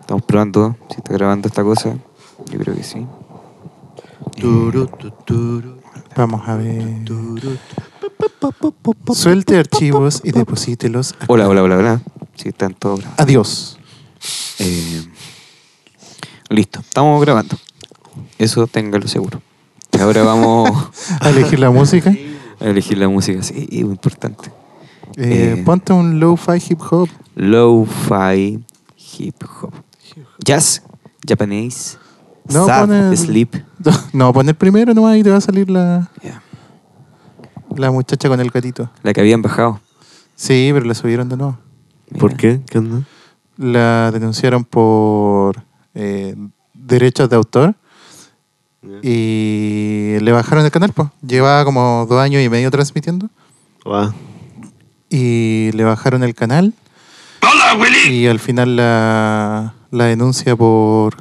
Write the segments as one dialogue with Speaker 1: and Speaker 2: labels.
Speaker 1: Estamos probando si está grabando esta cosa. Yo creo que sí.
Speaker 2: Turu, tu, turu,
Speaker 3: Vamos a ver.
Speaker 2: turu.
Speaker 3: Suelte archivos y deposítelos. a-
Speaker 1: Hola, hola, hola, hola. Si están todos grabando.
Speaker 3: Adiós.
Speaker 1: Eh, listo, estamos grabando. Eso téngalo seguro. Y ahora vamos
Speaker 3: A elegir la música.
Speaker 1: a elegir la música. Sí, muy importante.
Speaker 3: Eh,
Speaker 1: Eh.
Speaker 3: ponte un lo-fi hip hop.
Speaker 1: Lo-fi, hip hop. Jazz, japonés,
Speaker 3: No,
Speaker 1: sad,
Speaker 3: pone-
Speaker 1: sleep.
Speaker 3: No, pon el primero nomás y te va a salir la,
Speaker 1: Ya.
Speaker 3: la muchacha con el gatito.
Speaker 1: La que habían bajado.
Speaker 3: Sí, pero la subieron de nuevo.
Speaker 2: ¿Por
Speaker 1: Mira.
Speaker 2: qué? ¿Qué onda?
Speaker 3: La denunciaron por eh, derechos de autor y le bajaron el canal. pues. Llevaba como dos años y medio transmitiendo.
Speaker 2: Ah,
Speaker 3: y le bajaron el canal. Y al final la, la denuncia por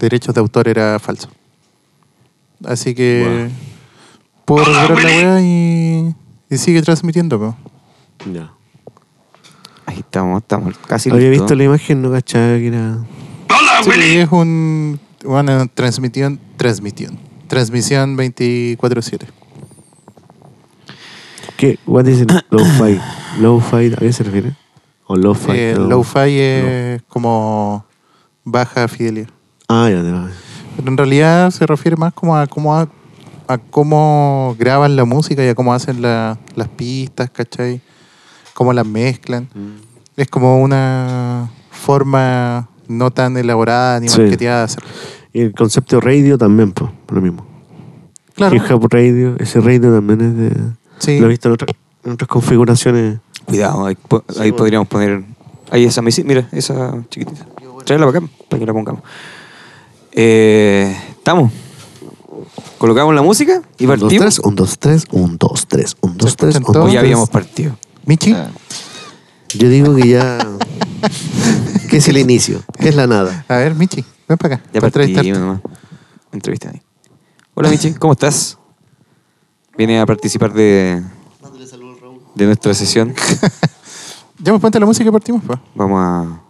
Speaker 3: derechos de autor era falso. Así que puedo recuperar la weá y, y sigue transmitiendo. po.
Speaker 2: ya.
Speaker 1: Ahí estamos, estamos casi
Speaker 2: Había
Speaker 1: listos.
Speaker 2: visto la imagen, no cachaba que era.
Speaker 3: Sí, es un, una transmisión, transmisión, transmisión 24-7.
Speaker 2: ¿Qué? ¿What is it? Low-fi. Low-fi, ¿a qué se refiere? ¿O low-fi?
Speaker 3: Eh,
Speaker 2: No.
Speaker 3: Lo-fi es como baja fidelidad.
Speaker 2: Ah, ya, ya.
Speaker 3: Pero en realidad se refiere más como a cómo, a, a cómo graban la música y a cómo hacen la- las pistas, ¿cachai? Cómo las mezclan.
Speaker 2: Mm.
Speaker 3: Es como una forma no tan elaborada ni
Speaker 2: Sí.
Speaker 3: marketeada de hacerlo.
Speaker 2: Y el concepto radio también, pues, lo mismo.
Speaker 3: Claro.
Speaker 2: Hip Hop Radio, ese radio también es de.
Speaker 3: Sí.
Speaker 2: Lo he visto en, otra- en otras configuraciones.
Speaker 1: Cuidado, ahí, po- ahí
Speaker 2: bueno.
Speaker 1: podríamos poner. Ahí esa mesita, mira, esa chiquitita. Tráela para acá, para que la pongamos. Eh, Estamos. Colocamos la música y
Speaker 2: Un, dos,
Speaker 1: partimos.
Speaker 2: tres, un, dos, tres, un, dos, tres, un, dos,
Speaker 3: ¿Se
Speaker 2: tres,
Speaker 3: escuchan
Speaker 2: un,
Speaker 1: O
Speaker 3: todos?
Speaker 2: dos,
Speaker 1: ya
Speaker 2: tres.
Speaker 1: habíamos partido.
Speaker 3: Michi,
Speaker 1: Ah,
Speaker 2: Yo digo que ya. ¿Qué es el inicio? ¿Qué es la nada?
Speaker 3: a ver, Michi, ven para acá.
Speaker 1: ya
Speaker 3: para
Speaker 1: partimos
Speaker 3: entrevistarte.
Speaker 1: nomás. Entrevista ahí. Hola Michi, ¿cómo estás? Viene a participar de. De nuestra sesión.
Speaker 3: Ya me ponte la música y partimos, pues.
Speaker 1: Vamos a.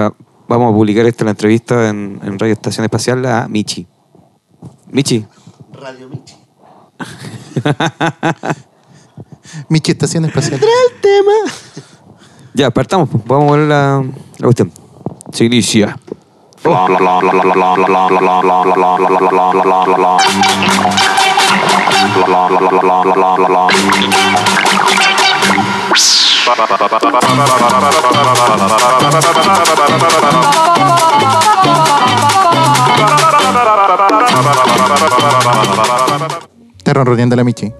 Speaker 1: va- vamos a publicar esta la entrevista en, en Radio Estación Espacial a Michi. Michi,
Speaker 3: Michi, estación espacial.
Speaker 1: Ya, partamos, pues. vamos a ver la, la cuestión. Se inicia.
Speaker 3: Está ronroneando la Michi.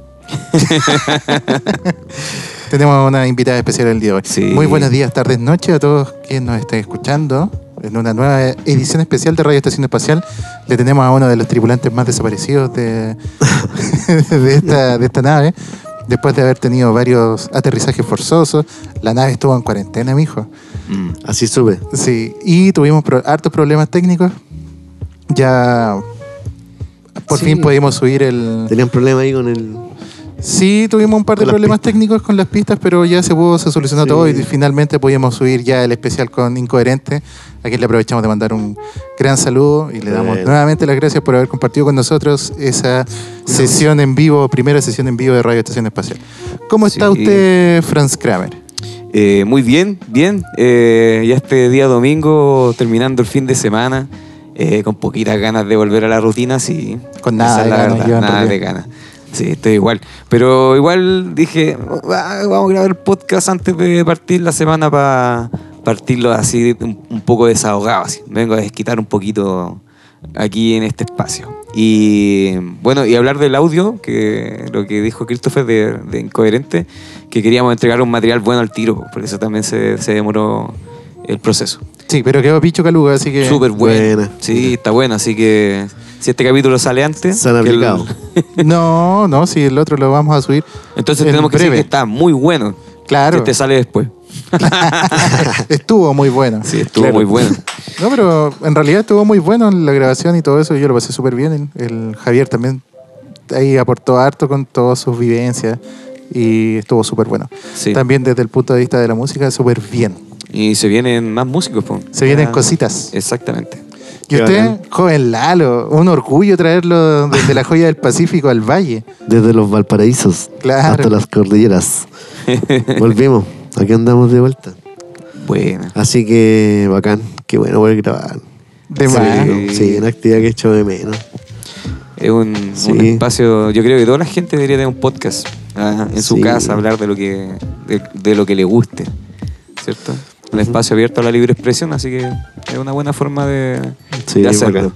Speaker 3: Tenemos una invitada especial el día de hoy.
Speaker 1: Sí.
Speaker 3: Muy buenos días, tardes, noches a todos quienes nos estén escuchando. En una nueva edición especial de Radio Estación Espacial le tenemos a uno de los tripulantes más desaparecidos de, de, esta, de esta nave. Después de haber tenido varios aterrizajes forzosos, la nave estuvo en cuarentena, mijo.
Speaker 1: Mm.
Speaker 2: Así sube.
Speaker 3: Sí, y tuvimos pro- hartos problemas técnicos. Ya por
Speaker 2: Sí.
Speaker 3: fin pudimos subir el,
Speaker 2: Tenían problema ahí con el.
Speaker 3: Sí, tuvimos un par de
Speaker 2: Con las
Speaker 3: problemas
Speaker 2: pistas.
Speaker 3: técnicos con las pistas, pero ya se pudo, se solucionó
Speaker 2: Sí.
Speaker 3: todo y finalmente pudimos subir ya el especial con Incoherente, a quien le aprovechamos de mandar un gran saludo y le damos
Speaker 2: Bueno.
Speaker 3: nuevamente las gracias por haber compartido con nosotros esa sesión en vivo, primera sesión en vivo de Radio Estación Espacial. ¿Cómo está
Speaker 1: Sí.
Speaker 3: usted, Franz Kramer?
Speaker 1: Eh, muy bien, bien. Eh, ya este día domingo, terminando el fin de semana, eh, con poquitas ganas de volver a la rutina, sí.
Speaker 3: Con
Speaker 1: Esa es
Speaker 3: nada de
Speaker 1: la
Speaker 3: ganas,
Speaker 1: verdad,
Speaker 3: yo en
Speaker 1: nada de
Speaker 3: realidad.
Speaker 1: ganas. Sí, estoy igual. Pero igual dije, "Ah, vamos a grabar el podcast antes de partir la semana para partirlo así, un, un poco desahogado. Así. Vengo a desquitar un poquito aquí en este espacio. Y bueno, y hablar del audio, que lo que dijo Christopher de, de Incoherente, que queríamos entregar un material bueno al tiro, porque eso también se, se demoró el proceso.
Speaker 3: Sí, pero quedó picho caluga, así que...
Speaker 1: Súper bueno.
Speaker 2: buena.
Speaker 1: Sí, está bueno, así que si este capítulo sale antes...
Speaker 2: Se han
Speaker 1: que el-
Speaker 2: aplicado.
Speaker 3: No, no, si el otro lo vamos a subir.
Speaker 1: Entonces
Speaker 3: en
Speaker 1: tenemos que decir
Speaker 3: breve.
Speaker 1: que está muy bueno.
Speaker 3: Claro.
Speaker 1: Que te sale después.
Speaker 3: Estuvo muy bueno.
Speaker 1: Sí, estuvo
Speaker 2: Claro.
Speaker 1: muy bueno.
Speaker 3: No, pero en realidad estuvo muy bueno la grabación y todo eso. Yo lo pasé súper bien. El, el Javier también ahí aportó harto con todas sus vivencias y estuvo súper bueno.
Speaker 1: Sí.
Speaker 3: También desde el punto de vista de la música, súper bien.
Speaker 1: Y se vienen más músicos. po.
Speaker 3: Se vienen
Speaker 1: Ah,
Speaker 3: cositas.
Speaker 1: Exactamente.
Speaker 3: Y
Speaker 2: Qué
Speaker 3: usted,
Speaker 2: bacán.
Speaker 3: joven Lalo, un orgullo traerlo desde la joya del Pacífico al valle.
Speaker 2: Desde los Valparaísos
Speaker 3: Claro.
Speaker 2: hasta las cordilleras. Volvimos. Aquí andamos de vuelta.
Speaker 1: Bueno.
Speaker 2: Así que bacán. Qué bueno poder grabar.
Speaker 3: De
Speaker 1: Sí.
Speaker 3: más.
Speaker 2: Sí, una actividad que he hecho de menos.
Speaker 1: Es un,
Speaker 2: Sí.
Speaker 1: un espacio, yo creo que toda la gente debería tener un podcast ah, en su
Speaker 2: Sí.
Speaker 1: casa, hablar de lo que de, de lo que le guste, ¿cierto? Un espacio abierto a la libre expresión, así que es una buena forma de,
Speaker 2: Sí,
Speaker 1: de hacerlo.
Speaker 2: bacán.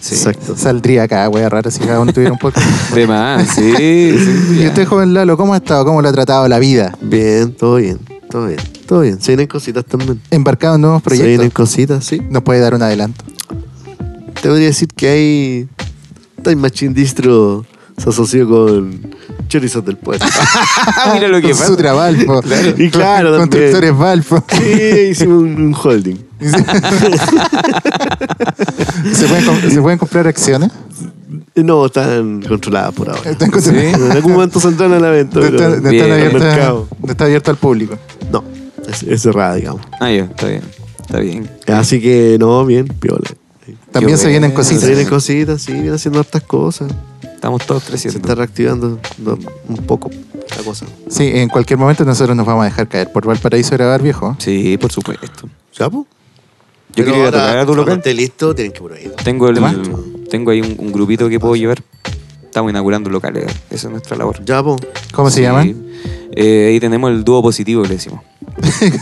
Speaker 1: Sí.
Speaker 2: Exacto.
Speaker 3: Saldría acá, wea rara, si cada uno tuviera un poco.
Speaker 1: De más, sí. sí,
Speaker 3: y
Speaker 1: ya.
Speaker 3: usted, joven Lalo, ¿cómo ha estado? ¿Cómo lo ha tratado la vida?
Speaker 2: Bien, todo bien. Todo bien. Todo bien. Se vienen cositas también.
Speaker 3: Embarcado en nuevos
Speaker 2: Se vienen
Speaker 3: proyectos.
Speaker 2: cositas, sí.
Speaker 3: ¿Nos puede dar un adelanto?
Speaker 2: Te podría decir que hay. Time Machine Distro se asoció con Chorizos del Puerto.
Speaker 1: Ah, mira lo que
Speaker 3: Con
Speaker 1: pasa.
Speaker 3: Sutra Valpo.
Speaker 2: Y claro, también.
Speaker 3: Constructores Valpo.
Speaker 2: sí, hicimos un, un holding.
Speaker 3: ¿Se pueden, com- se pueden comprar acciones?
Speaker 2: No, están controladas por ahora.
Speaker 3: Están con-
Speaker 2: En algún momento saldrán a la venta.
Speaker 3: No
Speaker 2: pero
Speaker 3: está, no
Speaker 1: bien,
Speaker 3: están
Speaker 1: el
Speaker 3: abiertas-
Speaker 2: mercado.
Speaker 3: no está abierto al público.
Speaker 2: No, es, es cerrada, digamos.
Speaker 1: Ah, ya, está bien. Está bien.
Speaker 2: Así que no, bien, piola.
Speaker 3: También se
Speaker 1: bueno.
Speaker 3: vienen
Speaker 2: Se
Speaker 3: cositas.
Speaker 2: vienen cositas, sí, vienen haciendo hartas cosas.
Speaker 1: Estamos todos
Speaker 2: Se está
Speaker 1: creciendo.
Speaker 2: reactivando no, un poco la cosa.
Speaker 3: Sí, en cualquier momento nosotros nos vamos a dejar caer por Valparaíso a grabar, viejo.
Speaker 1: Sí, por supuesto.
Speaker 2: ¿Sapo?
Speaker 1: Yo quería tocar a tu local.
Speaker 2: esté listo, tienen que por ahí.
Speaker 1: Tengo,
Speaker 3: ¿Te
Speaker 1: el, tengo ahí un, un grupito que puedo llevar. Estamos inaugurando locales. Esa es nuestra labor.
Speaker 2: Ya, po.
Speaker 3: ¿Cómo se
Speaker 1: Sí.
Speaker 3: llaman?
Speaker 1: Eh, ahí tenemos el dúo positivo, le decimos.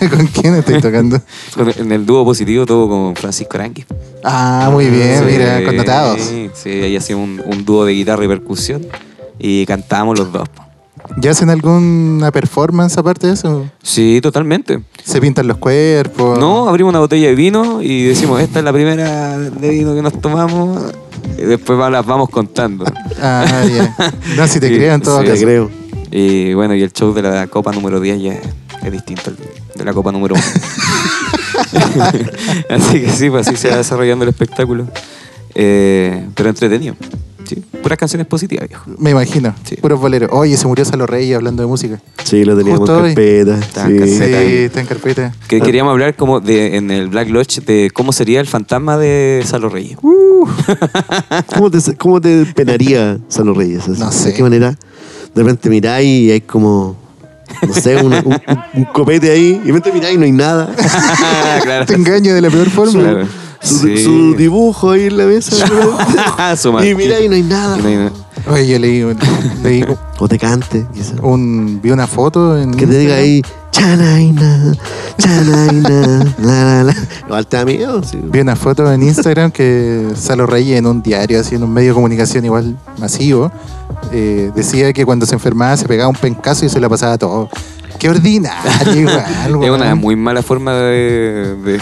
Speaker 3: ¿Con quién estoy tocando?
Speaker 1: Con- En el dúo positivo todo con Francisco Aranqui.
Speaker 3: Ah, muy bien,
Speaker 1: Sí,
Speaker 3: mira, connotados.
Speaker 1: Sí, ahí hacíamos un, un dúo de guitarra y percusión y cantábamos los dos. po.
Speaker 3: ¿Ya hacen alguna performance aparte de eso?
Speaker 1: Sí, totalmente.
Speaker 3: ¿Se pintan los cuerpos?
Speaker 1: No, abrimos una botella de vino y decimos, esta es la primera de vino que nos tomamos. Y después va- las vamos contando.
Speaker 3: Ah, ya. No, si te
Speaker 1: Sí,
Speaker 3: creo en todo
Speaker 1: sí,
Speaker 2: Te
Speaker 3: caso.
Speaker 2: creo.
Speaker 1: Y bueno, y el show de la Copa número 10 ya es, es distinto al de la Copa número 1. así que sí, pues así se va desarrollando el espectáculo. Eh, pero entretenido. Sí, puras canciones positivas, viejo.
Speaker 3: Me imagino.
Speaker 1: Sí.
Speaker 3: Puros boleros. Oye, se murió Salo Reyes hablando de música.
Speaker 2: Sí, lo teníamos
Speaker 3: Justo
Speaker 2: en
Speaker 3: hoy.
Speaker 2: carpeta.
Speaker 1: Está en
Speaker 2: Sí.
Speaker 1: Sí,
Speaker 3: Sí,
Speaker 1: está bien.
Speaker 3: está en carpeta.
Speaker 1: Que
Speaker 2: Ah.
Speaker 1: queríamos hablar como de, en el Black Lodge de cómo sería el fantasma de Salo Reyes.
Speaker 2: Uh. ¿Cómo te, cómo te penaría San los Reyes? Así,
Speaker 3: No sé.
Speaker 2: ¿De qué manera? De repente miráis y hay como, no sé, un, un- un- un copete ahí. Y de repente miráis y no hay nada.
Speaker 1: claro.
Speaker 3: Te engaño de la peor forma.
Speaker 1: Claro.
Speaker 2: Su,
Speaker 1: Sí. Ah,
Speaker 2: su dibujo ahí en la mesa. de repente.
Speaker 1: Su
Speaker 2: y
Speaker 1: marquita.
Speaker 2: miráis y no hay nada.
Speaker 1: Y no hay nada.
Speaker 3: Oye, yo leí, un- leí
Speaker 2: O te cante, quizás.
Speaker 1: Oh,
Speaker 3: un, vi una foto en
Speaker 2: Que te diga
Speaker 3: Instagram.
Speaker 2: ahí, chanaina, chanaina, la la la. Igual te da miedo, sí.
Speaker 3: Vi una foto en Instagram que Salo Reyes en un diario, así en un medio de comunicación igual masivo, eh, decía que cuando se enfermaba se pegaba un pencazo y se la pasaba todo. ¡Qué ordinario! igual,
Speaker 1: Es una
Speaker 3: weón.
Speaker 1: muy mala forma de,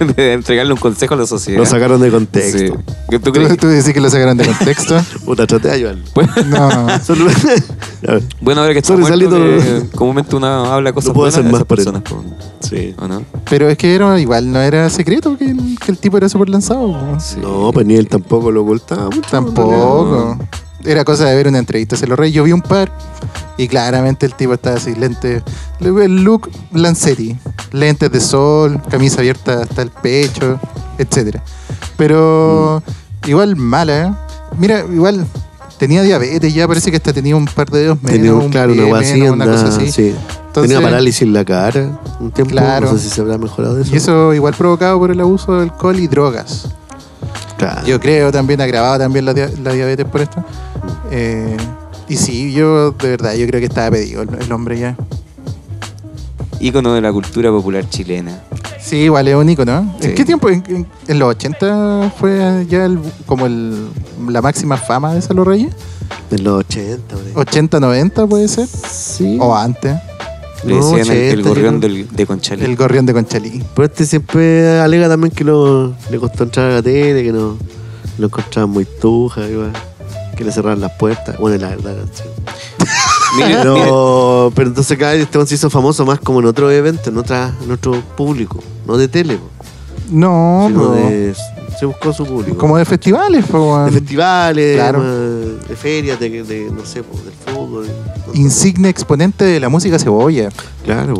Speaker 1: de- de entregarle un consejo a la sociedad.
Speaker 2: Lo sacaron de
Speaker 1: Sí.
Speaker 2: contexto.
Speaker 1: ¿Qué tú
Speaker 3: ¿Tú,
Speaker 1: crees?
Speaker 3: tú decís que lo sacaron de contexto?
Speaker 2: Puta, traté de ayudarlo.
Speaker 3: No.
Speaker 2: Solo- Ya,
Speaker 1: Bueno, ahora que está
Speaker 2: Sorry,
Speaker 1: muerto,
Speaker 2: Salito.
Speaker 1: que comúnmente uno habla cosas
Speaker 2: No puedo
Speaker 1: buenas
Speaker 2: hacer
Speaker 1: de
Speaker 2: más
Speaker 1: esas
Speaker 2: por él.
Speaker 1: personas, po. Ah,
Speaker 2: sí.
Speaker 1: ¿o no?
Speaker 3: Pero es que era, igual no era secreto que el, que el tipo era súper lanzado. weón.
Speaker 1: Sí.
Speaker 2: No, pues ni él tampoco lo ocultaba mucho.
Speaker 3: Tampoco. Era cosa de ver una entrevista a Salo Reyes. Yo vi un par y claramente el tipo estaba así, lentes. Le veo el look Lanceri. Lentes de sol, camisa abierta hasta el pecho, etcétera. Pero
Speaker 2: Mm.
Speaker 3: igual mala. ¿eh? Mira, igual tenía diabetes ya, parece que hasta tenía un par de dedos menos,
Speaker 2: Tenía un,
Speaker 3: un
Speaker 2: claro, una
Speaker 3: pie
Speaker 2: hueá
Speaker 3: menos,
Speaker 2: así,
Speaker 3: una
Speaker 2: anda-
Speaker 3: cosa así.
Speaker 2: sí.
Speaker 3: Entonces-
Speaker 2: Tenía una parálisis en la cara un tiempo.
Speaker 3: Claro.
Speaker 2: No sé si se habrá mejorado eso.
Speaker 3: Y eso igual provocado por el abuso de alcohol y drogas.
Speaker 2: Claro.
Speaker 3: Ah. Yo creo también agravado también la, dia- la diabetes por esto. Eh, y sí, yo de verdad, yo creo que estaba pedido el, el hombre ya.
Speaker 1: Ícono de la cultura popular chilena.
Speaker 3: Sí, igual es un ícono.
Speaker 1: Sí.
Speaker 3: ¿En qué tiempo? ¿En, en- en los 80 fue ya el- como el- la máxima fama de Salo Reyes?
Speaker 2: En los 80, por ahí.
Speaker 3: ¿80, 90 puede ser?
Speaker 2: Sí.
Speaker 3: ¿O antes?
Speaker 1: Le
Speaker 2: No,
Speaker 1: decían el- el,
Speaker 2: 80,
Speaker 1: gorrión
Speaker 2: yo-
Speaker 1: del, de Conchalí.
Speaker 3: El gorrión de Conchalí.
Speaker 2: Pero este siempre alega también que lo, le costó entrar a la tele, que no lo encontraban muy tuja, y va, que le cerraban las puertas. Bueno, la verdad, sí.
Speaker 1: Mire, mire,
Speaker 2: Pero, pero entonces cada vez este weón se hizo famoso más como en otro evento, en, otra, en otro público, no de tele, po,
Speaker 3: No,
Speaker 2: sino
Speaker 3: po.
Speaker 2: de- se buscó su público.
Speaker 3: como de festivales, po,
Speaker 2: de
Speaker 3: weón.
Speaker 2: festivales,
Speaker 3: Claro.
Speaker 2: más de ferias, de, de- no sé, po, del fútbol.
Speaker 3: Insigne exponente de la música cebolla.
Speaker 2: Claro.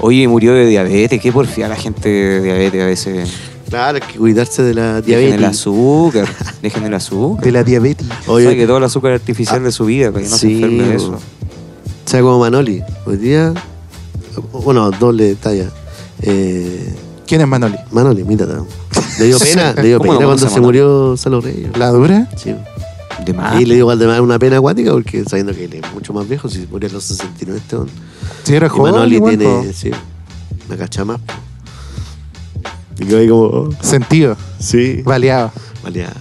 Speaker 1: Oye, murió de diabetes. Qué porfía la gente de diabetes a veces.
Speaker 2: Claro, hay que cuidarse de
Speaker 1: Dejen
Speaker 2: la
Speaker 1: el
Speaker 2: diabetes.
Speaker 1: azúcar. Dejen el azúcar.
Speaker 3: De la diabetes.
Speaker 1: Oye,
Speaker 2: Oye,
Speaker 1: que todo el azúcar artificial de su vida para que no
Speaker 2: sí, pues.
Speaker 1: se enferme de
Speaker 2: bo.
Speaker 1: eso.
Speaker 2: sea como Manoli. Hoy día, bueno, doble talla. Eh,
Speaker 3: ¿Quién es Manoli?
Speaker 2: Manoli, mira. no. Le dio pena, le dio
Speaker 1: ¿Cómo
Speaker 2: pena
Speaker 1: lo
Speaker 2: cuando
Speaker 1: conoce
Speaker 2: se
Speaker 1: Manoli? Ah.
Speaker 2: murió Salo Reyes.
Speaker 3: ¿La dura?
Speaker 2: Sí.
Speaker 1: De más.
Speaker 2: Y le dio Valdemar una pena acuática porque sabiendo que él es mucho más viejo, si murió a los 69 este hombre.
Speaker 3: Sí, era
Speaker 2: Y
Speaker 3: joven.
Speaker 2: Manoli
Speaker 3: igual,
Speaker 2: tiene, sí, una cacha más. po. Y quedó ahí como, oh,
Speaker 3: po. Sentido.
Speaker 2: sí,
Speaker 3: Baleado.
Speaker 2: baleado.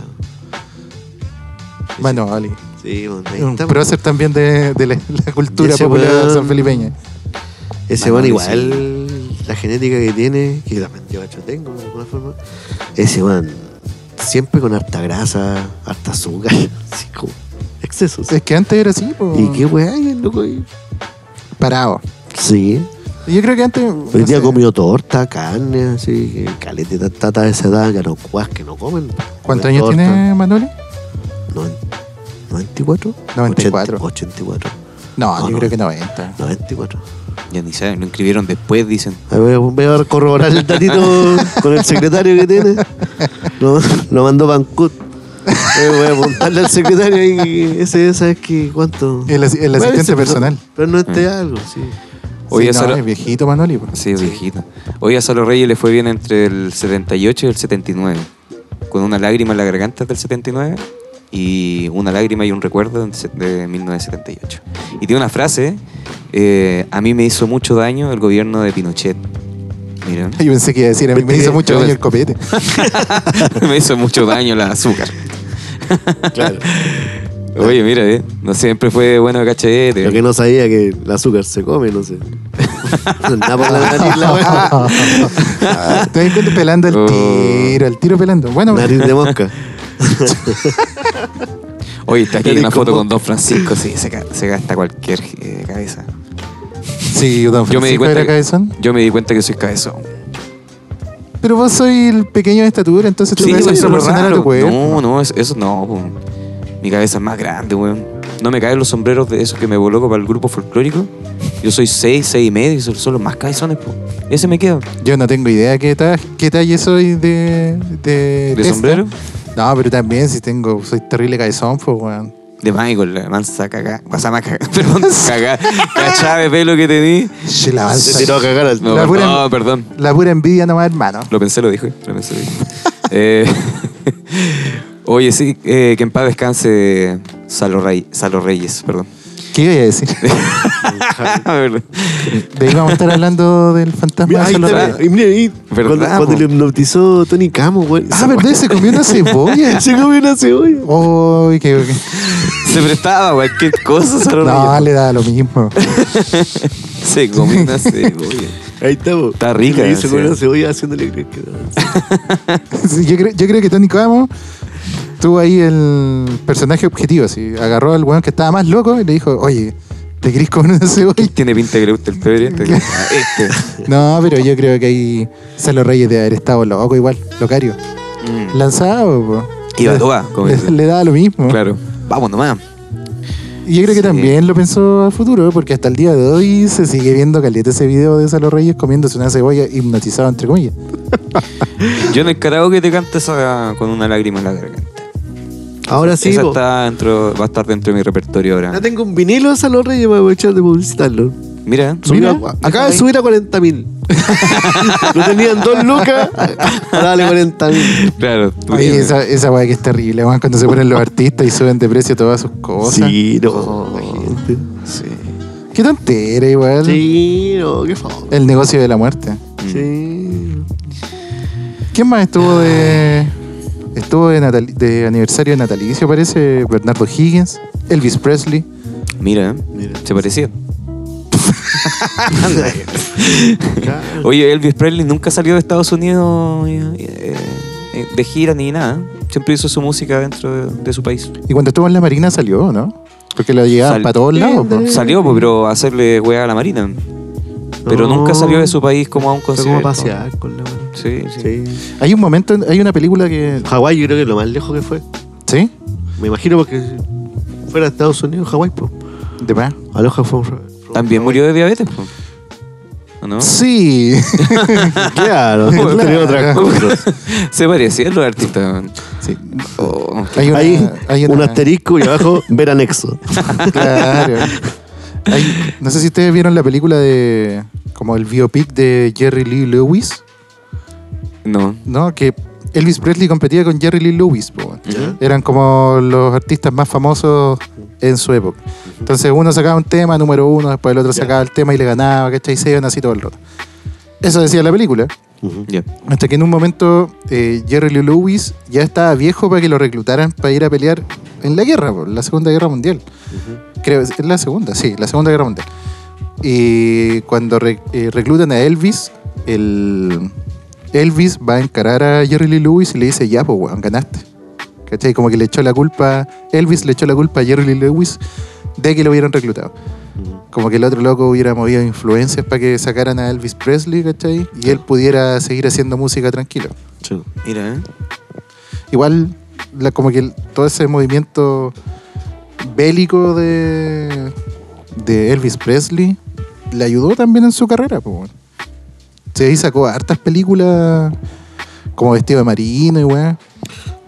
Speaker 3: Manoli.
Speaker 2: Sí, bueno, ahí
Speaker 3: Un
Speaker 2: estamos.
Speaker 3: prócer también de, de la, la
Speaker 2: Y
Speaker 3: cultura
Speaker 2: ese
Speaker 3: popular
Speaker 2: weón-
Speaker 3: sanfelipeña.
Speaker 2: Ese weón
Speaker 1: Manoli,
Speaker 2: igual, la genética que tiene, que también yo cacho tengo de alguna forma, ese weón siempre con harta grasa, harta azúcar, así como excesos.
Speaker 3: Es que antes era así, po.
Speaker 2: Y qué weá, y el loco ahí.
Speaker 3: Parado.
Speaker 2: Sí,
Speaker 3: Yo creo que antes.
Speaker 2: hoy
Speaker 3: no
Speaker 2: día
Speaker 3: sé,
Speaker 2: comió torta, carne, así, que caleta de tata de esa edad, ya no cuas que no comen. Comen
Speaker 3: ¿Cuántos años
Speaker 2: torta.
Speaker 3: tiene Manoli?
Speaker 2: Noven- 94?
Speaker 3: 94.
Speaker 2: 84.
Speaker 3: No,
Speaker 2: Ah, No,
Speaker 3: yo
Speaker 2: no.
Speaker 3: creo que 90.
Speaker 2: 94.
Speaker 1: Ya ni saben, lo inscribieron después, dicen.
Speaker 2: A ver, voy a corroborar el datito con el secretario que tiene. Lo, lo mandó Bancut. Eh, voy a apuntarle al secretario ahí que ese ¿sabes qué? ¿Cuánto?
Speaker 3: El as- el asistente
Speaker 2: ese, pero-
Speaker 3: personal. Mm.
Speaker 2: Pero no esté algo, sí.
Speaker 1: Oye,
Speaker 3: Sí, no,
Speaker 1: solo-
Speaker 3: es viejito Manoli, po.
Speaker 1: Sí, viejita. Hoy a Salo Reyes le fue bien entre el 78 y el 79. Con una lágrima en la garganta del 79 y una lágrima y un recuerdo del se- de 1978. Y tiene una frase, eh, a mí me hizo mucho daño el gobierno de Pinochet. Miren,
Speaker 3: Yo pensé que iba a decir, a mí me
Speaker 2: Viste
Speaker 3: hizo
Speaker 2: que-
Speaker 3: mucho
Speaker 2: yo-
Speaker 3: daño el copete.
Speaker 1: me hizo mucho daño el azúcar.
Speaker 2: Claro.
Speaker 1: Oye, mira, eh, no siempre fue bueno cachete.
Speaker 2: Lo que no sabía que el azúcar se come, no sé. Nada por la nariz, la
Speaker 3: Ah,
Speaker 2: wea.
Speaker 3: Estoy pelando el
Speaker 1: Oh.
Speaker 3: tiro, el tiro pelando. Bueno,
Speaker 2: Nariz de mosca.
Speaker 1: Oye, está aquí
Speaker 2: Nariz
Speaker 1: una
Speaker 2: con
Speaker 1: foto
Speaker 2: mo-
Speaker 1: con Don Francisco, sí, se, ca- se gasta cualquier eh, cabeza.
Speaker 3: sí, don
Speaker 1: Yo me di
Speaker 3: Francisco
Speaker 1: cuenta
Speaker 3: era
Speaker 1: que-
Speaker 3: cabezón.
Speaker 1: Yo me di cuenta que soy cabezón.
Speaker 3: Pero vos soy el pequeño de estatura, entonces tú
Speaker 1: Sí,
Speaker 3: puedes
Speaker 1: eso es lo
Speaker 3: proporcionar a tu
Speaker 1: raro.
Speaker 3: cuerpo.
Speaker 1: No, no, eso, eso no. po. Mi cabeza es más grande, weón. No me caen los sombreros de esos que me coloco para el grupo folclórico. Yo soy 6, 6 y medio, y son son los más cabezones, po. Ese me queda.
Speaker 3: Yo no tengo idea qué, ta- qué talla soy de. ¿De,
Speaker 1: ¿De
Speaker 3: testa.
Speaker 1: sombrero?
Speaker 3: No, pero también si tengo. Soy terrible cabezón, pues, weón.
Speaker 1: De Michael, la mansa cagá. Pasa más cagá. Perdón, cagá. Cachá de pelo que tení.
Speaker 3: Che, La, balsa.
Speaker 2: Se tiró a cagar al
Speaker 1: No,
Speaker 3: La
Speaker 1: perdón,
Speaker 3: pura-
Speaker 1: no, perdón.
Speaker 3: la pura envidia nomás, hermano.
Speaker 1: Lo pensé, lo dije. Lo pensé, lo dije. Eh, oye, sí, eh, que en paz descanse Salo, Rey- Salo Reyes, perdón.
Speaker 3: ¿Qué iba a decir?
Speaker 1: Perdón.
Speaker 3: De ahí vamos a estar hablando del fantasma
Speaker 2: Mira,
Speaker 3: de
Speaker 2: ahí,
Speaker 3: Solo
Speaker 2: está,
Speaker 3: Reyes.
Speaker 2: y mira ahí,
Speaker 1: ¿Verdad,
Speaker 2: cuando, cuando
Speaker 1: po?
Speaker 2: le hipnotizó Tony Camo, güey.
Speaker 3: Ah, ¿verdad? Se comió una cebolla.
Speaker 2: Se comió una cebolla.
Speaker 3: Uy, qué.
Speaker 1: Se prestaba cualquier cosa, Salo Reyes.
Speaker 3: No, le da lo mismo.
Speaker 1: Se comió una cebolla.
Speaker 2: Ahí está, po.
Speaker 1: Está rica,
Speaker 2: Le hizo
Speaker 1: sí.
Speaker 2: con una cebolla haciéndole creer que no.
Speaker 3: Sí, yo, creo, yo creo que Tony Camo tuvo ahí el personaje objetivo. Así, agarró al weón que estaba más loco y le dijo, oye, ¿te querís comer una cebolla?
Speaker 1: Tiene pinta que le gusta el pebre. Este. Ah, este.
Speaker 3: No, pero yo creo que ahí Salo Reyes de haber estado loco igual, locario.
Speaker 1: Mm.
Speaker 3: Lanzado, po.
Speaker 1: Iba a toa, como
Speaker 3: le,
Speaker 1: dicen.
Speaker 3: le daba lo mismo.
Speaker 1: Claro. Vamos nomás.
Speaker 3: Y yo creo que
Speaker 1: Sí.
Speaker 3: también lo pensó a futuro, porque hasta el día de hoy se sigue viendo caleta ese video de Salo Reyes comiéndose una cebolla hipnotizado, entre comillas.
Speaker 1: Yo en el karaoke te canto esa con una lágrima en la garganta.
Speaker 2: Ahora sí,
Speaker 1: esa
Speaker 2: po.
Speaker 1: está dentro, va a estar dentro de mi repertorio
Speaker 2: Ya
Speaker 1: ahora.
Speaker 2: tengo un vinilo de Salo Reyes para aprovechar de publicitarlo.
Speaker 1: Mira,
Speaker 2: Subió
Speaker 3: Mira,
Speaker 2: a- acaba de subir a 40 mil. Lo tenían dos lucas. Dale 40 mil.
Speaker 1: claro.
Speaker 3: Oye, esa, esa weá que es terrible, weón, cuando se ponen los artistas y suben de precio todas sus cosas.
Speaker 2: Sí, no.
Speaker 1: Oh.
Speaker 2: gente.
Speaker 1: Sí.
Speaker 3: Qué tontera igual.
Speaker 2: Sí, no, qué favor.
Speaker 3: El negocio de la muerte.
Speaker 1: Mm.
Speaker 2: Sí.
Speaker 3: ¿Quién más estuvo de. Estuvo de, natal- de aniversario de natalicio, parece? Bernardo Higgins, Elvis Presley.
Speaker 1: Mira,
Speaker 2: Mira.
Speaker 1: se parecía.
Speaker 2: Claro.
Speaker 1: Oye, Elvis Presley nunca salió de Estados Unidos eh, eh, de gira ni nada. Siempre hizo su música dentro de- de su país.
Speaker 3: Y cuando estuvo en la Marina salió, ¿no? Porque lo llevaban
Speaker 1: Sal-
Speaker 3: para todos lados. po.
Speaker 1: Salió, pues, pero a hacerle weá a la marina. Pero
Speaker 2: No.
Speaker 1: nunca salió de su país como a un
Speaker 2: Fue
Speaker 1: concierto.
Speaker 2: como a pasear con la mano.
Speaker 1: Sí, sí.
Speaker 2: Sí.
Speaker 3: Hay un momento, hay una película que.
Speaker 2: Hawái, yo creo que es lo más lejos que fue.
Speaker 3: ¿Sí?
Speaker 2: Me imagino porque si fuera de Estados Unidos, Hawái, pues.
Speaker 3: De más.
Speaker 2: Aloha fue un.
Speaker 1: También murió de diabetes, pues. ¿o no?
Speaker 3: Sí.
Speaker 2: Claro,
Speaker 1: Claro.
Speaker 2: tenía otras cosas.
Speaker 1: Se parecían los artistas. weón.
Speaker 3: Sí.
Speaker 1: Oh,
Speaker 3: Hay una-
Speaker 2: Ahí,
Speaker 3: hay una-
Speaker 2: un asterisco y abajo, ver anexo.
Speaker 3: Claro. Hay- no sé si ustedes vieron la película de. como el biopic de Jerry Lee Lewis,
Speaker 1: no.
Speaker 3: ¿no? Que Elvis Presley competía con Jerry Lee Lewis, po, weón.
Speaker 1: Ujú.
Speaker 3: Eran como los artistas más famosos en su época. Entonces uno sacaba un tema, número uno, después el otro
Speaker 2: Ya.
Speaker 3: sacaba el tema y le ganaba, ¿cachai? Y se iban así todo el rato. Eso decía la película.
Speaker 1: Ya.
Speaker 3: Hasta que en un momento eh, Jerry Lee Lewis ya estaba viejo para que lo reclutaran para ir a pelear en la guerra, po, en la Segunda Guerra Mundial. Creo, es la Segunda, sí, la Segunda Guerra Mundial. Y cuando re- eh, reclutan a Elvis, el Elvis va a encarar a Jerry Lee Lewis y le dice, ya, pues, weón, ganaste. ¿Cachai? Como que le echó la culpa, Elvis le echó la culpa a Jerry Lee Lewis de que lo hubieran reclutado. Como que el otro loco hubiera movido influencias para que sacaran a Elvis Presley, ¿cachai? Y él pudiera seguir haciendo música tranquilo.
Speaker 2: Sí.
Speaker 1: Mira, ¿eh?
Speaker 3: Igual, la- como que el- todo ese movimiento bélico de, de Elvis Presley le ayudó también en su carrera. po, weón. Sí, ahí sacó hartas películas como Vestido de Marino y weón.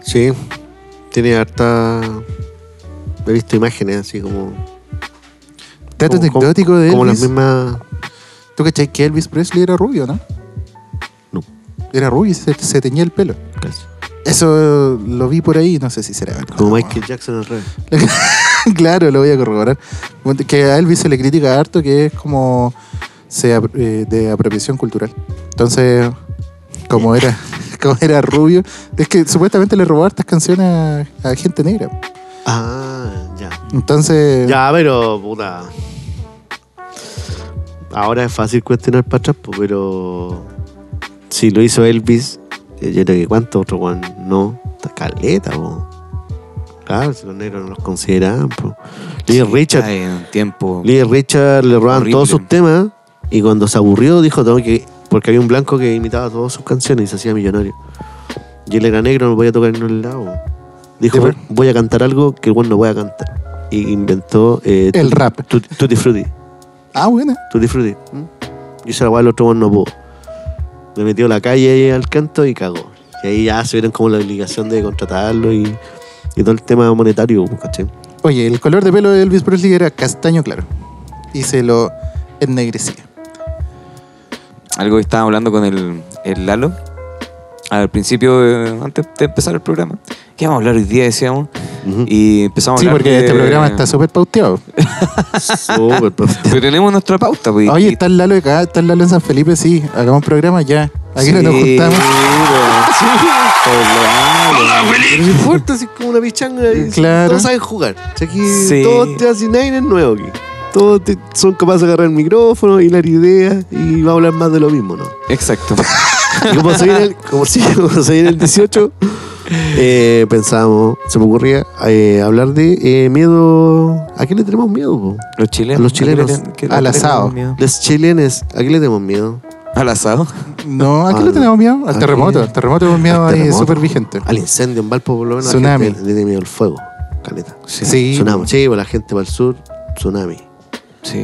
Speaker 2: Sí, tiene harta. He visto imágenes así como.
Speaker 3: Dato
Speaker 2: como- como-
Speaker 3: anecdótico de
Speaker 2: Como las
Speaker 3: Elvis.
Speaker 2: mismas.
Speaker 3: ¿Tú cachai que Elvis Presley era rubio, no?
Speaker 2: No.
Speaker 3: Era rubio y se, se teñía el pelo.
Speaker 2: casi.
Speaker 3: Eso eh, lo vi por ahí, no sé si será verdad.
Speaker 2: Como Michael Jackson al revés.
Speaker 3: claro, lo voy a corroborar. Que a Elvis se le critica harto que es como se ap- eh, de apropiación cultural. Entonces, como era, como era rubio, es que supuestamente le robó hartas canciones a, a gente negra.
Speaker 2: Ah, ya.
Speaker 3: Entonces,
Speaker 2: Ya, pero puta. Ahora es fácil cuestionar para atrás, po, pero. Si lo hizo Elvis, eh, yo creo que cuánto otro Juan no. Está caleta, po. Claro, si los negros no los consideraban, po. Lee Richard.
Speaker 1: Ay, un tiempo.
Speaker 2: Lee Richard le robaban
Speaker 1: Horrible.
Speaker 2: todos sus temas y cuando se aburrió dijo tengo que porque había un blanco que imitaba todas sus canciones y se hacía millonario. Y él era negro, no voy a tocar en un lado. Dijo,
Speaker 3: Sí, pero-
Speaker 2: voy a cantar algo que el buen no voy a cantar. Y inventó eh,
Speaker 3: el rap.
Speaker 2: Tut- Tutti Frutti.
Speaker 3: Ah, buena.
Speaker 2: Tutti Frutti. ¿m? Y se la guay, el otro buen no pudo. Le metió a la calle ahí al canto y cagó. Y ahí ya se vieron como la obligación de contratarlo y, y todo el tema monetario, pues, ¿cachai?
Speaker 3: Oye, el color de pelo de Elvis Presley era castaño claro. Y se lo ennegrecía.
Speaker 1: Algo que estábamos hablando con el, el Lalo al principio, eh, antes de empezar el programa. ¿Qué vamos a hablar hoy día? Decíamos.
Speaker 2: Ujú.
Speaker 1: Y empezamos a
Speaker 3: Sí,
Speaker 1: hablar
Speaker 3: porque
Speaker 1: de-
Speaker 3: este programa está súper pauteado.
Speaker 2: Súper, profe.
Speaker 1: Pero tenemos nuestra pauta, pues.
Speaker 3: Oye,
Speaker 1: y-
Speaker 3: está el Lalo acá, está el Lalo en San Felipe, sí. Hagamos un programa ya. Aquí
Speaker 1: Sí,
Speaker 3: nos juntamos.
Speaker 1: sí.
Speaker 2: Pero No importa si es como una pichanga. y
Speaker 3: Claro.
Speaker 2: Todos saben jugar. Si aquí
Speaker 1: Sí.
Speaker 2: todos te hacen nadie es nuevo aquí. Todos te- son capaces de agarrar el micrófono y la idea y vamos a hablar más de lo mismo, ¿no?
Speaker 1: Exacto.
Speaker 2: Y como se viene el, como si- como se viene el 18, eh, pensamos, se me ocurría eh, hablar de eh, miedo. ¿A qué le tenemos miedo? po?
Speaker 1: Los chilenos.
Speaker 2: A los chilenos.
Speaker 1: ¿qué le-
Speaker 3: Al
Speaker 1: qué le
Speaker 3: asado.
Speaker 1: tenemos miedo?
Speaker 2: Los chilenes, ¿a qué le tenemos miedo?
Speaker 1: Al asado.
Speaker 3: No, ¿a qué le
Speaker 2: Al-
Speaker 3: tenemos miedo? Al
Speaker 2: al-
Speaker 3: terremoto. Al terremoto es un miedo
Speaker 2: Ah, al
Speaker 3: ahí
Speaker 2: terremoto.
Speaker 3: súper vigente.
Speaker 2: Al incendio en Valpo, por lo menos.
Speaker 3: Tsunami.
Speaker 2: Le tiene miedo al fuego. Caleta.
Speaker 3: Sí.
Speaker 2: Tsunami. Sí, pues, la gente para el sur, tsunami.
Speaker 1: Sí.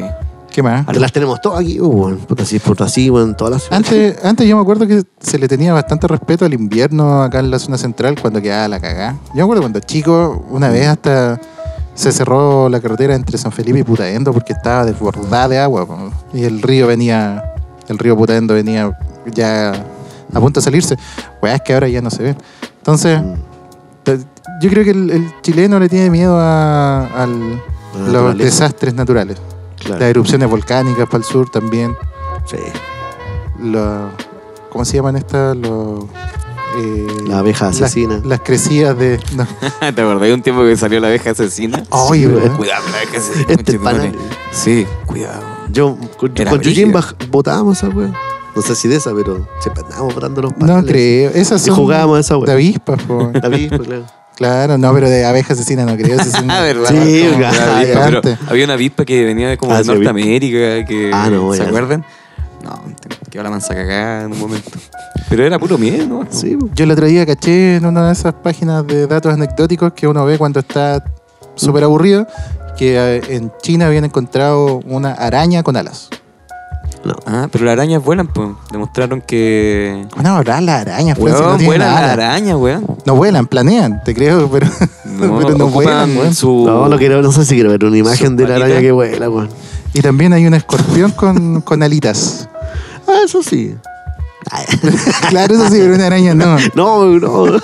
Speaker 3: ¿Qué más?
Speaker 2: Las tenemos todas aquí, oh, weón. Puta, sí, puta, sí, weón, todas las ciudades.
Speaker 3: Antes, antes yo me acuerdo que se le tenía bastante respeto al invierno acá en la zona central cuando quedaba la cagá. Yo me acuerdo cuando chico, una vez hasta se cerró la carretera entre San Felipe y Putaendo porque estaba desbordada de agua. po. Y el río venía, el río Putaendo venía ya a punto de salirse. Weá, es que ahora ya no se ve. Entonces,
Speaker 2: Mm, ah,
Speaker 3: te- yo creo que el, el chileno le tiene miedo a, al-
Speaker 2: La
Speaker 3: los
Speaker 2: naturaleza.
Speaker 3: desastres naturales.
Speaker 2: Claro.
Speaker 3: Las erupciones volcánicas para el sur también.
Speaker 2: Sí.
Speaker 3: la- ¿cómo se llaman estas? Los, eh,
Speaker 2: La abeja
Speaker 3: las-
Speaker 2: asesina.
Speaker 3: Las, crecidas de. no.
Speaker 1: ¿Te acordás de un tiempo que salió la abeja asesina?
Speaker 3: Oye,
Speaker 2: Sí,
Speaker 3: ¿verdad?
Speaker 1: Cuidado con la abeja asesina.
Speaker 2: Ah. Este
Speaker 1: conchetumare.
Speaker 2: panal.
Speaker 1: Sí, cuidado.
Speaker 2: Yo con,
Speaker 1: Era
Speaker 2: con Yujin
Speaker 1: brígido.
Speaker 2: baj- votábamos esa weón. No sé si de esa, pero siempre andábamos votando los
Speaker 3: No
Speaker 2: paneles.
Speaker 3: creo. Esas
Speaker 2: Y
Speaker 3: son
Speaker 2: jugábamos a esa
Speaker 3: de
Speaker 2: weón.
Speaker 3: avispas, po.
Speaker 2: David, pues, claro.
Speaker 3: Claro, no, pero de abeja asesina no creo. esas son-
Speaker 1: Ah, verdad.
Speaker 2: Sí,
Speaker 1: Como
Speaker 2: verdad,
Speaker 1: la avispa,
Speaker 3: adelante.
Speaker 1: pero había una avispa que venía de como
Speaker 2: Ah,
Speaker 1: de
Speaker 2: sí, avispa.
Speaker 1: Norteamérica. Que,
Speaker 2: Ah, no,
Speaker 1: ¿Se
Speaker 2: ya.
Speaker 1: acuerdan? No, te- quedó la mansa cagada en un momento. Pero era puro miedo, ¿no?
Speaker 2: Sí, weón.
Speaker 3: Yo el otro día caché en una de esas páginas de datos anecdóticos que uno ve cuando está súper aburrido que eh, en China habían encontrado una araña con alas.
Speaker 2: No.
Speaker 1: Ah, pero las arañas vuelan, pues. Demostraron que.
Speaker 3: Van a volar las arañas, Francis, pues, no
Speaker 1: Weón,
Speaker 3: tienen
Speaker 1: vuelan las
Speaker 3: alas.
Speaker 1: arañas, weón.
Speaker 3: No vuelan, planean, te creo, pero
Speaker 1: No,
Speaker 3: pero no
Speaker 1: ocupan
Speaker 3: vuelan, weón.
Speaker 1: su.
Speaker 2: No, no quiero, no sé si quiero ver una imagen de la
Speaker 1: palita.
Speaker 2: araña que vuela, weón.
Speaker 3: Y también hay un escorpión con, con alitas.
Speaker 2: Ah, eso sí.
Speaker 3: Claro, eso sí, pero una araña no.
Speaker 2: No, no.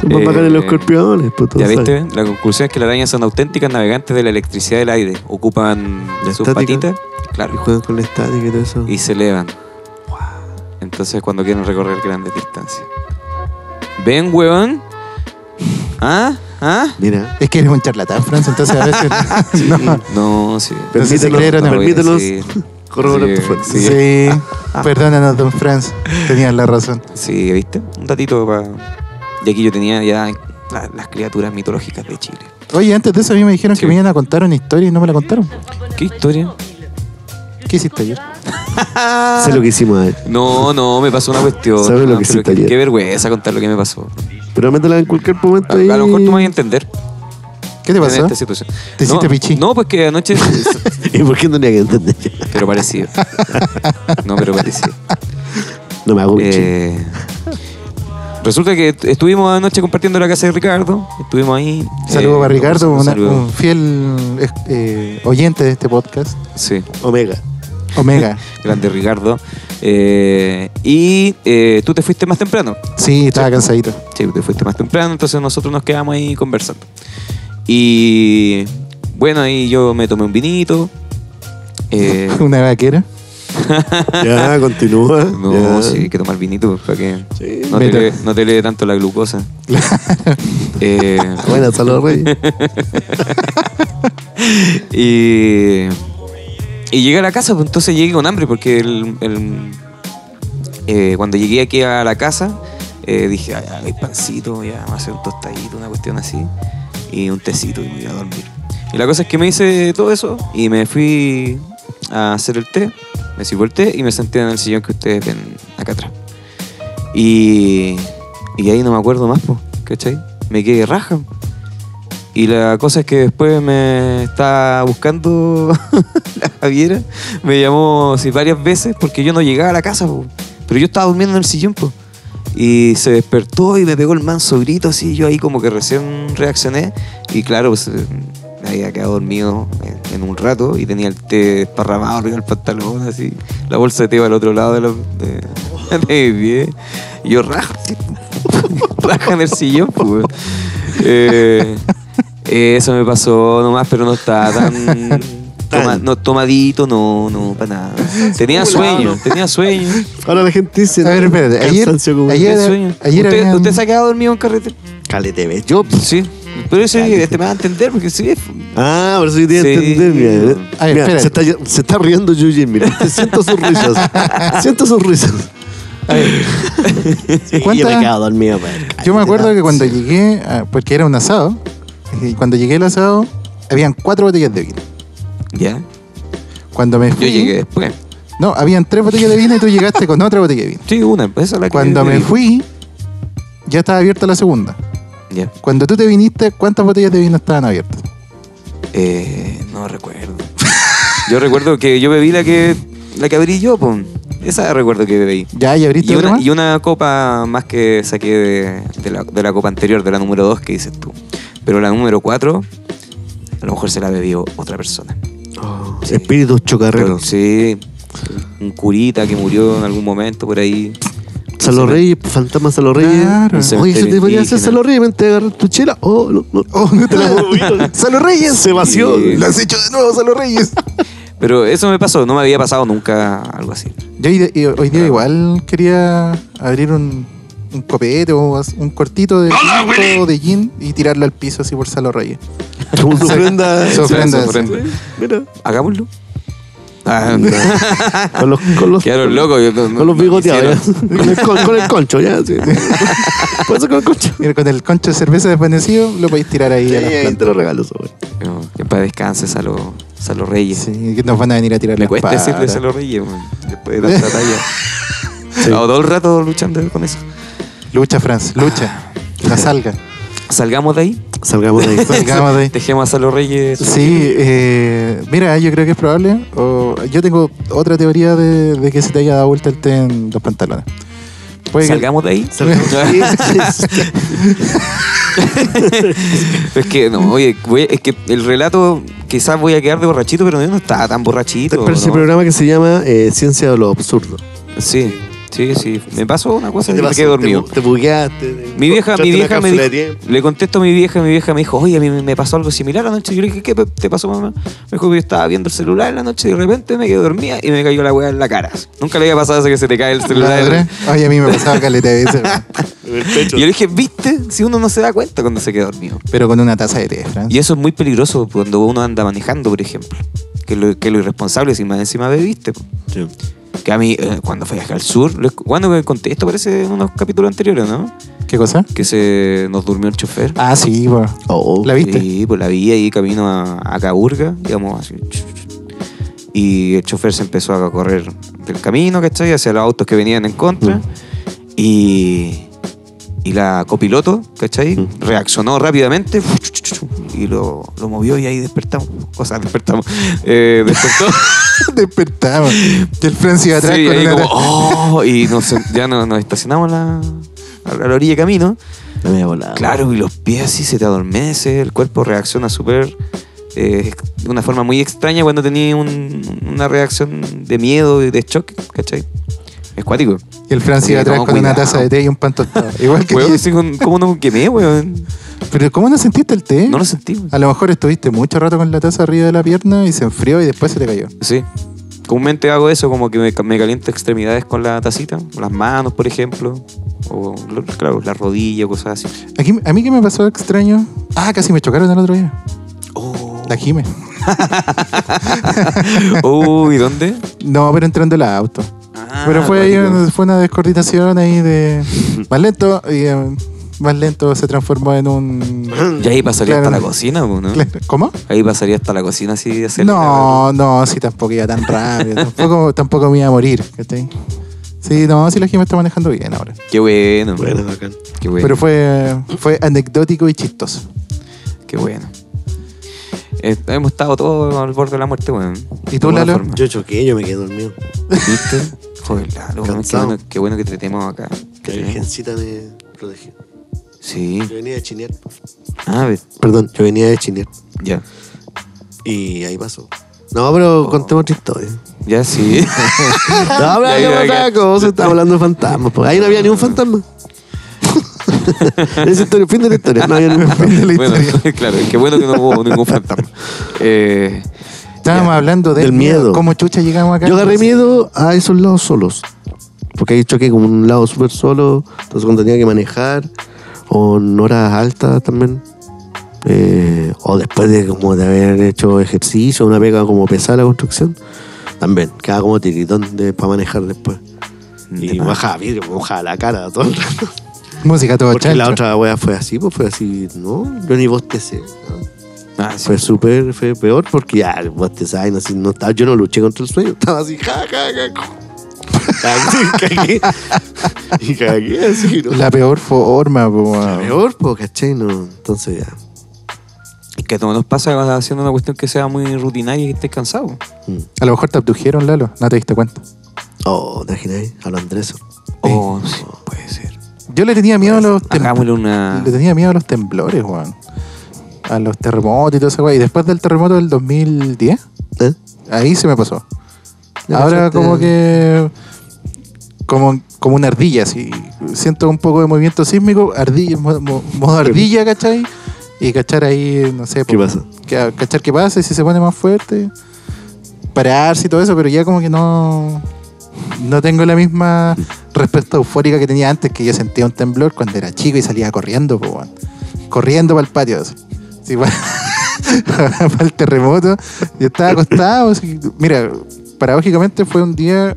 Speaker 2: Son más
Speaker 1: Eh,
Speaker 2: bacanes los escorpiones, pues, puto.
Speaker 1: Ya
Speaker 2: ¿sabes?
Speaker 1: viste, la conclusión es que las arañas son auténticas navegantes de la electricidad del aire. Ocupan
Speaker 2: La
Speaker 1: sus
Speaker 2: estática.
Speaker 1: patitas,
Speaker 2: Y
Speaker 1: claro,
Speaker 2: juegan con la estática y todo eso.
Speaker 1: y se elevan. Entonces cuando quieren recorrer grandes distancias. ¿Ven, weón? ¿Ah? ¿Ah?
Speaker 2: Mira.
Speaker 3: Es que eres un charlatán, Franz, entonces a veces. no.
Speaker 1: No, sí.
Speaker 3: Entonces,
Speaker 2: Permítanos,
Speaker 3: claro,
Speaker 1: voy
Speaker 3: no.
Speaker 1: a
Speaker 2: permítanos
Speaker 1: decir.
Speaker 2: corroborar
Speaker 1: Sí,
Speaker 2: tu fuente.
Speaker 1: sí.
Speaker 3: Sí, perdónanos, don Franz. Tenías la razón.
Speaker 1: Sí, ¿viste? Un ratito para... Y aquí yo tenía ya la- las criaturas mitológicas de Chile.
Speaker 3: Oye, antes de eso a mí me dijeron
Speaker 1: Sí.
Speaker 3: que me iban a contar una historia y no me la contaron.
Speaker 1: ¿Qué historia?
Speaker 3: ¿Qué hiciste ayer?
Speaker 2: Ah. Sé lo que hicimos ayer.
Speaker 1: No, no, me pasó una cuestión. Ah,
Speaker 2: ¿Sabes lo que
Speaker 1: pero
Speaker 2: hiciste
Speaker 1: qué-
Speaker 2: ayer?
Speaker 1: Qué vergüenza contar lo que me pasó.
Speaker 2: Pero métela en cualquier
Speaker 1: A,
Speaker 2: momento ahí.
Speaker 1: a lo mejor tú me vas a entender.
Speaker 3: ¿Qué te
Speaker 1: En este
Speaker 3: pasó?
Speaker 1: esta situación.
Speaker 3: ¿Te
Speaker 1: no,
Speaker 3: hiciste pichí?
Speaker 1: No, pues que anoche.
Speaker 2: ¿Y por qué no tenía que entender?
Speaker 1: pero parecido. No, pero parecido.
Speaker 2: No me hago eh,
Speaker 1: Eh, resulta que est- estuvimos anoche compartiendo la casa de Ricardo. Estuvimos ahí.
Speaker 3: Saludos
Speaker 1: eh,
Speaker 3: para Ricardo,
Speaker 1: un
Speaker 3: una-
Speaker 1: saludo.
Speaker 3: un fiel eh, eh, oyente de este podcast.
Speaker 1: Sí,
Speaker 2: Omega.
Speaker 3: Omega.
Speaker 1: grande Ricardo. Eh, y eh, tú te fuiste más temprano.
Speaker 3: Sí, estaba cansadito.
Speaker 1: Sí, te fuiste más temprano, entonces nosotros nos quedamos ahí conversando. Y bueno, ahí yo me tomé un vinito. eh,
Speaker 3: Una vaquera.
Speaker 2: Ya, continúa.
Speaker 1: no,
Speaker 2: ya.
Speaker 1: sí, hay que tomar vinito para que
Speaker 2: Sí.
Speaker 1: no te,
Speaker 3: Meta.
Speaker 1: lee, no te lee tanto la glucosa. Eh,
Speaker 2: Buena, saludos, Rey.
Speaker 1: y, y llegué a la casa, pues entonces llegué con hambre porque el, el- eh, cuando llegué aquí a la casa eh, dije, "Ay, ay, hay pancito, ya me hace un tostadito, una cuestión así, y un tecito y me voy a dormir. Y la cosa es que me hice todo eso y me fui a hacer el té, me sirvo el té y me senté en el sillón que ustedes ven acá atrás. Y, y ahí no me acuerdo más, po, ¿cachai? Me quedé raja. Y la cosa es que después me está buscando la Javiera. Me llamó sí, varias veces porque yo no llegaba a la casa, po. pero yo estaba durmiendo en el sillón. po. Y se despertó y me pegó el manso grito así. Yo ahí como que recién reaccioné. Y claro, pues, eh, me había quedado dormido en, en un rato y tenía el té esparramado arriba del pantalón, así. La bolsa de té iba al otro lado de, la, de- de mi pie. Y yo rajo, así, raja en el sillón. po, weón. Eh, eh, eso me pasó nomás, pero no estaba tan. toma- no, tomadito, no, no, para nada. Tenía sueño, tenía sueño.
Speaker 2: Ahora la gente dice.
Speaker 3: A ver,
Speaker 2: ¿no?
Speaker 3: espérate, ayer-
Speaker 2: Cansancio como-
Speaker 3: ayer-
Speaker 1: tenía sueño.
Speaker 3: ayer
Speaker 1: ¿Usted,
Speaker 3: habían-
Speaker 1: ¿Usted se ha quedado dormido en carrete?
Speaker 2: Calete, ves.
Speaker 1: Yo, pues, sí. Pero eso este me va a entender porque sí. es-
Speaker 2: Ah, por eso yo te
Speaker 1: Sí.
Speaker 2: entender, mira. eh.
Speaker 1: A
Speaker 3: ver,
Speaker 2: Mira,
Speaker 3: espérate.
Speaker 2: se, está, se está riendo Yuji, mira. Te siento sus risas. siento sus risas.
Speaker 3: A ver,
Speaker 2: Sí,
Speaker 3: ¿Cuánta-
Speaker 2: Yo me quedo dormido, pues.
Speaker 3: yo me acuerdo que cuando
Speaker 2: Sí.
Speaker 3: llegué, ah, porque era un asado, y cuando llegué al asado, habían cuatro botellas de vino.
Speaker 1: Ya.
Speaker 3: Cuando me
Speaker 1: Yo
Speaker 3: fui,
Speaker 1: llegué después.
Speaker 3: No, habían tres botellas de vino y tú llegaste con otra botella de vino.
Speaker 1: Sí, una. pues, Esa es la que
Speaker 3: Cuando
Speaker 1: yo
Speaker 3: me
Speaker 1: digo.
Speaker 3: fui, ya estaba abierta la segunda.
Speaker 1: Ya.
Speaker 3: Cuando tú te viniste, ¿cuántas botellas de vino estaban abiertas?
Speaker 1: Eh, no recuerdo. yo recuerdo que yo bebí la que la que abrí yo, pues. Esa recuerdo que bebí.
Speaker 3: Ya, ya abriste
Speaker 1: Y
Speaker 3: otra
Speaker 1: una,
Speaker 3: más?
Speaker 1: y una copa más que saqué de, de la, de la copa anterior, de la número 2 que dices tú. Pero la número 4, a lo mejor se la bebió otra persona.
Speaker 2: Oh, Espíritus chocarreros.
Speaker 1: Sí, un curita que murió en algún momento por ahí.
Speaker 2: Salo Reyes, fantasmas Salo Reyes.
Speaker 3: Claro.
Speaker 1: Un
Speaker 2: Oye, se te
Speaker 1: cementerio
Speaker 2: podría hacer
Speaker 1: indígena.
Speaker 2: Salo Reyes, vente a agarrar tu chela. Oh, no, no.
Speaker 3: Oh, no te la
Speaker 2: Salo Reyes se vació.
Speaker 1: Sí.
Speaker 3: Lo has hecho de nuevo, Salo Reyes.
Speaker 1: Pero eso me pasó, no me había pasado nunca algo así.
Speaker 3: Yo hoy, y hoy
Speaker 1: Ah.
Speaker 3: día igual quería abrir un, un copete o as- un cortito de, tinto de gin y tirarlo al piso así por Salo Reyes.
Speaker 2: Como su ofrenda.
Speaker 3: Su ofrenda,
Speaker 1: Su ofrenda.
Speaker 2: Mira.
Speaker 1: Hagámoslo. Ah, no.
Speaker 2: Con los, con los,
Speaker 1: Quedaron locos. yo no- no-
Speaker 2: con los
Speaker 1: no
Speaker 2: bigoteados.
Speaker 1: quisieron.
Speaker 2: ya. Con el, con, con el concho, ya. Sí. Por eso con el concho.
Speaker 3: Mira, con el concho de cerveza desvanecido lo podéis tirar ahí a las
Speaker 2: ahí
Speaker 3: plantas.
Speaker 2: te lo regalo eso, güey.
Speaker 1: No, que para descanses a los a los reyes.
Speaker 3: Sí, que nos van a venir a tirar
Speaker 1: Me
Speaker 3: las
Speaker 1: cuesta
Speaker 3: patas.
Speaker 1: decirles a los reyes, man, después de tanta talla. He estado todo el rato luchando con eso. Ah.
Speaker 3: Lucha, Franz, lucha. La salga.
Speaker 1: Salgamos de ahí.
Speaker 2: Salgamos de ahí.
Speaker 3: Salgamos de ahí.
Speaker 1: Dejemos a los reyes.
Speaker 3: Sí, eh, mira, yo creo que es probable. o- yo tengo otra teoría de, de que se te haya dado vuelta el té en los pantalones. Puede que-
Speaker 1: Salgamos de ahí.
Speaker 2: Salgamos de ahí.
Speaker 3: Este
Speaker 1: es que, no, oye, voy- es que el relato quizás voy a quedar de borrachito, pero yo no estaba tan borrachito.
Speaker 2: Pero ese
Speaker 1: ¿no?
Speaker 2: Este programa que se llama eh, Ciencia de lo Absurdo.
Speaker 1: Sí, sí, sí. Me pasó una cosa y
Speaker 2: Te
Speaker 1: me
Speaker 2: pasó,
Speaker 1: quedé dormido.
Speaker 2: Te, te bugueaste.
Speaker 1: Mi vieja,
Speaker 2: encontraste
Speaker 1: mi
Speaker 2: una
Speaker 1: vieja me
Speaker 2: cápsula de
Speaker 1: dijo,
Speaker 2: tiempo.
Speaker 1: le contesto a mi vieja, mi vieja me dijo, oye, a mí me pasó algo similar anoche. Yo le dije, ¿qué te pasó, mamá? Me dijo que yo estaba viendo el celular en la noche y de repente me quedé dormida y me cayó la weá en la cara. Nunca le había pasado eso que se te cae el celular.
Speaker 3: Madre. Oye, a mí me pasaba caleta de veces,
Speaker 2: En el pecho.
Speaker 1: Y yo le dije, ¿viste? Si uno no se da cuenta cuando se queda dormido.
Speaker 3: pero con una taza de té, Fran.
Speaker 1: Y eso es muy peligroso cuando uno anda manejando, por ejemplo. Que lo, que lo irresponsable, si más encima bebiste. po.
Speaker 2: Sí.
Speaker 1: Que a mí, eh, cuando fui acá al sur, lo- cuando me conté esto, parece en unos capítulos anteriores, ¿no?
Speaker 3: ¿Qué cosa?
Speaker 1: Que se nos durmió el chofer.
Speaker 3: Ah, sí, po.
Speaker 2: Oh,
Speaker 3: La viste.
Speaker 1: Sí, pues la vi ahí camino a, a Caburga, digamos así. ch, ch, ch. Y el chofer se empezó a correr del camino, ¿cachai? Hacia los autos que venían en contra.
Speaker 2: Mm.
Speaker 1: Y, y la copiloto, ¿cachai?
Speaker 2: Mm.
Speaker 1: Reaccionó rápidamente fu, ch, ch, ch, y lo, lo movió y ahí despertamos. O sea, despertamos. Eh, despertó.
Speaker 3: Despertamos. Y el Fran se iba atrás
Speaker 1: Sí,
Speaker 3: con
Speaker 1: ahí
Speaker 3: una
Speaker 1: como,
Speaker 3: taza.
Speaker 1: "Oh", y nos, ya nos, nos estacionamos a la, a la orilla de camino.
Speaker 2: la media volada.
Speaker 1: Claro, y los pies así se te adormece, el cuerpo reacciona súper. eh, de una forma muy extraña cuando tenía un- una reacción de miedo y de shock, ¿cachai? Es cuático.
Speaker 3: Y el Fran se iba
Speaker 1: Sí,
Speaker 3: atrás
Speaker 1: no,
Speaker 3: con una
Speaker 1: cuidado.
Speaker 3: taza de té y un pan tostado. Igual que
Speaker 1: Weón,
Speaker 3: yo.
Speaker 1: así con- ¿Cómo no quemé, weón?
Speaker 3: Pero ¿cómo no sentiste el té?
Speaker 1: No lo sentí, weón.
Speaker 3: A lo mejor estuviste mucho rato con la taza arriba de la pierna y se enfrió y después se te cayó.
Speaker 1: Sí. Comúnmente hago eso, como que me, me caliento extremidades con la tacita, las manos, por ejemplo, o, lo- claro, la rodilla, cosas así.
Speaker 3: Aquí, ¿A mí qué me pasó extraño? Ah, casi me chocaron el otro día.
Speaker 1: Oh.
Speaker 3: La Jime.
Speaker 1: Uy, ¿dónde?
Speaker 3: No, pero entrando el auto. pero fue, ahí,
Speaker 1: Ah, cuático.
Speaker 3: fue una descoordinación ahí de... Más lento y eh, más lento se transformó en un...
Speaker 1: Y ahí pasaría
Speaker 3: Claro.
Speaker 1: hasta la cocina, weón, ¿no?
Speaker 3: Claro, ¿Cómo?
Speaker 1: Ahí pasaría hasta la cocina así de hacer.
Speaker 3: No, no, sí, tampoco iba tan rápido. tampoco, tampoco me iba a morir. ¿cachai? Sí, no, sí la Jime está manejando bien ahora.
Speaker 1: Qué bueno.
Speaker 2: Bueno, bacán.
Speaker 1: Qué bueno.
Speaker 3: Pero fue, fue anecdótico y chistoso.
Speaker 1: Qué bueno. Eh, hemos estado todos al borde de la muerte, weón.
Speaker 3: ¿Y tú,
Speaker 1: De alguna
Speaker 3: Lalo?
Speaker 1: forma.
Speaker 2: Yo choqué, yo me quedé dormido.
Speaker 1: ¿Viste? Joder, Lalo, weón, qué,
Speaker 2: Cansado.
Speaker 1: bueno, qué bueno que te tenemos acá.
Speaker 2: Que la virgencita me protegió.
Speaker 1: Sí.
Speaker 2: Yo venía de chinear.
Speaker 1: Ah, a ver,
Speaker 2: Perdón, yo venía de chinear.
Speaker 1: ya.
Speaker 2: Y ahí pasó. No, pero contemos otra historia.
Speaker 1: Ya sí.
Speaker 2: No, Oh. pero
Speaker 1: ahí
Speaker 2: hablemos
Speaker 1: va,
Speaker 2: otra
Speaker 1: ya.
Speaker 2: cosa. Estamos hablando de fantasmas. pues. Ahí no había ni un fantasma. Esa historia, fin de la historia. No había ni un
Speaker 3: Fin de
Speaker 2: fantasma.
Speaker 3: la
Speaker 1: bueno,
Speaker 3: historia.
Speaker 1: claro, qué bueno que no hubo ningún fantasma. Eh,
Speaker 3: Estábamos hablando del,
Speaker 2: Del miedo.
Speaker 3: ¿Cómo chucha llegamos acá?
Speaker 2: Yo agarré miedo a esos lados solos. Porque ahí choqué como un lado súper solo. Entonces cuando tenía que manejar. O en horas altas también. eh, o después de como de haber hecho ejercicio, una pega como pesada la construcción. También, quedaba como tiritón de, para manejar después. Y
Speaker 1: de más.
Speaker 2: bajaba vidrio, me mojaba la cara todo el rato.
Speaker 3: Música todo
Speaker 2: Porque la
Speaker 3: chancho.
Speaker 2: otra wea fue así, pues fue así, ¿no? Yo ni bostecé. ¿no?
Speaker 1: Ah, sí.
Speaker 3: Pues-
Speaker 2: Fue súper, fue peor porque ya el bostezar y no, así, no estaba, yo no luché contra el sueño, estaba así, ja, ja, ja. ja. Así, cagué. Y cagué así, ¿no?
Speaker 3: La peor forma, po,
Speaker 2: La
Speaker 3: weón.
Speaker 2: peor, pues, ¿cachai? No, entonces ya.
Speaker 1: Es que no nos pasa haciendo una cuestión que sea muy rutinaria y que estés cansado.
Speaker 2: Mm.
Speaker 3: A lo mejor te abdujeron, Lalo. No te diste cuenta.
Speaker 2: Oh, ¿te imagináis? A lo Andrés.
Speaker 1: Oh, sí, puede ser.
Speaker 3: Yo le tenía miedo a los temblores.
Speaker 1: Hagámosle una.
Speaker 3: Pues, Le tenía miedo a los temblores, weón. A los terremotos y todo ese weón. Y después del terremoto del 2010,
Speaker 2: ¿Eh?
Speaker 3: ahí se me pasó.
Speaker 2: Ya
Speaker 3: Ahora
Speaker 2: pasaste-
Speaker 3: como que... Como, como una ardilla, así. Siento un poco de movimiento sísmico, ardilla, mo- mo- modo ardilla, ¿cachai? Y cachar ahí, no sé...
Speaker 2: ¿Qué
Speaker 3: po,
Speaker 2: pasa?
Speaker 3: que- cachar qué pasa y si se pone más fuerte, pararse y todo eso, pero ya como que no no tengo la misma respuesta eufórica que tenía antes, que yo sentía un temblor cuando era chico y salía corriendo, po, weón. corriendo para el patio. así. Sí, pa- para el terremoto, yo estaba acostado. así. Mira, paradójicamente fue un día,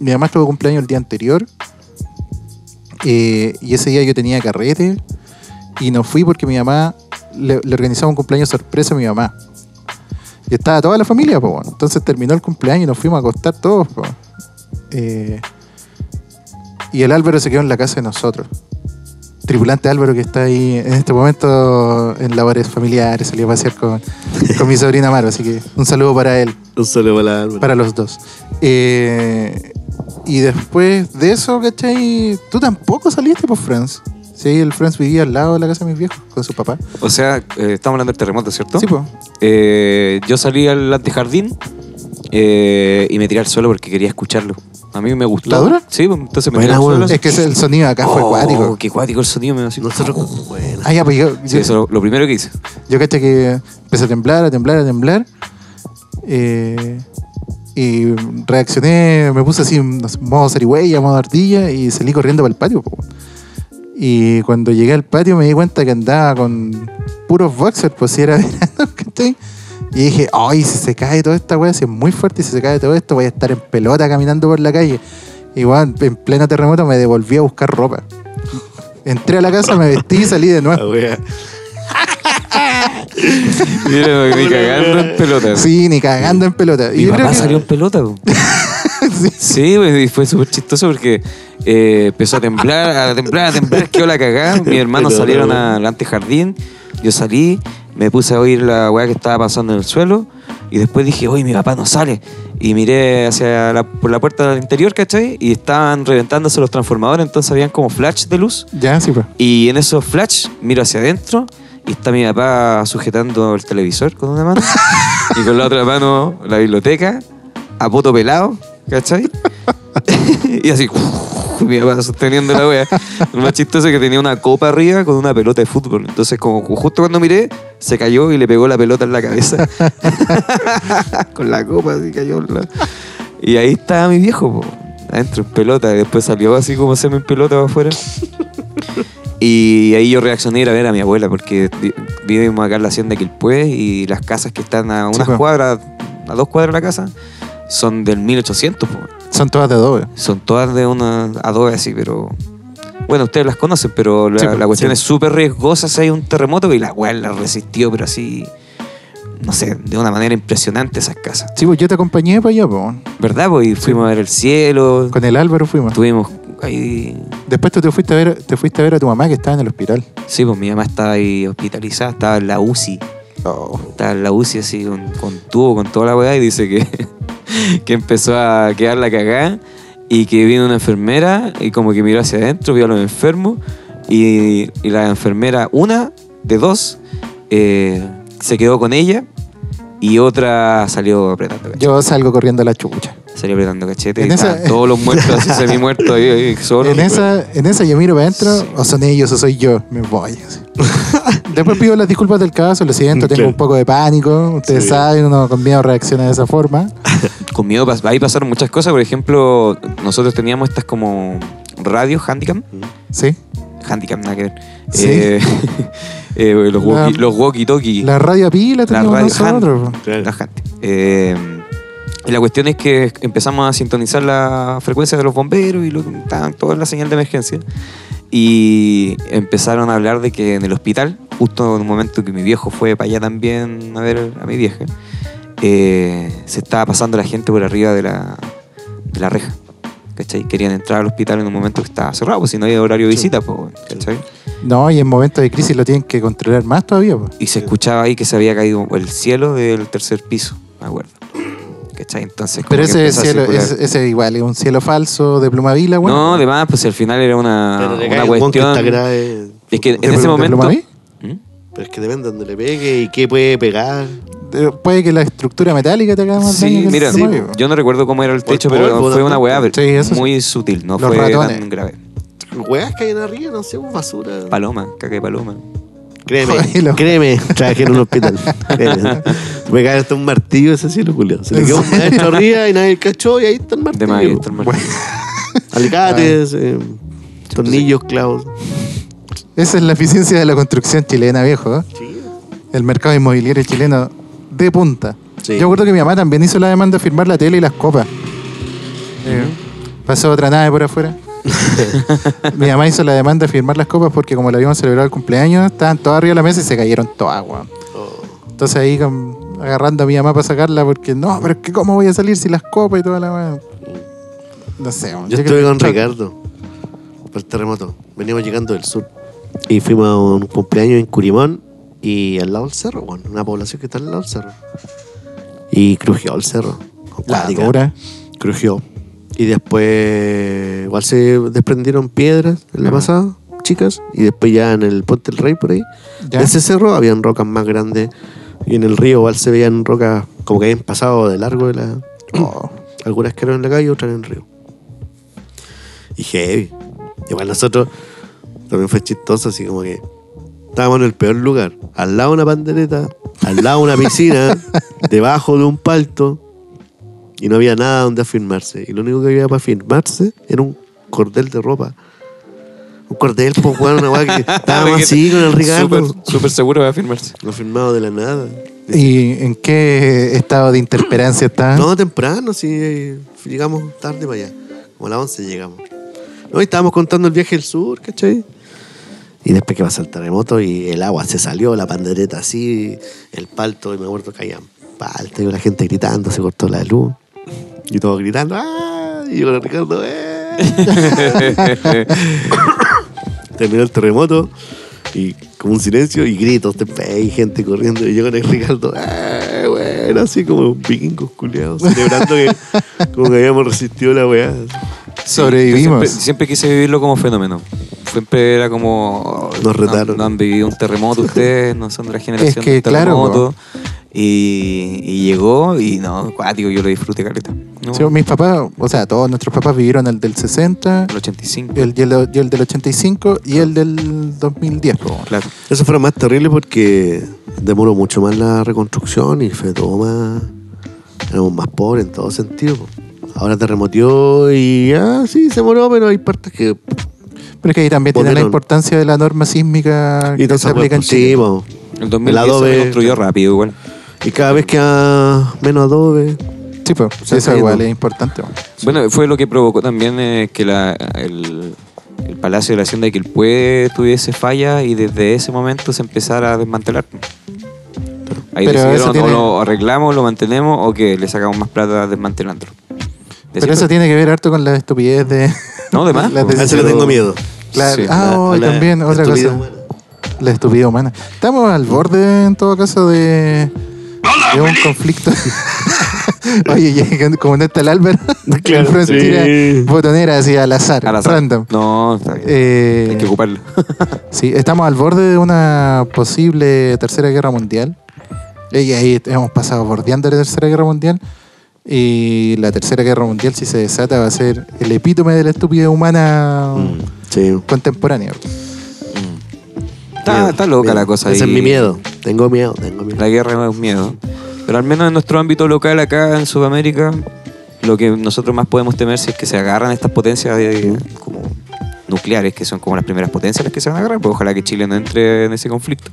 Speaker 3: mi mamá tuvo cumpleaños el día anterior, eh, y ese día yo tenía carrete, y no fui porque mi mamá le, le organizaba un cumpleaños sorpresa a mi mamá. Y estaba toda la familia, po, weón. Entonces terminó el cumpleaños y nos fuimos a acostar todos, po. Eh, y el Álvaro se quedó en la casa de nosotros. tripulante Álvaro que está ahí en este momento en labores familiares, salió a pasear con, con mi sobrina Maro, así que un saludo para él,
Speaker 2: Un solo para la Álvaro.
Speaker 3: para los dos. Eh, y después de eso, ¿cachai? Tú tampoco saliste por Friends. Sí, el Friends vivía al lado de la casa de mis viejos con su papá.
Speaker 1: O sea, eh, estamos hablando del terremoto, ¿cierto?
Speaker 3: Sí, pues.
Speaker 1: Eh, yo salí al antejardín eh, y me tiré al suelo porque quería escucharlo. A mí me gustó.
Speaker 3: ¿La dura?
Speaker 1: Sí, pues, entonces me
Speaker 2: Buena,
Speaker 1: tiré al
Speaker 2: weón.
Speaker 1: suelo. así.
Speaker 3: Es que ese- el sonido acá fue
Speaker 1: Oh,
Speaker 3: acuático.
Speaker 1: Qué cuático el sonido. Me así.
Speaker 2: Nosotros, bueno.
Speaker 3: Ah, ya, pues yo,
Speaker 1: Sí, eso
Speaker 3: yo-
Speaker 1: es lo, lo primero que hice.
Speaker 3: Yo caché que empecé a temblar, a temblar, a temblar. eh, y reaccioné, me puse así, no sé, modo zarigüeya, modo ardilla, y salí corriendo para el patio. po. Y cuando llegué al patio me di cuenta que andaba con puros boxers, pues si era verano, ¿cachai? Y dije, ay, si se cae toda esta wea, si es muy fuerte y si se cae todo esto, voy a estar en pelota caminando por la calle. Igual, en pleno terremoto me devolví a buscar ropa. Entré a la casa, me vestí y salí de nuevo.
Speaker 2: La wea.
Speaker 1: Mira, me cagando en pelota.
Speaker 3: Sí, ni cagando en pelota.
Speaker 1: Mi
Speaker 3: yo
Speaker 1: papá
Speaker 3: creo que-
Speaker 1: salió en pelota. po.
Speaker 3: Sí.
Speaker 1: Sí, güey, y fue súper chistoso porque eh, empezó a temblar, a temblar, a temblar, quedó la cagada. Mis hermanos
Speaker 2: Pero,
Speaker 1: salieron
Speaker 2: güey.
Speaker 1: al antejardín, yo salí, me puse a oír la weá que estaba pasando en el suelo y después dije, oye, mi papá no sale. Y miré hacia la, por la puerta del interior, ¿cachai? Y estaban reventándose los transformadores, entonces habían como flash de luz.
Speaker 3: Ya, sí, pues.
Speaker 1: Y en esos flash miro hacia adentro y está mi papá sujetando el televisor con una mano y con la otra mano la biblioteca a poto pelado, ¿cachai? y así, mi papá sosteniendo la wea. Lo más chistoso es que tenía una copa arriba con una pelota de fútbol. Entonces, como justo cuando miré, se cayó y le pegó la pelota en la cabeza. con la copa así cayó. en la- Y ahí estaba mi viejo, po, adentro en pelota. Y después salió así como semi en pelota para afuera. Y ahí yo reaccioné a ir a ver a mi abuela, porque vi- vivimos acá en la hacienda de Quilpué y las casas que están a
Speaker 3: Sí,
Speaker 1: unas
Speaker 3: po.
Speaker 1: cuadras, a dos cuadras de la casa, son del 1800. po.
Speaker 3: Son todas de adobe.
Speaker 1: Son todas de una adobe así, pero... Bueno, ustedes las conocen, pero la,
Speaker 3: Sí, po,
Speaker 1: la cuestión
Speaker 2: sí.
Speaker 1: es súper riesgosa si hay un terremoto y la weá la resistió, pero así, no sé, de una manera impresionante esas casas.
Speaker 3: Sí, pues yo te acompañé para allá, pues.
Speaker 1: ¿Verdad? Pues y fuimos a ver el cielo,
Speaker 3: Con el Álvaro fuimos.
Speaker 1: tuvimos ahí
Speaker 3: Después tú te fuiste a ver, te fuiste a ver a tu mamá que estaba en el hospital.
Speaker 1: Sí, pues mi mamá estaba ahí hospitalizada, estaba en la UCI.
Speaker 3: Oh.
Speaker 1: Estaba en la UCI así con, con tubo, con toda la weá, y dice que, que empezó a quedar la cagada y que vino una enfermera y como que miró hacia adentro, vio a los enfermos y, y la enfermera, una de dos, eh, se quedó con ella y otra salió apretando cachete.
Speaker 3: Yo salgo corriendo a la chucha.
Speaker 1: Salió apretando cachete
Speaker 3: En
Speaker 1: y
Speaker 3: esa-
Speaker 1: estaban todos los muertos así semi-muertos ahí, ahí solos.
Speaker 3: en, esa, en esa yo miro para adentro,
Speaker 1: Sí.
Speaker 3: o son ellos o soy yo, me voy. así. Después pido las disculpas del caso, lo siento, tengo
Speaker 2: Claro.
Speaker 3: un poco de pánico. Ustedes
Speaker 2: Sí.
Speaker 3: saben, uno con miedo reacciona de esa forma.
Speaker 1: con miedo pas- ahí pasaron muchas cosas por ejemplo nosotros teníamos estas como radio handicam
Speaker 3: Sí.
Speaker 1: handicam nada que ver
Speaker 3: Mm. Sí.
Speaker 1: Eh, eh, los,
Speaker 3: La-
Speaker 1: walkie, los walkie-talkie
Speaker 3: La radio a pila
Speaker 1: la
Speaker 3: tenemos
Speaker 1: radio hand-
Speaker 3: nosotros.
Speaker 2: Claro.
Speaker 1: la hand. Eh, y la cuestión es que empezamos a sintonizar la frecuencia de los bomberos y lo, estaban toda la señal de emergencia y empezaron a hablar de que en el hospital, justo en un momento que mi viejo fue para allá también a ver a mi vieja, eh, se estaba pasando la gente por arriba de la, de la reja. ¿Cachai? Querían entrar al hospital en un momento que estaba cerrado, pues si no había horario de
Speaker 2: Sí.
Speaker 1: visita, pues, bueno, ¿cachai?
Speaker 3: No, y en momentos de crisis lo tienen que controlar más todavía. po.
Speaker 1: Y se escuchaba ahí que se había caído el cielo del tercer piso, me acuerdo. ¿Cachai? Entonces, como
Speaker 3: Pero
Speaker 1: que
Speaker 3: ese
Speaker 1: empezó a
Speaker 3: cielo,
Speaker 1: circular.
Speaker 3: ese, ese igual, es un cielo falso de Plumavila, güey.
Speaker 1: No, además, pues al final era una,
Speaker 2: Pero le
Speaker 1: una
Speaker 2: cae un guan que
Speaker 1: cuestión.
Speaker 2: está grave.
Speaker 1: Es que en
Speaker 3: ¿De-
Speaker 1: ese
Speaker 3: de
Speaker 1: momento-
Speaker 3: Plumavit?
Speaker 1: ¿Mm?
Speaker 2: Pero es que depende de dónde le pegue y qué puede pegar.
Speaker 3: Eh, Puede que la estructura metálica te haga más daño
Speaker 1: Sí,
Speaker 3: que el
Speaker 1: mira,
Speaker 3: Plumavit, güey.
Speaker 1: yo no recuerdo cómo era el
Speaker 2: Por
Speaker 1: techo,
Speaker 2: polvo,
Speaker 1: pero fue
Speaker 2: tampoco.
Speaker 1: una weá
Speaker 3: Sí, eso sí.
Speaker 1: muy sutil, no
Speaker 3: Los
Speaker 1: fue
Speaker 3: ratones.
Speaker 1: tan grave.
Speaker 2: Weas que hay en arriba, no sé, basura.
Speaker 1: Paloma, caca de paloma.
Speaker 2: Créeme,
Speaker 3: Joder, lo-
Speaker 2: créeme, trabajé en un hospital. Créeme. Me cae hasta un martillo ese cielo, Julio. Se le quedó un maestro arriba y nadie cachó y ahí está el
Speaker 1: De
Speaker 2: martillo.
Speaker 1: más,
Speaker 3: pues.
Speaker 1: ahí está el martillo.
Speaker 2: Alicates, eh,
Speaker 3: pues
Speaker 2: tornillos, clavos.
Speaker 3: Esa es la eficiencia de la construcción chilena, viejo. ¿eh?
Speaker 2: Sí.
Speaker 3: El mercado inmobiliario chileno de punta.
Speaker 2: Sí.
Speaker 3: Yo recuerdo que mi mamá también hizo la demanda de firmar la tele y las copas. Eh, pasó otra nave por afuera. mi mamá hizo la demanda de firmar las copas porque como la habíamos celebrado el cumpleaños, estaban todas arriba de la mesa y se cayeron todas, weón.
Speaker 2: Oh,
Speaker 3: Entonces ahí con- agarrando a mi mamá para sacarla porque no, pero es que cómo voy a salir si las copas y toda la weá. No sé.
Speaker 2: Mm. Yo estuve con Ricardo. Por el terremoto. Veníamos llegando del sur. Y fuimos a un cumpleaños en Curimón y al lado del cerro, bueno, una población que está al lado del cerro. Y crujió el cerro.
Speaker 3: La
Speaker 2: Cuática.
Speaker 3: dura.
Speaker 2: Crujió. Y después, igual se desprendieron piedras en la
Speaker 1: Ajá.
Speaker 2: pasada, chicas. Y después ya en el Puente del Rey, por ahí,
Speaker 3: Ya.
Speaker 2: de ese cerro habían rocas más grandes. Y en el río igual se veían rocas como que habían pasado de largo de la...
Speaker 3: Oh,
Speaker 2: Algunas quedaron en la calle, otras en el río. Y heavy. Igual nosotros también fue chistoso, así como que estábamos en el peor lugar. Al lado una pandereta, al lado una piscina, debajo de un palto. Y no había nada donde afirmarse. Y lo único que había para afirmarse era un cordel de ropa. Un cordel, pues, weón, una weá que estábamos así con el Ricardo.
Speaker 1: Súper- Súper seguro va a firmarse.
Speaker 2: No firmado de la nada.
Speaker 3: ¿Y en qué estado de interperancia está?
Speaker 2: No, temprano, sí. eh, Llegamos tarde para allá. Como a las 11 llegamos. No, y estábamos contando el viaje al sur, ¿cachai? Y después que pasó el terremoto y el agua se salió, la pandereta así, el palto, y me acuerdo que había palto y la gente gritando, se cortó la luz. Y todos gritando, ¡ah! Y yo con el Ricardo, ¡eh! Terminó el terremoto y como un silencio y gritos, de- y gente corriendo. Y yo con el Ricardo, ¡eh! Bueno, así como vikingos culiados, celebrando que como que habíamos resistido la weá.
Speaker 3: Sobrevivimos.
Speaker 1: Yo Siempre, siempre quise vivirlo como fenómeno. Siempre era como.
Speaker 2: Nos
Speaker 1: No,
Speaker 2: retaron.
Speaker 1: no han vivido un terremoto ustedes, no son de la generación
Speaker 3: Es que,
Speaker 1: del
Speaker 3: claro,
Speaker 1: terremoto. y, y llegó y no, cuático, yo lo disfruté, carita. No,
Speaker 3: Sí, mis papás, o sea, todos nuestros papás vivieron el del 60,
Speaker 1: el 85.
Speaker 3: el, y el, y el del 85 y el del 2010. po.
Speaker 1: Claro.
Speaker 2: Eso fue lo más terrible porque demoró mucho más la reconstrucción y fue todo más. Éramos más pobres en todo sentido. po. Ahora terremoteó y ya, sí, se moró, pero hay partes que.
Speaker 3: Pero es que ahí también tiene la
Speaker 2: Volvieron.
Speaker 3: importancia de la norma sísmica
Speaker 2: Y
Speaker 3: que se aplica en Chile.
Speaker 1: El 2010
Speaker 2: adobe.
Speaker 1: se reconstruyó rápido, igual.
Speaker 2: Y cada vez que ha menos adobe.
Speaker 3: Sí, po,
Speaker 2: Se
Speaker 3: eso
Speaker 2: ha
Speaker 3: igual
Speaker 2: caído.
Speaker 3: es importante. po.
Speaker 1: Bueno, fue lo que provocó también eh, que la- el, el Palacio de la Hacienda de Quilpué tuviese falla y desde ese momento se empezara a desmantelar. Ahí
Speaker 3: Pero
Speaker 1: decidieron
Speaker 3: eso
Speaker 1: o
Speaker 3: tiene-
Speaker 1: lo arreglamos, lo mantenemos o que le sacamos más plata desmantelándolo.
Speaker 3: Pero eso tiene que ver harto con la estupidez de...
Speaker 1: No, de más.
Speaker 3: las
Speaker 2: pues. A eso le
Speaker 3: decisiones-
Speaker 2: tengo miedo.
Speaker 3: Claro.
Speaker 1: Sí,
Speaker 3: ah,
Speaker 2: La-
Speaker 3: oh, y
Speaker 2: la
Speaker 3: también otra cosa.
Speaker 2: estupidez humana.
Speaker 3: La estupidez humana. Estamos al borde, en todo caso, de, de un conflicto. Oye, ya, como no está el Álvaro, el Franz
Speaker 2: sí.
Speaker 3: tira botonera así al azar,
Speaker 1: Al azar.
Speaker 3: random.
Speaker 1: No, está bien.
Speaker 3: Eh,
Speaker 1: Hay que ocuparlo.
Speaker 3: sí, estamos al borde de una posible tercera guerra mundial. Y ahí hemos pasado bordeando la tercera guerra mundial. Y la tercera guerra mundial, si se desata, va a ser el epítome de la estupidez humana
Speaker 2: Mm, sí.
Speaker 3: contemporánea.
Speaker 1: está,
Speaker 2: Miedo,
Speaker 1: está loca
Speaker 2: miedo.
Speaker 1: la cosa.
Speaker 2: Ese
Speaker 1: ahí.
Speaker 2: es mi miedo. Tengo miedo, tengo miedo.
Speaker 1: La guerra es un miedo. Pero al menos en nuestro ámbito local acá en Sudamérica, lo que nosotros más podemos temer si es que se agarran estas potencias eh, como nucleares, que son como las primeras potencias las que se van a agarrar, pues ojalá que Chile no entre en ese conflicto.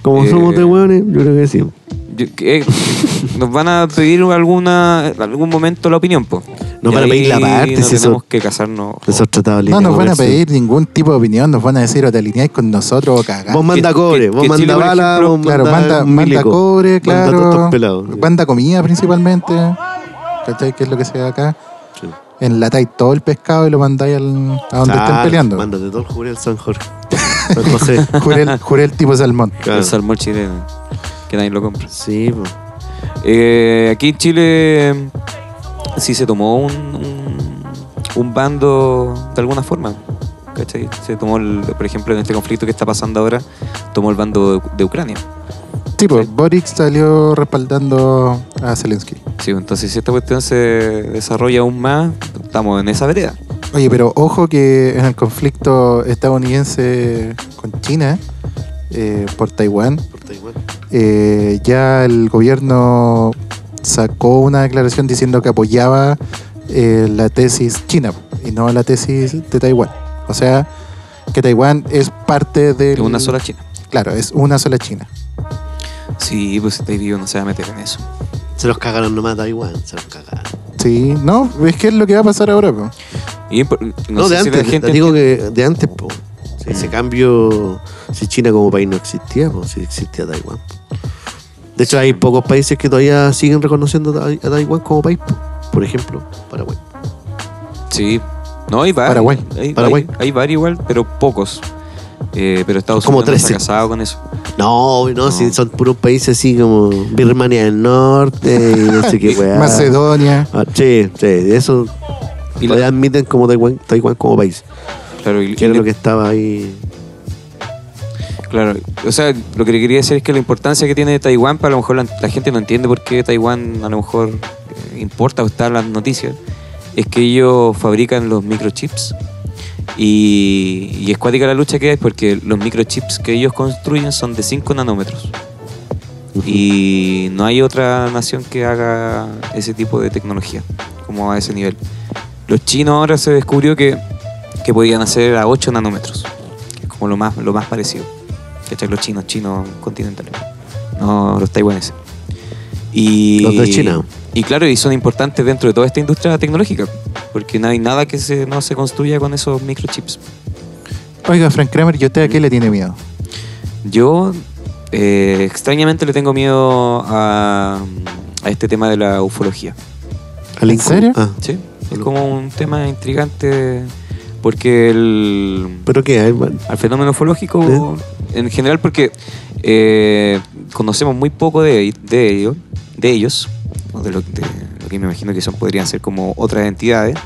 Speaker 2: Como
Speaker 1: Eh,
Speaker 2: somos de hueones, yo creo que sí.
Speaker 1: Yo- eh, nos van a pedir alguna algún momento la opinión, pues.
Speaker 2: Nos van a pedir la parte,
Speaker 1: Nos
Speaker 2: si eso-
Speaker 1: tenemos que casarnos.
Speaker 2: Esos tratados
Speaker 3: No nos van a
Speaker 2: libres, sí.
Speaker 3: pedir ningún tipo de opinión, nos van a decir o te alineáis con nosotros o cagás.
Speaker 2: Vos manda
Speaker 1: que-
Speaker 2: cobre,
Speaker 1: que
Speaker 2: vos
Speaker 1: Chile,
Speaker 2: manda
Speaker 1: por
Speaker 2: bala,
Speaker 1: ejemplo,
Speaker 2: vos manda,
Speaker 3: claro, manda, manda
Speaker 2: milico,
Speaker 3: cobre, claro.
Speaker 2: Manda todos pelados.
Speaker 3: Manda comida principalmente. ¿Cachai? Que es lo que se ve acá.
Speaker 2: Sí.
Speaker 3: Enlatáis todo el pescado y lo mandáis al- a donde estén
Speaker 2: Claro,
Speaker 3: peleando.
Speaker 2: Mándate todo el jurel San Jorge. San José.
Speaker 3: Jurel, jurel tipo salmón.
Speaker 2: Claro.
Speaker 1: El salmón chileno, que nadie lo compra.
Speaker 2: Sí, po.
Speaker 1: Eh, aquí en Chile eh, sí se tomó un, un, un bando de alguna forma. ¿cachai? Se tomó, el- por ejemplo, en este conflicto que está pasando ahora, tomó el bando de, de Ucrania.
Speaker 3: Tipo,
Speaker 1: Sí.
Speaker 3: pues, Boric salió respaldando a Zelensky.
Speaker 1: Sí, entonces si esta cuestión se desarrolla aún más, estamos en esa vereda.
Speaker 3: Oye, pero ojo que en el conflicto estadounidense con China eh, por Taiwán,
Speaker 2: Por Taiwán.
Speaker 3: eh, ya el gobierno sacó una declaración diciendo que apoyaba eh, la tesis china y no la tesis de Taiwán. O sea, que Taiwán es parte de...
Speaker 1: En una sola China.
Speaker 3: Claro, es una sola China.
Speaker 1: Sí, pues este vivo no se va a meter en eso.
Speaker 2: Se los cagaron nomás a Taiwán, se los cagaron.
Speaker 3: Sí, no, es que es lo que va a pasar ahora. po.
Speaker 1: Y impo-
Speaker 2: No,
Speaker 1: sé
Speaker 2: de
Speaker 1: si la
Speaker 2: antes,
Speaker 1: gente
Speaker 2: te digo que de antes, po. Si ese cambio, si China como país no existía, po, si existía Taiwán. po. De hecho, hay pocos países que todavía siguen reconociendo a Tai- a Taiwán como país, po. por ejemplo, Paraguay.
Speaker 1: Sí. No, hay varios.
Speaker 3: Paraguay,
Speaker 1: Hay,
Speaker 2: Paraguay.
Speaker 1: Hay, hay varios igual, pero pocos. Eh, pero Estados
Speaker 2: Como
Speaker 1: Unidos no se ha
Speaker 2: 13.
Speaker 1: casado con eso.
Speaker 2: No, no, si son puros países así como Birmania del Norte y no sé qué weá.
Speaker 3: Macedonia.
Speaker 2: Ah, sí, sí, eso.
Speaker 1: Y
Speaker 2: Y
Speaker 1: la-
Speaker 2: admiten como Taiwán, Taiwán como país.
Speaker 1: Claro, y- y
Speaker 2: Que era
Speaker 1: le-
Speaker 2: lo que estaba ahí.
Speaker 1: Claro, o sea, lo que le quería decir es que la importancia que tiene Taiwán, para a lo mejor la, la gente no entiende por qué Taiwán a lo mejor eh, importa o está en las noticias, es que ellos fabrican los microchips y, y es cuática la lucha que hay porque los microchips que ellos construyen son de 5 nanómetros y no hay otra nación que haga ese tipo de tecnología como a ese nivel. Los chinos ahora se descubrió que, que podían hacer a 8 nanómetros, que es como lo más, lo más parecido. ¿Cachai? Los chinos, chinos continentales. No, los taiwaneses. Y,
Speaker 2: Los de China.
Speaker 1: Y claro, y son importantes dentro de toda esta industria tecnológica, porque no hay nada que se, no se construya con esos microchips.
Speaker 3: Oiga, Frank Kramer, ¿y usted a qué le tiene miedo?
Speaker 1: Yo eh, extrañamente le tengo miedo a, a este tema de la ufología.
Speaker 2: al
Speaker 3: ¿En
Speaker 2: incu-
Speaker 3: serio?
Speaker 2: Ah,
Speaker 1: Sí, es como un tema intrigante porque el,
Speaker 2: ¿Pero qué? A ver, bueno,
Speaker 1: al fenómeno ufológico en general porque eh, conocemos muy poco de, de ello- de ellos, o de lo, de lo que me imagino que son podrían ser como otras entidades,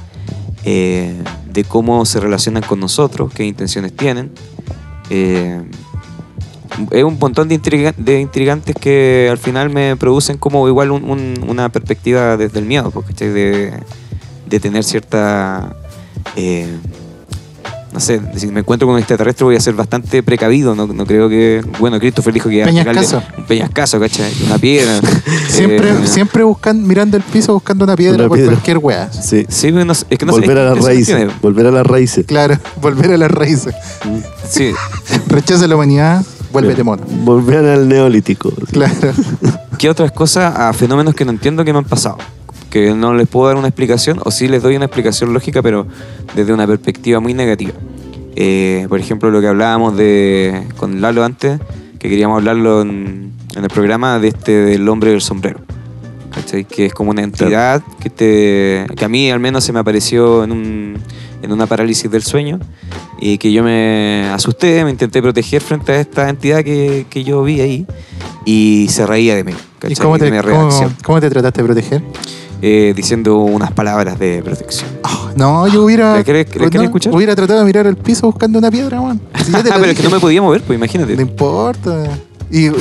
Speaker 1: eh, de cómo se relacionan con nosotros, qué intenciones tienen. Eh, es un montón de, intriga- de intrigantes que al final me producen como igual un- un- una perspectiva desde el miedo, porque de, de tener cierta... eh, no sé, si me encuentro con un extraterrestre voy a ser bastante precavido, no, no creo que... Bueno, Christopher dijo que... iba a
Speaker 3: Peñascaso.
Speaker 1: pegarle Un peñascaso, ¿cachai? Una piedra.
Speaker 3: Siempre,
Speaker 1: Eh,
Speaker 3: siempre buscan, mirando el piso, buscando una piedra
Speaker 2: Una
Speaker 3: por
Speaker 2: piedra.
Speaker 3: cualquier wea.
Speaker 2: sí.
Speaker 1: Sí, pero no sé- es que no sé,
Speaker 2: volver
Speaker 1: es
Speaker 2: a
Speaker 1: que
Speaker 2: las
Speaker 1: eso no
Speaker 2: raíces.
Speaker 1: tiene-
Speaker 2: Volver a las raíces.
Speaker 3: Claro, volver a las raíces.
Speaker 1: Sí,
Speaker 3: Rechaza la humanidad, vuélvete
Speaker 2: Claro.
Speaker 3: mono.
Speaker 2: Volver al neolítico.
Speaker 3: Claro.
Speaker 1: ¿Qué otras cosas a fenómenos que no entiendo que me han pasado? Que no les puedo dar una explicación, o sí les doy una explicación lógica, pero desde una perspectiva muy negativa. Eh, por ejemplo, lo que hablábamos de, con Lalo antes, que queríamos hablarlo en, en el programa de este del hombre del sombrero. ¿Cachai? Que es como una entidad que, te, que a mí al menos se me apareció en, un, en una parálisis del sueño y que yo me asusté, me intenté proteger frente a esta entidad que, que yo vi ahí y se reía de mí.
Speaker 3: ¿Y
Speaker 1: ¿cachai?
Speaker 3: cómo
Speaker 1: de
Speaker 3: te,
Speaker 1: mi
Speaker 3: cómo-
Speaker 1: reacción,
Speaker 3: cómo te trataste de proteger?
Speaker 1: eh, diciendo unas palabras de protección.
Speaker 3: Oh, no, yo hubiera. pues
Speaker 1: ¿La querés- la
Speaker 3: no,
Speaker 1: querés escuchar?
Speaker 3: Hubiera tratado de mirar al piso buscando una piedra, weón. Si ya te
Speaker 1: Ah, pero
Speaker 3: la
Speaker 1: es
Speaker 3: dije,
Speaker 1: que no me podía mover, pues
Speaker 3: no
Speaker 1: imagínate.
Speaker 3: importa. Y, y-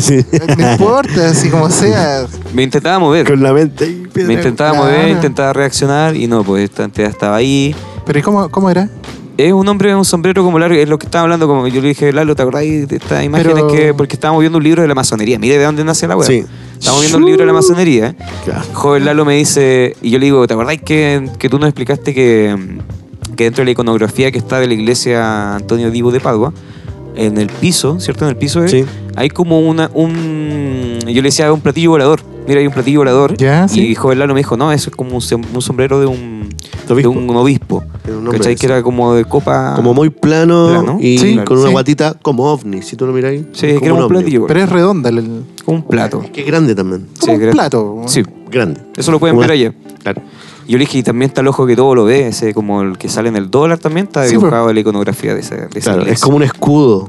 Speaker 2: Sí.
Speaker 3: no importa, así como sea.
Speaker 1: Me intentaba mover.
Speaker 2: Con la mente. ahí, piedra.
Speaker 1: Me intentaba
Speaker 3: Claro.
Speaker 1: mover, intentaba reaccionar y no, pues esta entidad estaba ahí.
Speaker 3: Pero ¿y cómo, cómo era?
Speaker 1: Es un hombre, un sombrero como largo, es lo que estaba hablando, como yo le dije, Lalo, ¿te acordáis de estas imágenes
Speaker 3: Pero-
Speaker 1: que, porque estábamos viendo un libro de la masonería? Mire de dónde nace la web.
Speaker 2: Sí.
Speaker 1: Estamos viendo un libro de la masonería. ¿eh?
Speaker 2: Claro.
Speaker 1: Joven Lalo me dice, y yo le digo, ¿te acordáis que, que tú nos explicaste que, que dentro de la iconografía que está de la iglesia Antonio Divo de Padua, en el piso, ¿cierto? En el piso es-
Speaker 2: Sí.
Speaker 1: hay como una, un, yo le decía, un platillo volador. Mira, hay un platillo volador.
Speaker 3: Ya, sí.
Speaker 1: Y Joven Lalo me dijo, no, eso es como un, som- un sombrero de un de
Speaker 2: Obispo.
Speaker 1: un obispo.
Speaker 2: Era un hombre
Speaker 1: ¿Cachai?
Speaker 2: de
Speaker 1: Que era como de copa.
Speaker 2: Como muy plano,
Speaker 1: Plano.
Speaker 2: y
Speaker 3: Sí,
Speaker 2: con una
Speaker 3: sí.
Speaker 2: guatita como ovni, si tú lo miráis.
Speaker 1: Sí,
Speaker 2: como
Speaker 1: que era un
Speaker 2: ovni.
Speaker 1: platillo.
Speaker 3: Pero es redonda. el- el-
Speaker 1: Como un plato.
Speaker 2: Qué grande también.
Speaker 1: Sí,
Speaker 3: como un
Speaker 1: creo-
Speaker 3: plato. weón.
Speaker 1: Sí,
Speaker 2: Grande.
Speaker 1: eso lo pueden
Speaker 2: Como-
Speaker 1: ver allá.
Speaker 2: Claro.
Speaker 1: Yo le dije, y también está el ojo que todo lo ve, ese como el que sale en el dólar también, está
Speaker 3: Sí, pues.
Speaker 1: dibujado en la iconografía de ese. De esa
Speaker 2: Claro, es
Speaker 1: iglesia.
Speaker 2: como un escudo,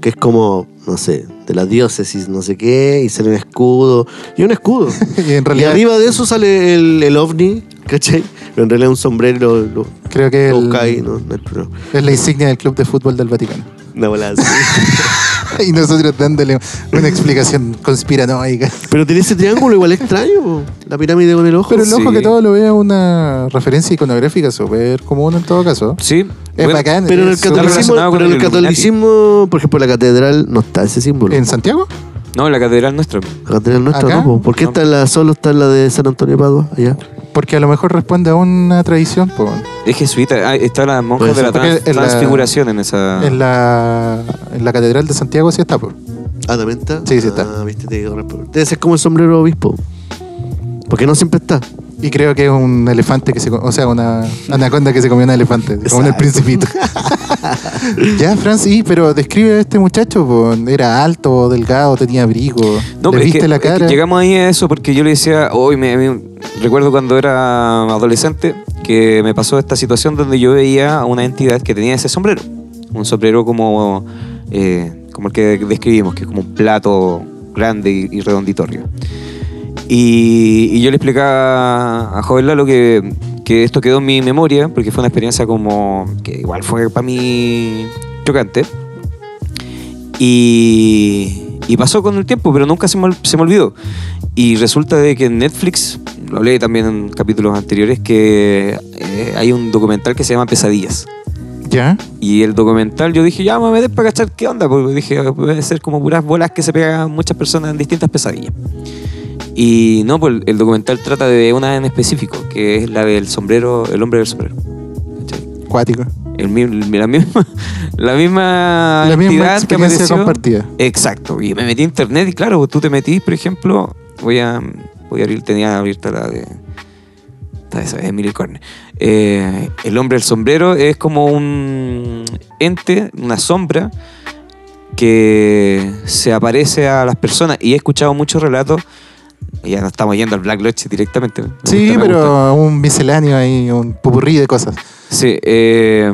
Speaker 2: que es como, no sé, de la diócesis, no sé qué, y sale un escudo, y un escudo.
Speaker 3: Y en
Speaker 2: y
Speaker 3: realidad,
Speaker 2: arriba de eso sale el, el ovni, ¿cachai? Pero en realidad es un sombrero, lo, lo,
Speaker 3: creo que
Speaker 2: lo
Speaker 3: el-
Speaker 2: busca ahí, ¿no? No, hay problema.
Speaker 3: es la insignia del Club de Fútbol del Vaticano.
Speaker 2: Una bola así.
Speaker 3: y nosotros dándole una explicación conspiranoica.
Speaker 2: Pero tiene ese triángulo igual extraño, po, la pirámide con el ojo.
Speaker 3: Pero el ojo
Speaker 1: Sí.
Speaker 3: que todo lo vea es una referencia iconográfica súper común en todo caso.
Speaker 1: Sí,
Speaker 3: Es
Speaker 1: bueno,
Speaker 3: bacán.
Speaker 2: Pero en el
Speaker 3: es súper-
Speaker 2: catolicismo,
Speaker 1: relacionado con
Speaker 2: pero en
Speaker 1: el
Speaker 2: el catolicismo por ejemplo, la catedral no está ese símbolo.
Speaker 3: ¿En Santiago?
Speaker 1: No, en la catedral nuestra.
Speaker 2: La catedral nuestra
Speaker 3: ¿Acá?
Speaker 2: no, po. ¿por qué
Speaker 1: No.
Speaker 2: está la, solo está la de San Antonio de Padua allá?
Speaker 3: Porque a lo mejor responde a una tradición. po.
Speaker 1: Es jesuita. Ah, está las monjas
Speaker 2: Puede
Speaker 1: de la
Speaker 2: ser.
Speaker 1: trans-
Speaker 3: Porque en la-
Speaker 1: transfiguración en esa.
Speaker 3: En, la, en la Catedral de Santiago sí está. po.
Speaker 2: Ah, ¿también está?
Speaker 3: Sí, sí está.
Speaker 2: Ah, viste, te digo, Debe ser como el sombrero obispo. Porque no siempre está.
Speaker 3: Y creo que es un elefante que se... co- O sea, una anaconda que se comió un elefante. Como en el
Speaker 2: Exacto.
Speaker 3: principito. ya, Francis, pero describe a este muchacho. po. Era alto, delgado, tenía abrigo.
Speaker 1: No,
Speaker 3: ¿Le
Speaker 1: pero es
Speaker 3: viste
Speaker 1: que-
Speaker 3: la
Speaker 1: es que
Speaker 3: cara?
Speaker 1: llegamos ahí a eso porque yo le decía, hoy me, me- recuerdo cuando era adolescente que me pasó esta situación donde yo veía a una entidad que tenía ese sombrero. Un sombrero como, eh, como el que describimos, que es como un plato grande y, y redondito arriba. Y, y yo le explicaba a Joven Lalo que, que esto quedó en mi memoria, porque fue una experiencia como que igual fue para mí chocante. Y, y pasó con el tiempo, pero nunca se me, ol- se me olvidó. Y resulta de que en Netflix, lo hablé también en capítulos anteriores, que eh, hay un documental que se llama Pesadillas.
Speaker 3: ¿Ya?
Speaker 1: Y el documental yo dije, ya me voy a meter para cachar qué onda, porque dije, puede ser como puras bolas que se pegan muchas personas en distintas pesadillas. Y no, pues el documental trata de una en específico, que es la del sombrero, el hombre del sombrero. ¿Cachai?
Speaker 3: Cuático.
Speaker 1: El mi- la misma, la misma
Speaker 3: La misma
Speaker 1: Ah, entidad que
Speaker 3: experiencia
Speaker 1: apareció.
Speaker 3: compartida.
Speaker 1: Exacto. Y me metí a internet y claro, pues, tú te metís, por ejemplo, voy a, voy a abrir, tenía abierta la de... Esta esa es Emily Corner. Eh, el hombre del sombrero es como un ente, una sombra que se aparece a las personas. Y he escuchado muchos relatos. Ya no estamos yendo al Black Lodge directamente. Me gusta,
Speaker 3: Sí,
Speaker 1: me gusta.
Speaker 3: pero un misceláneo ahí, un pupurrí de cosas.
Speaker 1: Sí, eh,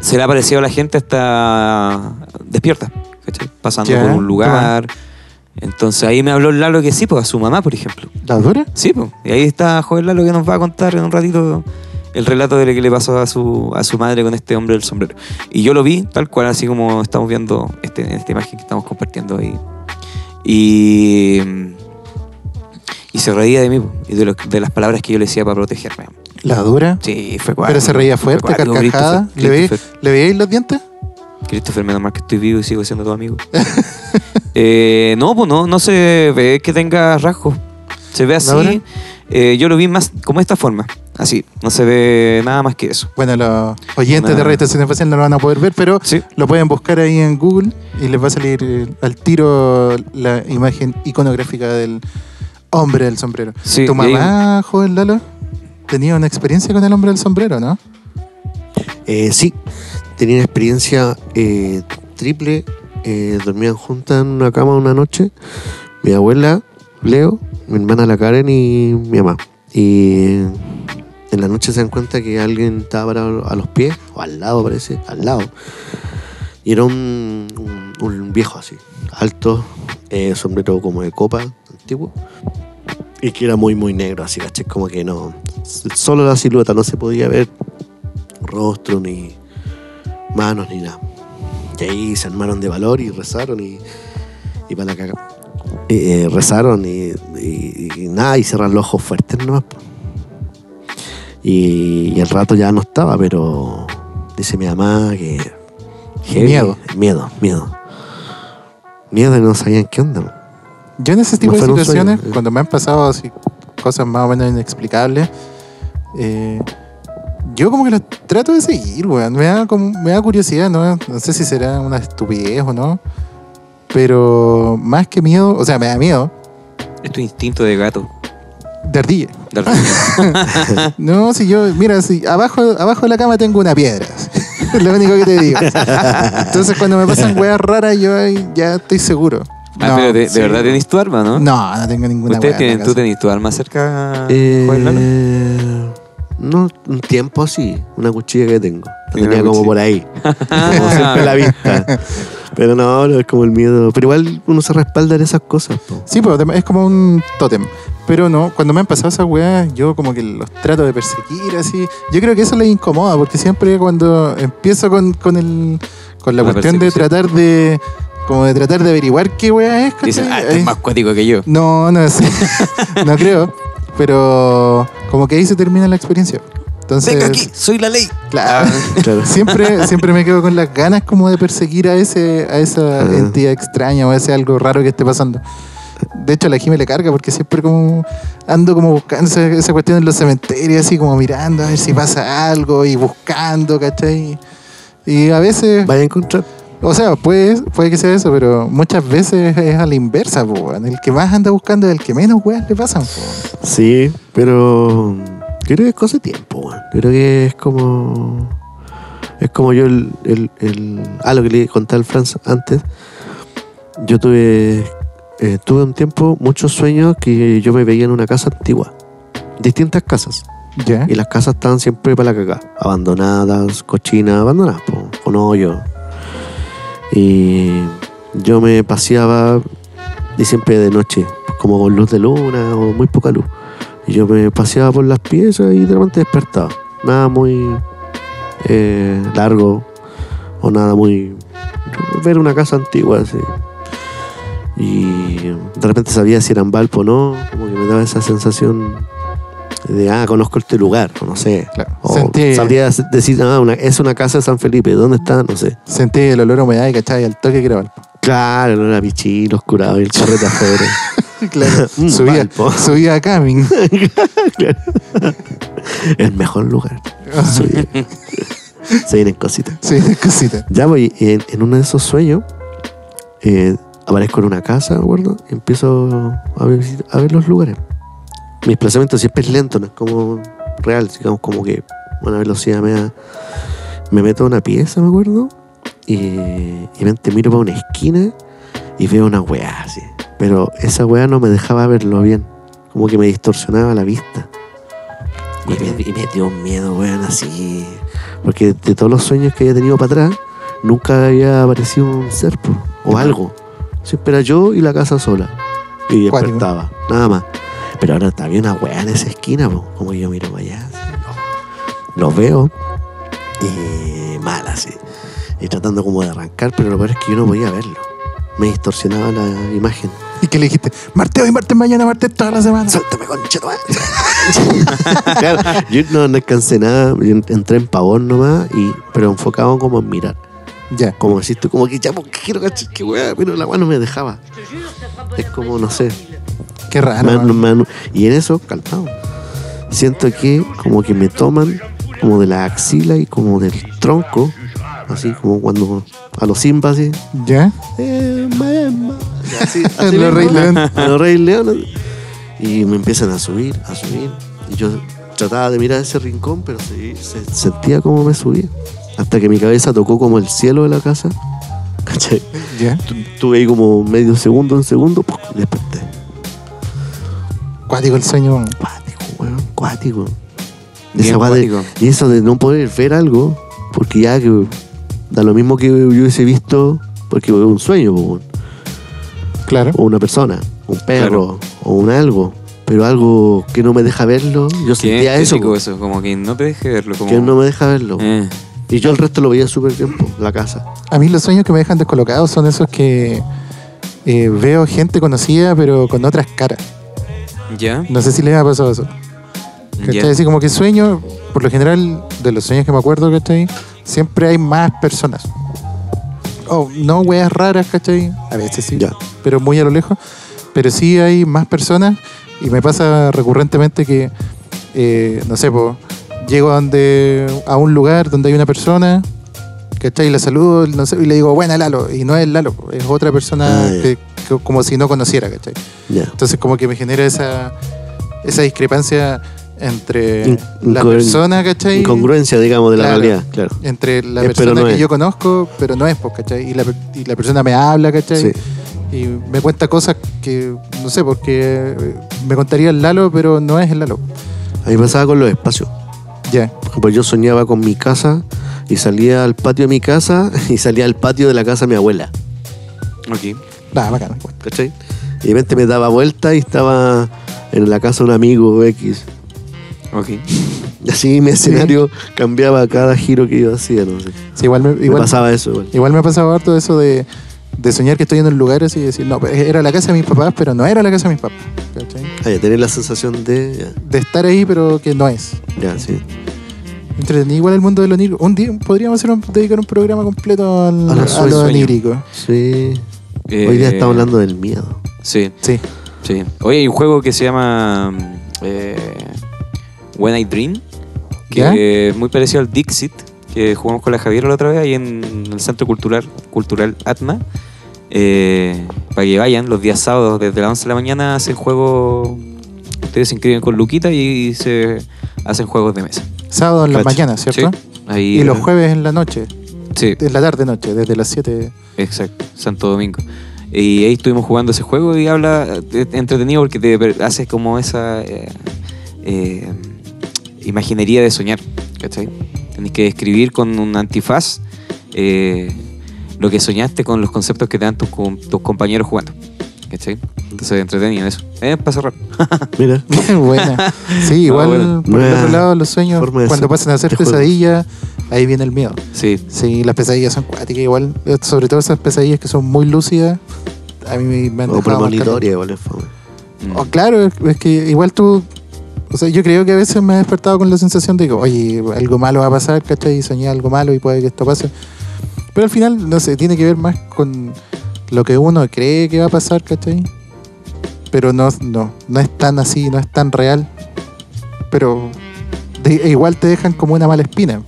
Speaker 1: se le ha parecido a la gente hasta despierta, ¿cachai? Pasando
Speaker 3: Ya,
Speaker 1: por un lugar. Entonces ahí me habló el Lalo que sí, pues a su mamá, por ejemplo.
Speaker 3: ¿La dura?
Speaker 1: Sí, pues. Y ahí está joven Lalo que nos va a contar en un ratito el relato de lo que le pasó a su, a su madre con este hombre del sombrero. Y yo lo vi tal cual, así como estamos viendo este, en esta imagen que estamos compartiendo ahí. Y, y se reía de mí po, y de, lo- de las palabras que yo le decía para protegerme.
Speaker 3: ¿La dura?
Speaker 1: Sí, fue cuático.
Speaker 3: Pero se reía fuerte,
Speaker 1: Fue cuático,
Speaker 3: carcajada. ¿Le
Speaker 1: Christopher,
Speaker 3: veis
Speaker 1: Christopher,
Speaker 3: ¿le veíais los dientes?
Speaker 1: Christopher, menos mal que estoy vivo y sigo siendo tu amigo. Eh, no, pues no, no se ve que tenga rasgos. Se ve
Speaker 3: ¿Laura?
Speaker 1: así. Eh, yo lo vi más como esta forma. Así. No se ve nada más que eso.
Speaker 3: Bueno, los oyentes
Speaker 1: Una-
Speaker 3: de Revista Cine Facial no lo van a poder ver, pero
Speaker 1: Sí.
Speaker 3: lo pueden buscar ahí en Google y les va a salir eh, al tiro la imagen iconográfica del hombre del sombrero.
Speaker 1: Sí,
Speaker 3: ¿Tu
Speaker 1: y ahí-
Speaker 3: mamá, joven Lalo, tenía una experiencia con el hombre del sombrero, no?
Speaker 2: Eh, sí, tenía una experiencia eh, triple. eh, dormían juntas en una cama una noche. Mi abuela, Leo, mi hermana la Karen y mi mamá. Y en la noche se dan cuenta que alguien estaba parado a los pies, o al lado parece, al lado. Y era un, un- un viejo así, alto, eh, sombrero como de copa, antiguo. Y que era muy, muy negro, así, ¿cachai? Como que no. Solo la silueta, no se podía ver rostro, ni manos, ni nada. Y ahí se armaron de valor y rezaron y, y para la caga- eh, eh, rezaron y, y- y nada, y cerraron los ojos fuertes nomás. po. Y, y el rato ya no estaba, pero dice mi mamá que. heavy,
Speaker 3: Miedo.
Speaker 2: Miedo, miedo. Miedo y no sabían qué onda. po.
Speaker 3: Yo en ese tipo
Speaker 2: No
Speaker 3: de
Speaker 2: fue un
Speaker 3: situaciones,
Speaker 2: sueño, eh.
Speaker 3: cuando me han pasado así cosas más o menos inexplicables, eh, yo como que las trato de seguir, weón. Me da, como- me da curiosidad, ¿no? No sé si será una estupidez o no. Pero más que miedo, o sea, me da miedo
Speaker 1: Es tu instinto de gato.
Speaker 3: de ardilla.
Speaker 1: de repente. Ah.
Speaker 3: No, si yo, mira, si abajo, abajo de la cama tengo una piedra. Lo único que te digo. Entonces cuando me pasan weas raras, yo ahí ya estoy seguro.
Speaker 1: Ah,
Speaker 3: No,
Speaker 1: pero de, de
Speaker 3: sí.
Speaker 1: verdad tenés tu arma, ¿no?
Speaker 3: No, no tengo ninguna
Speaker 1: Ustedes
Speaker 3: wea en
Speaker 1: tienen,
Speaker 3: la
Speaker 1: tú
Speaker 3: casa.
Speaker 1: tenés tu arma cerca.
Speaker 2: Eh,
Speaker 1: Juan Lalo?
Speaker 2: no, un tiempo así, una cuchilla que tengo. La
Speaker 1: Tiene una
Speaker 2: tenía como
Speaker 1: cuchilla.
Speaker 2: por ahí. como siempre a la vista. Pero no, no, es como el miedo. Pero igual uno se respalda en esas cosas. po.
Speaker 3: Sí, pues es como un tótem. Pero no, cuando me han pasado esas weas, yo como que los trato de perseguir así. Yo creo que eso les incomoda, porque siempre cuando empiezo con, con el con la,
Speaker 1: La
Speaker 3: cuestión de
Speaker 1: persecución.
Speaker 3: tratar de como de tratar de averiguar qué wea es,
Speaker 1: Dicen,
Speaker 3: ¿cachai?
Speaker 1: ah, este
Speaker 3: Ahí-
Speaker 1: es más cuático que yo.
Speaker 3: No, no sé. no creo. Pero como que ahí se termina la experiencia. Entonces,
Speaker 1: Venga aquí, soy la ley.
Speaker 3: claro,
Speaker 2: Claro.
Speaker 3: siempre, siempre me quedo con las ganas como de perseguir a ese, a esa
Speaker 2: Ah.
Speaker 3: entidad extraña o a ese algo raro que esté pasando. De hecho, a la Jime le carga porque siempre como ando como buscando esa, esa cuestión en los cementerios, así como mirando a ver si pasa algo y buscando, ¿cachai? Y a veces
Speaker 2: Vaya a encontrar.
Speaker 3: o sea, puede, puede que sea eso, pero muchas veces es a la inversa, po, weón. El que más anda buscando es el que menos weas le pasan, po.
Speaker 2: Sí, pero yo creo que es cosa de tiempo. weón. Yo creo que es como. Es como yo el. el, el- ah, lo que le conté al Franz antes. Yo tuve. eh, tuve un tiempo muchos sueños que yo me veía en una casa antigua. Distintas casas.
Speaker 3: Ya.
Speaker 2: Y las casas estaban siempre para la cagada. Abandonadas, cochinas, abandonadas, po, un hoyo. Y yo me paseaba, y siempre de noche, como con luz de luna o muy poca luz. Y yo me paseaba por las piezas y de repente despertaba. Nada muy eh, largo o nada muy. Ver una casa antigua así. Y de repente sabía si era en Valpo o no, como que me daba esa sensación de, ah, conozco este lugar, o no sé.
Speaker 3: Claro.
Speaker 2: O
Speaker 3: Sentí-
Speaker 2: sabría decir, ah, una- es una casa de San Felipe, ¿dónde está? No sé.
Speaker 3: Sentí el olor a humedad y cachai al toque que era Valpo.
Speaker 2: Claro, no era pichín, los curados y el carrete afuera.
Speaker 3: Claro.
Speaker 2: Mm,
Speaker 3: subía,
Speaker 2: Valpo.
Speaker 3: subía a Camin.
Speaker 2: el mejor lugar. Sí. Se vienen cositas.
Speaker 3: sí, cosita.
Speaker 2: Ya voy, y en, en uno de esos sueños, eh, aparezco en una casa, ¿de acuerdo? Y empiezo a ver, a ver los lugares. Mi desplazamiento siempre es lento, no es como real, digamos, como que a una velocidad media. Me meto a una pieza, me acuerdo, y, y mente miro para una esquina y veo una weá así. Pero esa weá no me dejaba verlo bien, como que me distorsionaba la vista. Y me, y me dio un miedo, weón, así. Porque de todos los sueños que había tenido para atrás, nunca había aparecido un ser po, o algo. Siempre era yo y la casa sola. Y
Speaker 3: Cuático.
Speaker 2: despertaba, nada más. Pero ahora está bien una weá en esa esquina, po, como yo miro para allá. así, no. Los veo y mal así. Y tratando como de arrancar, pero lo peor es que yo no podía verlo. Me distorsionaba la imagen.
Speaker 3: ¿Y qué le dijiste? Marteo y martes mañana, martes toda la semana.
Speaker 2: ¡Suéltame, concha tu madre! Claro, yo no, no alcancé nada, yo en- entré en pavor nomás, y, pero enfocado como en mirar.
Speaker 3: Ya.
Speaker 2: Como decís tú, como que ya, pues, quiero cachar qué weá, pero la weá no me dejaba. Es como, no sé.
Speaker 3: Qué raro.
Speaker 2: me han-
Speaker 3: man.
Speaker 2: me han- y en eso, calmado. Siento que como que me toman como de la axila y como del tronco, así como cuando a los Simba, así,
Speaker 3: Ya.
Speaker 2: Emma, Emma. Así, así mismo.
Speaker 3: Los Rey León.
Speaker 2: A los Rey León. Y me empiezan a subir, a subir. Y yo trataba de mirar ese rincón, pero se, se- sentía como me subía. Hasta que mi cabeza tocó como el cielo de la casa. ¿Cachai?
Speaker 3: Ya.
Speaker 2: Tuve ahí como medio segundo, un segundo, ¡pum! desperté.
Speaker 3: Cuático el sueño. man.
Speaker 2: Cuático, weón, cuático.
Speaker 1: Bien
Speaker 2: Esa weá de-
Speaker 1: cuático.
Speaker 2: y eso de no poder ver algo, porque ya que da lo mismo que yo hubiese visto, porque es un sueño, po, weón.
Speaker 3: Claro.
Speaker 2: o una persona, un perro o un algo, pero algo que no me deja verlo, yo sentía
Speaker 1: Qué
Speaker 2: eso,
Speaker 1: ético
Speaker 2: po,
Speaker 1: eso, como que no te deje verlo. Como,
Speaker 2: que no me deja verlo.
Speaker 1: Eh,
Speaker 2: Y yo el resto lo veía súper bien, po, la casa.
Speaker 3: A mí los sueños que me dejan descolocado son esos que eh, veo gente conocida pero con otras caras.
Speaker 1: ¿Ya?
Speaker 3: No sé si les ha pasado eso.
Speaker 1: ya.
Speaker 3: ¿Cachai? Así como que sueño, por lo general, de los sueños que me acuerdo, ¿cachai? Siempre hay más personas. O no weas raras, ¿cachai? A veces sí,
Speaker 2: Ya.
Speaker 3: pero muy a lo lejos. Pero sí hay más personas y me pasa recurrentemente que, eh, no sé, po, llego a, donde, a un lugar donde hay una persona, ¿cachai? Y la saludo, no sé, y le digo, buena Lalo. Y no es Lalo, es otra persona
Speaker 2: Ah, ya.
Speaker 3: que- que como si no conociera, ¿cachai?
Speaker 2: Ya.
Speaker 3: Entonces como que me genera esa, esa discrepancia entre
Speaker 2: In-
Speaker 3: la
Speaker 2: incoher-
Speaker 3: persona, ¿cachai?
Speaker 2: Incongruencia, digamos, de la
Speaker 3: Claro.
Speaker 2: realidad, claro.
Speaker 3: Entre la
Speaker 2: Eh, pero
Speaker 3: persona
Speaker 2: no
Speaker 3: que
Speaker 2: es.
Speaker 3: yo conozco, pero no es, pues, ¿cachai? Y la, per- y la persona me habla, ¿cachai?
Speaker 2: Sí.
Speaker 3: Y me cuenta cosas que, no sé, porque eh, me contaría el Lalo, pero no es el Lalo.
Speaker 2: A mí me pasaba con los espacios.
Speaker 3: Ya,
Speaker 2: Por ejemplo, yo soñaba con mi casa y salía al patio de mi casa y salía al patio de la casa de mi abuela.
Speaker 1: Ok.
Speaker 3: nada, bacán. pues.
Speaker 2: ¿cachai? Y de repente me daba vuelta y estaba en la casa de un amigo X.
Speaker 1: Ok.
Speaker 2: Y así mi escenario cambiaba cada giro que yo hacía, no sé.
Speaker 3: Sí, igual me,
Speaker 2: Me
Speaker 3: igual,
Speaker 2: pasaba eso igual.
Speaker 3: igual me ha pasado harto eso de, de soñar que estoy en un lugar así y decir, no, pero era la casa de mis papás, pero no era la casa de mis papás, ¿cachai?
Speaker 2: Ah, ya, tener la sensación de. Ya,
Speaker 3: De estar ahí, pero que no es.
Speaker 2: ya, sí.
Speaker 3: Entretenido igual el mundo de lo onírico. Un día podríamos hacer un- dedicar un programa completo al,
Speaker 2: A
Speaker 3: a,
Speaker 2: los
Speaker 3: lo
Speaker 1: sueños.
Speaker 3: onírico.
Speaker 2: Sí.
Speaker 1: Eh,
Speaker 2: Hoy día estamos hablando del miedo.
Speaker 1: Sí,
Speaker 3: Sí.
Speaker 1: sí. Hoy hay un juego que se llama eh, When I Dream, que
Speaker 3: ¿Ya?
Speaker 1: es muy parecido al Dixit, que jugamos con la Javiera la otra vez ahí en el Centro Cultural, Cultural Atma. Eh, para que vayan los días sábados desde las 11 de la mañana hacen juegos. Ustedes se inscriben con Luquita y se hacen juegos de mesa.
Speaker 3: Sábado en la
Speaker 1: Cacho.
Speaker 3: mañana, ¿cierto?
Speaker 1: Sí, ahí,
Speaker 3: Y los jueves en la noche,
Speaker 1: Sí,
Speaker 3: en la tarde noche, desde las 7.
Speaker 1: Exacto, Santo Domingo. Y ahí estuvimos jugando ese juego y habla eh, entretenido porque te per- haces como esa eh, eh, imaginería de soñar, ¿cachai? Tenés que escribir con un antifaz eh, lo que soñaste con los conceptos que te dan tus, com- tus compañeros jugando. ¿Cachai? Entonces entretenido eso. Eh, para cerrar.
Speaker 2: Mira.
Speaker 3: Buena. Sí, igual
Speaker 1: bueno.
Speaker 3: por el
Speaker 2: Ah, Buena
Speaker 3: otro lado los sueños,
Speaker 2: forma de
Speaker 3: cuando
Speaker 2: hacer-
Speaker 3: pasan a ser
Speaker 2: de juego.
Speaker 3: pesadillas, ahí viene el miedo.
Speaker 1: Sí.
Speaker 3: Sí, las pesadillas son cuáticas igual, eh, sobre todo esas pesadillas que son muy lúcidas, a mí me han
Speaker 2: O
Speaker 3: dejado
Speaker 2: premonitoria, igual es fome.
Speaker 1: Mm.
Speaker 3: marcado. Oh, claro, es que igual tú, o sea, yo creo que a veces me he despertado con la sensación de que, oye, algo malo va a pasar, ¿cachai? Y soñé algo malo y puede que esto pase. Pero al final, no sé, tiene que ver más con lo que uno cree que va a pasar, ¿cachai? Pero no, no, no es tan así, no es tan real. Pero de- igual te dejan como una mala espina,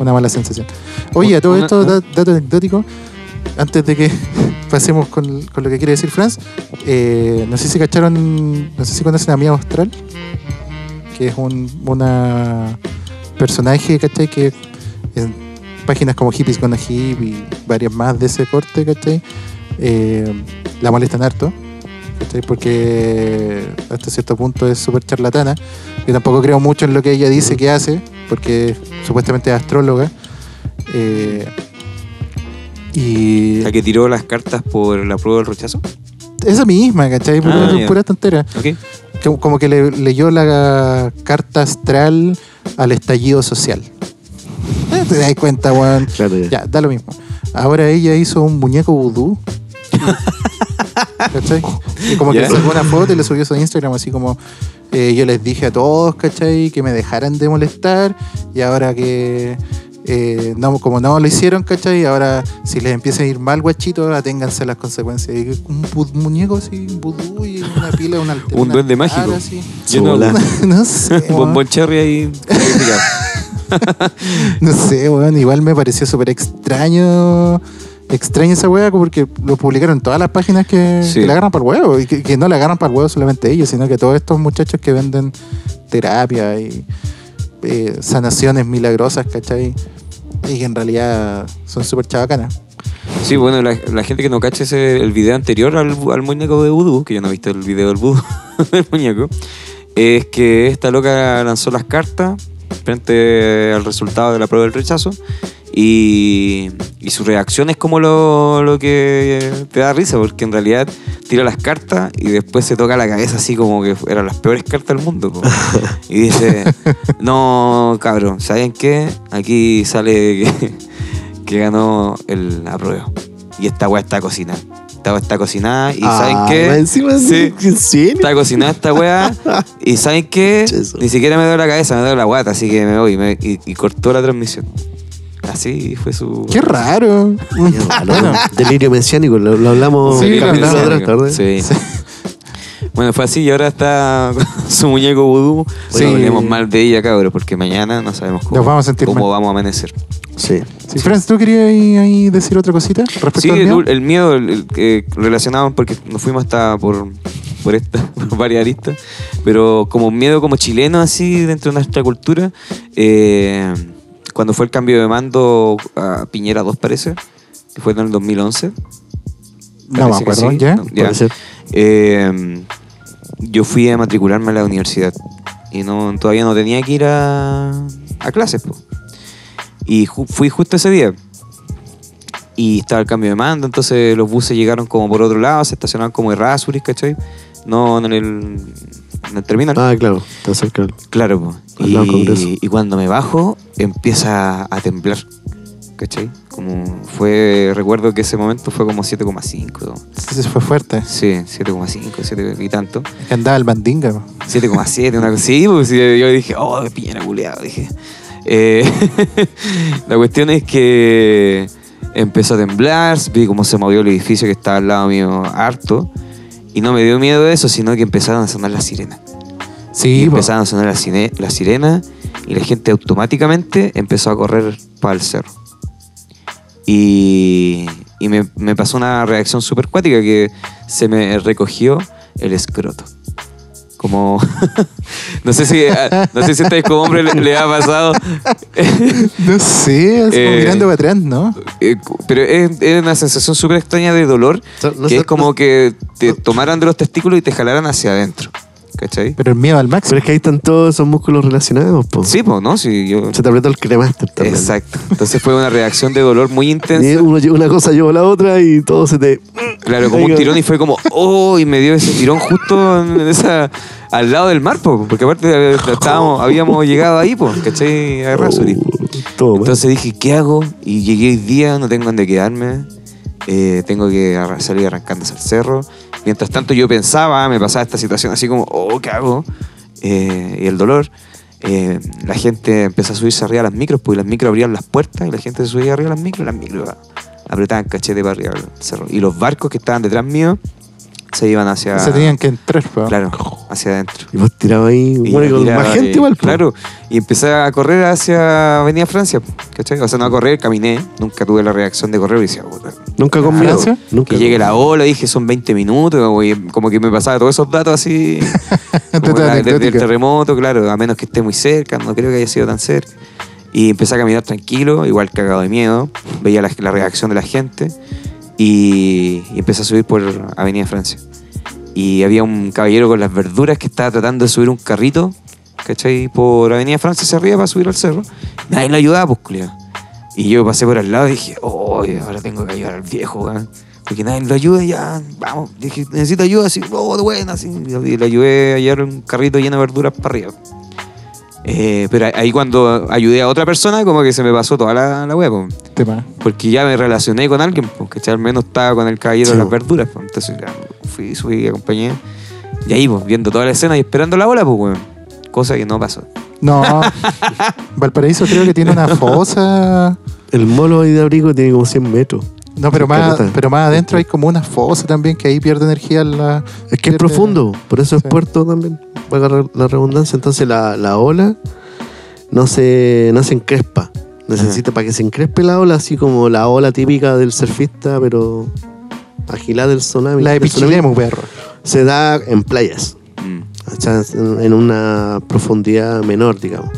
Speaker 3: una mala sensación. Oye, a todo
Speaker 1: Mm. Una-
Speaker 3: esto, da- dato anecdótico, antes de que pasemos con, con lo que quiere decir Franz, eh, no sé si cacharon, no sé si conocen a Mía Austral, que es un una personaje, ¿cachai? Que en páginas como Hippies con a Hip y varias más de ese corte, ¿cachai? Eh, la molestan harto, ¿cachai? Porque hasta cierto punto es súper charlatana. Yo tampoco creo mucho en lo que ella dice que hace, porque supuestamente es astróloga. Eh, y
Speaker 1: La que tiró las cartas por la prueba del rechazo.
Speaker 3: esa misma, ¿cachai? Pura,
Speaker 1: Ah, ya.
Speaker 3: pura tontera.
Speaker 1: Ok.
Speaker 3: Como, como que le- leyó la carta astral al estallido social. Eh, Te das cuenta, weón.
Speaker 2: Claro, ya.
Speaker 3: Ya, da lo mismo. Ahora ella hizo un muñeco vudú. ¿Cachai? Y como
Speaker 1: Ya.
Speaker 3: que sacó una foto y le subió eso a Instagram, así como eh, yo les dije a todos, ¿cachai? Que me dejaran de molestar y ahora que. eh, no, como no lo hicieron, ¿cachai? Ahora, si les empieza a ir mal, guachito, aténganse a las consecuencias. Y un bu- muñeco así, un vudú y una pila, una
Speaker 1: Un
Speaker 3: una
Speaker 1: duende
Speaker 3: cara
Speaker 1: mágico.
Speaker 3: así.
Speaker 1: Yo no-
Speaker 2: Hola.
Speaker 3: no sé.
Speaker 1: Un
Speaker 3: weón.
Speaker 1: bombón cherry ahí. calificado.
Speaker 3: No sé, weón. Igual me pareció súper extraño. Extraña esa weá porque lo publicaron en todas las páginas que,
Speaker 1: Sí.
Speaker 3: que la agarran para el huevo. Y que, que no la agarran para el huevo solamente ellos, sino que todos estos muchachos que venden terapia y eh, sanaciones milagrosas, ¿cachai? Y que en realidad son súper chabacanas.
Speaker 1: Sí, bueno, la, la gente que no cache ese, el video anterior al, al muñeco de vudú, que yo no he visto el video del vudú, del muñeco, es que esta loca lanzó las cartas frente al resultado de la prueba del rechazo y, y su reacción es como lo, lo que te da risa, porque en realidad tira las cartas y después se toca la cabeza así como que eran las peores cartas del mundo. po. Y dice, no, cabrón, ¿saben qué? Aquí sale que, que ganó el apruebo. Y esta weá está cocinada. Esta weá está cocinada y ¿saben
Speaker 2: Ah,
Speaker 1: qué?
Speaker 2: Encima
Speaker 1: Sí.
Speaker 2: sí. ¿En serio?
Speaker 1: Está cocinada esta weá. Y ¿saben qué?
Speaker 2: Cheso.
Speaker 1: Ni siquiera me duele la cabeza, me duele la guata, así que me voy. me- y, y cortó la transmisión. Así fue su.
Speaker 3: ¡Qué raro!
Speaker 2: Mierda, loco. Delirio mesiánico, lo, lo hablamos
Speaker 3: Sí,
Speaker 2: un
Speaker 1: Delirio
Speaker 3: la
Speaker 2: capítulo
Speaker 3: hablamos.
Speaker 2: atrás, ¿te acuerdas?
Speaker 1: Sí. Bueno, fue así y ahora está su muñeco vudú.
Speaker 3: Sí.
Speaker 1: Sí. No hablemos mal de ella, cabrón, porque mañana no sabemos cómo,
Speaker 3: Nos vamos a sentir
Speaker 1: cómo
Speaker 3: mal.
Speaker 1: vamos a amanecer.
Speaker 2: Sí.
Speaker 3: Si, Franz, ¿tú querías ahí, ahí decir otra cosita respecto
Speaker 1: Sí, eh,
Speaker 3: al
Speaker 1: el,
Speaker 3: mío?
Speaker 1: el miedo el- el que relacionaban porque nos fuimos hasta por, por esta, por varias aristas, pero como miedo como chileno así dentro de nuestra cultura, eh, cuando fue el cambio de mando a Piñera 2 parece, que fue en el 2011.
Speaker 3: No me
Speaker 1: parece que
Speaker 3: acuerdo,
Speaker 1: sí,
Speaker 3: ¿ya?
Speaker 1: no, ya.
Speaker 2: Puede ser.
Speaker 1: Eh, yo fui a matricularme a la universidad y no, todavía no tenía que ir a, a clases. po. Y ju- fui justo ese día. Y estaba el cambio de mando, entonces los buses llegaron como por otro lado, se estacionaban como en Rasuris, ¿cachai? No en el, en el terminal.
Speaker 2: Ah, claro. Está cerca.
Speaker 1: Claro, po.
Speaker 2: Al lado del Congreso.
Speaker 1: Y, y cuando me bajo, empieza a temblar. ¿Cachai? Como fue, recuerdo que ese momento fue como 7,5.
Speaker 3: Sí, fue fuerte.
Speaker 1: Sí, 7,5, 7 y tanto.
Speaker 3: Que andaba el bandinga. po.
Speaker 1: 7,7, una cosa así. pues, y yo dije, oh, piñera culeado, dije. Eh, la cuestión es que empezó a temblar, vi cómo se movió el edificio que estaba al lado mío harto. Y no me dio miedo eso, sino que empezaron a sonar las sirenas. Y
Speaker 3: Sí, po.
Speaker 1: empezaron a sonar las sine- las sirenas y la gente automáticamente empezó a correr para el cerro. Y, y me, me pasó una reacción súper cuática que se me recogió el escroto. Como. no sé si a- no sé si a ustedes como hombre le, le ha pasado.
Speaker 3: No sé, es como
Speaker 1: Eh,
Speaker 3: mirando para atrás, ¿no?
Speaker 1: eh, Pero es, es una sensación súper extraña de dolor.
Speaker 2: No, no
Speaker 1: que
Speaker 2: sé-
Speaker 1: es como
Speaker 2: no-
Speaker 1: que te tomaran de los testículos y te jalaran hacia adentro. ¿cachai?
Speaker 3: Pero el miedo al
Speaker 2: Pero
Speaker 3: máximo.
Speaker 2: es que ahí están todos esos músculos relacionados, po.
Speaker 1: Sí, pues, ¿no? Sí, yo...
Speaker 2: Se te aprieta el cremaster también.
Speaker 1: Exacto. Entonces fue una reacción de dolor muy
Speaker 2: Y
Speaker 1: intensa.
Speaker 2: uno- una cosa llevó a la otra y todo se te.
Speaker 1: Claro, como un tirón y fue como, oh, y me dio ese tirón justo en esa, al lado del mar, po, porque aparte eh, estábamos, habíamos llegado ahí, pues, ¿cachai? A Errázuriz.
Speaker 2: Todo mal.
Speaker 3: Pues
Speaker 1: Entonces dije, ¿qué hago? Y llegué hoy día, no tengo dónde quedarme. eh, tengo que arra- salir arrancando hacia el cerro. Mientras tanto yo pensaba, me pasaba esta situación así como, oh, ¿qué hago? Eh, y el dolor. eh, la gente empezó a subirse arriba a las micros, pues y las micros abrían las puertas y la gente se subía arriba a las micros y las micros a- apretaban cachete para arriba al cerro. Y los barcos que estaban detrás mío se iban hacia...
Speaker 3: Se tenían que entrar, po.
Speaker 1: Claro, hacia adentro.
Speaker 2: Y vos tirabas ahí,
Speaker 1: Y
Speaker 2: bueno, con
Speaker 1: mira,
Speaker 2: más gente
Speaker 1: eh,
Speaker 2: igual, po.
Speaker 1: Claro, y empecé a correr hacia Avenida Francia, ¿cachai? O sea, no a correr, caminé, nunca tuve la reacción de correr y decía, puta.
Speaker 2: Nunca con miedo.
Speaker 3: ¿Francia?
Speaker 2: Nunca.
Speaker 1: Que llegue la ola, dije, son 20 minutos, güey, como que me pasaba todos esos datos así, como la-
Speaker 3: Datos
Speaker 1: de- del
Speaker 3: anecdóticos.
Speaker 1: terremoto, claro, a menos que esté muy cerca, no creo que haya sido tan cerca. Y empecé a caminar tranquilo, igual cagado de miedo, veía la, la reacción de la gente y, y empecé a subir por Avenida Francia. Y había un caballero con las verduras que estaba tratando de subir un carrito, ¿cachai? Por Avenida Francia hacia arriba para subir al cerro. Nadie lo ayudaba, pues, culiao. Y yo pasé por al lado y dije, oh, ahora tengo que ayudar al viejo, weón. Porque nadie lo ayuda, ya, vamos. Dije, necesito ayuda, así, oh, de buena, así. Y le ayudé a llevar un carrito lleno de verduras para arriba. Eh, pero ahí cuando ayudé a otra persona, como que se me pasó toda la, la wea, pues.
Speaker 3: Tema.
Speaker 1: Porque ya me relacioné con alguien, porque al menos estaba con el caballero
Speaker 2: Sí,
Speaker 1: de las
Speaker 2: po.
Speaker 1: verduras. po. Entonces ya, fui, subí, acompañé. Y ahí, pues, viendo toda la escena y esperando la bola, pues, weón. Cosa que no pasó.
Speaker 3: No. Valparaíso creo que tiene una fosa.
Speaker 2: El molo ahí de abrigo tiene como 100 metros.
Speaker 3: No, pero más,
Speaker 2: Caleta.
Speaker 3: pero más adentro hay como una fosa también que ahí pierde energía la.
Speaker 2: Es que es
Speaker 3: pierde-
Speaker 2: profundo, por eso es
Speaker 3: Sí.
Speaker 2: puerto también. Va a agarrar la redundancia. Entonces la, la ola no se, no se encrespa. Necesita para que se encrespe la ola, así como la ola típica del surfista, pero agilada del tsunami.
Speaker 3: La de
Speaker 2: Del tsunami.
Speaker 3: Pichilemu, perro.
Speaker 2: Se da en playas,
Speaker 1: Mm.
Speaker 2: o sea, en en una profundidad menor, digamos.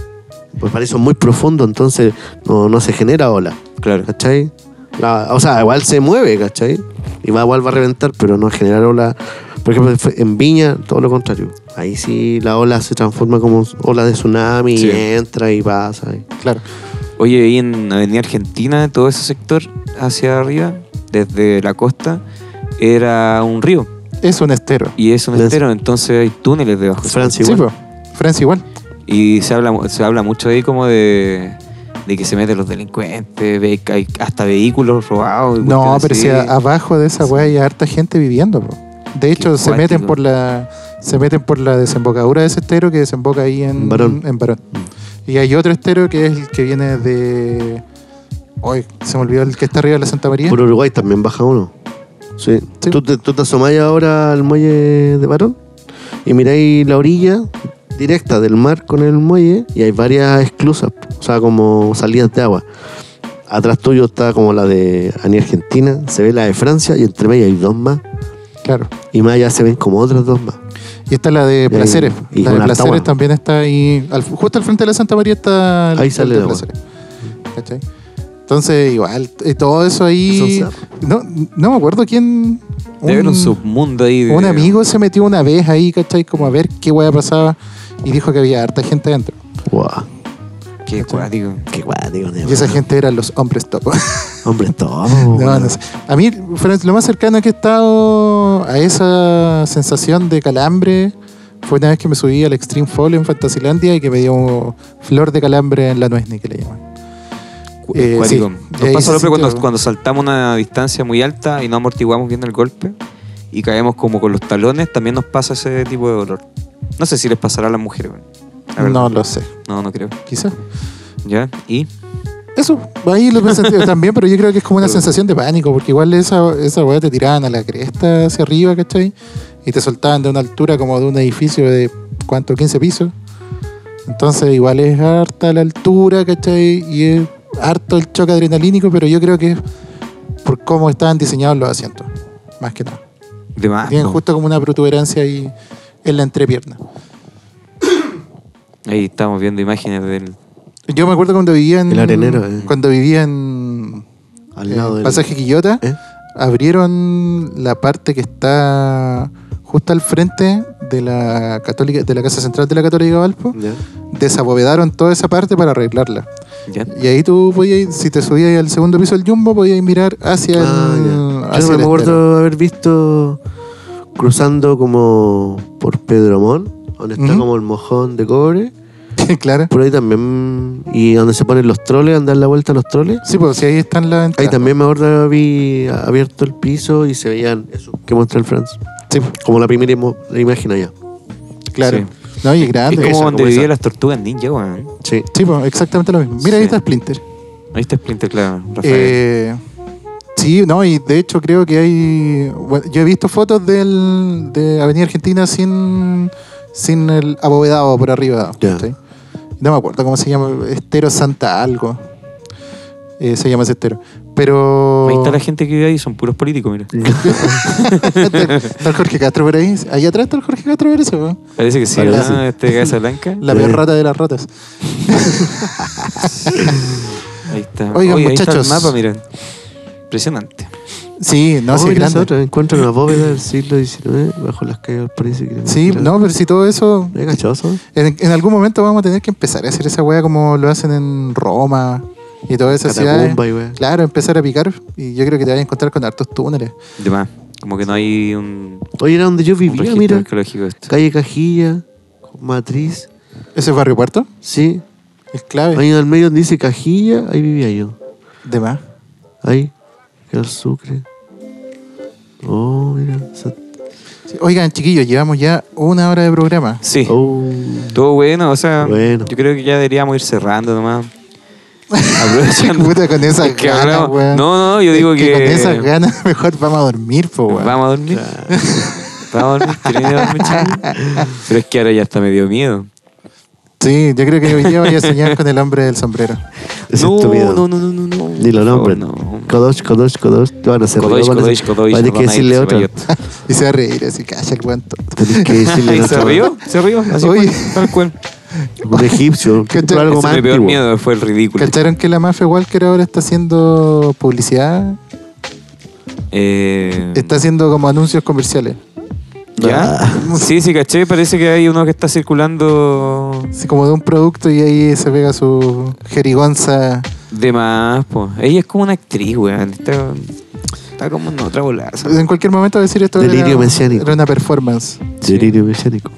Speaker 2: Pues para eso es muy profundo, entonces no, no se genera ola.
Speaker 1: Claro.
Speaker 2: ¿cachai? La- o sea, igual se mueve, ¿cachai? Y va, igual va a reventar, pero no generar ola. Por ejemplo, fue- en Viña, todo lo contrario. Ahí sí la ola se transforma como ola de tsunami
Speaker 1: Sí.
Speaker 2: y entra y pasa. y-
Speaker 3: Claro.
Speaker 1: Oye, ahí en Avenida Argentina, todo ese sector hacia arriba, desde la costa, era un río.
Speaker 3: Es un estero.
Speaker 1: Y es un
Speaker 2: Les-
Speaker 1: estero, entonces hay túneles debajo.
Speaker 2: Francia
Speaker 3: Sí, pues,
Speaker 2: igual.
Speaker 3: po. Francia igual.
Speaker 1: Y se habla, se habla mucho ahí como de, de que se meten los delincuentes, ve que hay hasta vehículos robados. y
Speaker 3: No,
Speaker 1: cuestiones
Speaker 3: pero
Speaker 1: así.
Speaker 3: si a- abajo de esa weá hay harta gente viviendo, po. De hecho, se
Speaker 1: cuático.
Speaker 3: meten por la se meten por la desembocadura de ese estero que desemboca ahí en
Speaker 2: Barón.
Speaker 3: En Barón. Y hay otro estero que es el que viene de. Hoy se me olvidó el que está arriba de la Santa María.
Speaker 2: Por Uruguay también baja uno. Sí.
Speaker 3: Sí.
Speaker 2: Tú, te, tú te asomás ahora al muelle de Barón y miráis la orilla directa del mar con el muelle y hay varias esclusas, o sea, como salidas de agua. Atrás tuyo está como la de Ani Argentina, se ve la de Francia y entre medio hay dos más.
Speaker 3: Claro.
Speaker 2: Y más allá se ven como otras dos más.
Speaker 3: Y está la de
Speaker 2: ahí-
Speaker 3: Placeres.
Speaker 2: y
Speaker 3: la de
Speaker 2: con harta
Speaker 3: Placeres
Speaker 2: agua.
Speaker 3: también está ahí. al- justo al frente de la Santa María está el-
Speaker 2: Ahí
Speaker 3: el
Speaker 2: sale
Speaker 3: de
Speaker 2: el agua.
Speaker 3: ¿Cachai? Entonces, igual, eh, todo eso ahí.
Speaker 2: Son cerros.
Speaker 3: No, no me acuerdo quién.
Speaker 1: Debe haber un
Speaker 3: un-
Speaker 1: submundo ahí. de-
Speaker 3: Un amigo se metió una vez ahí, ¿cachai? Como a ver qué hueá pasaba y dijo que había harta gente adentro.
Speaker 2: ¡Wow!
Speaker 1: Qué cuático.
Speaker 2: ¡Qué guático!
Speaker 3: Y esa gente eran los hombres topo.
Speaker 2: Hombre, todo.
Speaker 3: No, no sé. A mí, Franz, lo más cercano que he estado a esa sensación de calambre fue una vez que me subí al Extreme Fall en Fantasilandia y que me dio flor de calambre en la nuez, ni que le llaman.
Speaker 1: Cu-
Speaker 3: Eh,
Speaker 1: cuático.
Speaker 3: sí.
Speaker 1: Nos
Speaker 3: Y ahí
Speaker 1: pasa
Speaker 3: se
Speaker 1: siempre cuando,
Speaker 3: sintió-
Speaker 1: cuando saltamos una distancia muy alta y no amortiguamos bien el golpe y caemos como con los talones, también nos pasa ese tipo de dolor. No sé si les pasará a las mujeres. weón. La verdad.
Speaker 3: No lo sé,
Speaker 1: no, no creo.
Speaker 3: quizás.
Speaker 1: ¿Ya? ¿Y?
Speaker 3: Eso, ahí lo pensé yo también, pero yo creo que es como una sensación de pánico, porque igual esa, esa weá te tiraban a la cresta hacia arriba, ¿cachai? Y te soltaban de una altura como de un edificio de, ¿cuánto? 15 pisos. Entonces igual es harta la altura, ¿cachai? Y es harto el choque adrenalínico, pero yo creo que es por cómo estaban diseñados los asientos, más que nada.
Speaker 1: De
Speaker 2: Ah,
Speaker 1: más.
Speaker 3: Tienen
Speaker 1: po.
Speaker 3: justo como una protuberancia ahí en la entrepierna.
Speaker 1: Ahí estamos viendo imágenes del.
Speaker 3: Yo me acuerdo cuando vivía en...
Speaker 2: El arenero, eh.
Speaker 3: Cuando vivía en...
Speaker 2: Al lado
Speaker 3: eh,
Speaker 2: del...
Speaker 3: Pasaje Quillota.
Speaker 2: ¿Eh?
Speaker 3: abrieron la parte que está justo al frente de la Católica, de la Casa Central de la Católica Valpo,
Speaker 2: ¿Ya?
Speaker 3: desabovedaron toda esa parte para arreglarla.
Speaker 1: ¿Ya?
Speaker 3: Y ahí tú podías, si te subías al segundo piso del Jumbo, podías mirar hacia
Speaker 2: Ah,
Speaker 3: el.
Speaker 2: ya.
Speaker 3: hacia
Speaker 2: Yo no
Speaker 3: el
Speaker 2: me
Speaker 3: estero.
Speaker 2: acuerdo haber visto cruzando como por Pedro Mon, donde está
Speaker 3: Ujú.
Speaker 2: como el mojón de cobre.
Speaker 3: claro.
Speaker 2: Por ahí también. Y donde se ponen los troles, andar la vuelta a los troles.
Speaker 3: Sí, pues si ahí están las
Speaker 2: Ahí
Speaker 3: entradas.
Speaker 2: también me acuerdo vi abierto el piso y se veían eso que muestra el France.
Speaker 3: Sí, pues,
Speaker 2: Como la primera imo- la imagen allá.
Speaker 3: claro. Ah,
Speaker 1: Sí.
Speaker 3: No, y es
Speaker 1: Es
Speaker 3: grande.
Speaker 1: como
Speaker 2: esa, pues.
Speaker 1: donde
Speaker 2: como
Speaker 1: vivían
Speaker 2: esa.
Speaker 1: las tortugas ninja, weón.
Speaker 2: Sí.
Speaker 3: Sí, pues exactamente lo mismo. Mira, ahí
Speaker 1: Sí.
Speaker 3: está Splinter.
Speaker 1: Ahí está Splinter, claro, Rafael.
Speaker 3: Eh, sí, no, y de hecho creo que hay. bueno, yo he visto fotos del, de Avenida Argentina sin, sin el abovedado por arriba.
Speaker 2: Ya.
Speaker 3: ¿cachai? No me acuerdo cómo se llama. Estero Santa algo. Eh, se llama ese estero. Pero.
Speaker 1: Ahí está la gente que vive ahí, son puros políticos, mira.
Speaker 3: está, está el Jorge Castro por ahí. Allá atrás está el Jorge Castro por eso. weón.
Speaker 1: Parece que sí,
Speaker 2: Parece.
Speaker 1: ¿verdad? Este cabeza blanca.
Speaker 3: La
Speaker 2: Eh.
Speaker 3: peor rata de las ratas.
Speaker 1: Ahí está.
Speaker 3: Oigan,
Speaker 1: Oye, Ahí
Speaker 3: muchachos.
Speaker 1: está el mapa, miren. Impresionante.
Speaker 3: Sí, no,
Speaker 2: Oh,
Speaker 3: sí, es
Speaker 2: mira esa
Speaker 3: grande.
Speaker 2: otra. Encuentro una bóveda del siglo XIX bajo las calles del París. que-
Speaker 3: Sí,
Speaker 2: Mira.
Speaker 3: no, pero si todo eso.
Speaker 2: ¿Es cachoso?
Speaker 3: En, en algún momento vamos a tener que empezar a hacer esa weá como lo hacen en Roma y todas esas ciudades.
Speaker 2: Catacumba y wea.
Speaker 3: Claro, empezar a picar y yo creo que te vas a encontrar con hartos túneles.
Speaker 1: De más. Como que no hay un,
Speaker 2: Oye, era donde yo
Speaker 1: un
Speaker 2: vivía,
Speaker 1: registro
Speaker 2: mira.
Speaker 1: arqueológico de esto.
Speaker 2: Calle Cajilla, Matriz.
Speaker 3: ¿Ese es Barrio Puerto?
Speaker 2: Sí.
Speaker 3: Es clave.
Speaker 2: Ahí en el medio donde dice Cajilla, ahí vivía yo.
Speaker 3: De más.
Speaker 2: Ahí. El Sucre. Oh, mira. esa-
Speaker 3: Sí, Oigan, chiquillos, llevamos ya una hora de programa.
Speaker 1: Sí.
Speaker 2: Oh.
Speaker 1: Todo bueno, o sea,
Speaker 2: Bueno.
Speaker 1: yo creo que ya deberíamos ir cerrando nomás. Aprovechando.
Speaker 3: Puta, con esas
Speaker 1: Es que
Speaker 3: ganas,
Speaker 1: hablamos-
Speaker 3: weón.
Speaker 1: No, no, yo
Speaker 3: Es
Speaker 1: digo que.
Speaker 3: Con esas ganas, mejor vamos a dormir, po, weón.
Speaker 1: Vamos a dormir. Vamos a dormir. ¿Quieren ir a dormir, chicos? Pero es que ahora ya hasta me dio miedo.
Speaker 3: Sí, yo creo que hoy día voy a soñar con el hombre del sombrero.
Speaker 2: Ese
Speaker 1: no,
Speaker 2: es tu miedo.
Speaker 1: no, no, no, no, no.
Speaker 2: Ni lo
Speaker 1: Por favor,
Speaker 2: nombren. Kodosh, Kodosh, Kodosh. Te van a hacer
Speaker 1: Kodosh,
Speaker 2: ruido, van a
Speaker 1: Kodosh,
Speaker 2: hacer-
Speaker 1: Kodosh.
Speaker 2: Van a tener que
Speaker 1: Adonai,
Speaker 2: decirle otra.
Speaker 1: Tsebayot.
Speaker 3: Y se va a reír así, calla el guanto.
Speaker 2: Tenés que decirle
Speaker 1: Ay,
Speaker 2: otra.
Speaker 1: ¿Se rió? ¿Se rió? Así
Speaker 3: Oye.
Speaker 1: fue, tal cual.
Speaker 2: Un egipcio.
Speaker 3: ¿Cachai?
Speaker 2: pero algo
Speaker 1: Ese
Speaker 2: más
Speaker 1: mi peor
Speaker 2: antiguo.
Speaker 1: miedo fue el ridículo.
Speaker 3: ¿Cacharon que la Mafia Walker ahora está haciendo publicidad?
Speaker 1: Eh,
Speaker 3: Está haciendo como anuncios comerciales.
Speaker 1: ¿Ya?
Speaker 2: Ah.
Speaker 1: Sí, sí, caché. Parece que hay uno que está circulando
Speaker 3: Así como de un producto y ahí se pega su jerigonza.
Speaker 1: de más. po. Ella es como una actriz, weón. Está, está como en otra bolaza.
Speaker 3: En cualquier momento va a decir esto
Speaker 2: Delirio
Speaker 3: era,
Speaker 2: mesiánico.
Speaker 3: era una performance.
Speaker 2: Delirio mesiánico.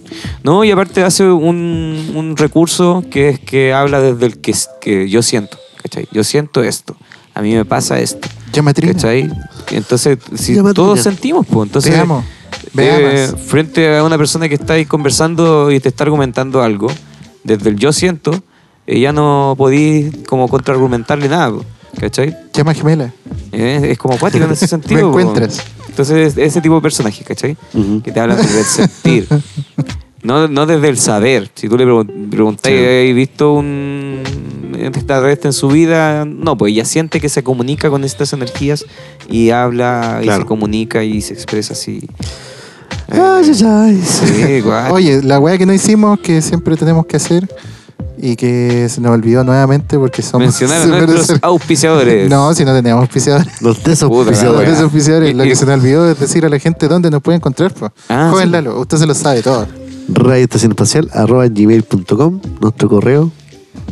Speaker 1: No, y aparte hace un, un recurso que es que habla desde el que, s- que yo siento, ¿cachai? Yo siento esto, a mí me pasa esto,
Speaker 3: Llamatrina.
Speaker 1: ¿cachai? Entonces, si
Speaker 2: Llamatrina.
Speaker 1: todos sentimos, pues entonces...
Speaker 3: Te amo.
Speaker 1: eh,
Speaker 3: Veamos.
Speaker 1: frente a una persona que está ahí conversando y te está argumentando algo, desde el yo siento, eh, ya no podís como contraargumentarle nada, po, ¿cachai?
Speaker 3: Llama gemela.
Speaker 1: Eh, es como acuático en ese sentido. po.
Speaker 3: encuentras.
Speaker 1: Entonces, ese tipo de personajes, ¿cachai?
Speaker 2: Ujú.
Speaker 1: Que te hablan desde el sentir. No, no desde el saber. Si tú le pregun- preguntáis,
Speaker 2: Sí.
Speaker 1: ¿hay visto un extraterrestre en su vida? No, pues ella siente que se comunica con estas energías y habla y
Speaker 2: Claro.
Speaker 1: se comunica y se expresa así. Eh,
Speaker 2: Ay, ay, ay.
Speaker 1: Sí, guau.
Speaker 3: Oye, la weá que no hicimos, que siempre tenemos que hacer y que se nos olvidó nuevamente porque somos.
Speaker 1: Mencionar a
Speaker 3: se merece-
Speaker 1: nuestros auspiciadores.
Speaker 3: No, si no teníamos auspiciadores.
Speaker 2: Los
Speaker 1: Puta la
Speaker 3: Por
Speaker 1: wea.
Speaker 2: desauspiciadores.
Speaker 3: eso, oficiales, lo
Speaker 1: Y-
Speaker 3: que
Speaker 1: y-
Speaker 3: se nos olvidó es decir a la gente dónde nos puede encontrar. Pues.
Speaker 1: Ah,
Speaker 3: Joven
Speaker 1: sí.
Speaker 3: Lalo, usted se lo sabe todo.
Speaker 2: Radio Estación Espacial, arroba gmail.com, nuestro correo.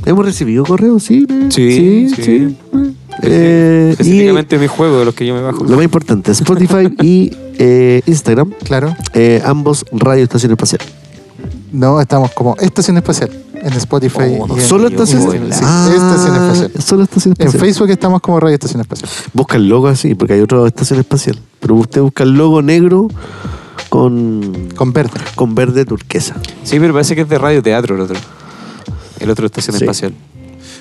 Speaker 2: ¿Hemos recibido correos? Sí, eh,
Speaker 1: Sí, sí.
Speaker 2: Eh, y
Speaker 1: Específicamente mi juego, de los que yo me bajo.
Speaker 2: lo más importante, Spotify y eh, Instagram,
Speaker 3: Claro.
Speaker 2: eh, ambos Radio Estación Espacial.
Speaker 3: No, estamos como Estación Espacial en Spotify.
Speaker 1: Oh,
Speaker 3: y en-
Speaker 2: ¿Solo
Speaker 1: yo
Speaker 2: Estación
Speaker 1: voy
Speaker 2: Espacial?
Speaker 1: la-
Speaker 3: Sí, Estación Espacial.
Speaker 2: Solo Estación
Speaker 3: En
Speaker 2: Espacial.
Speaker 3: Facebook estamos como Radio Estación Espacial.
Speaker 2: Busca el logo así, porque hay otra Estación Espacial. Pero usted busca el logo negro con,
Speaker 3: Con verde.
Speaker 2: con verde turquesa.
Speaker 1: Sí, pero parece que es de radio teatro el otro. El otro estación
Speaker 2: Sí.
Speaker 1: espacial.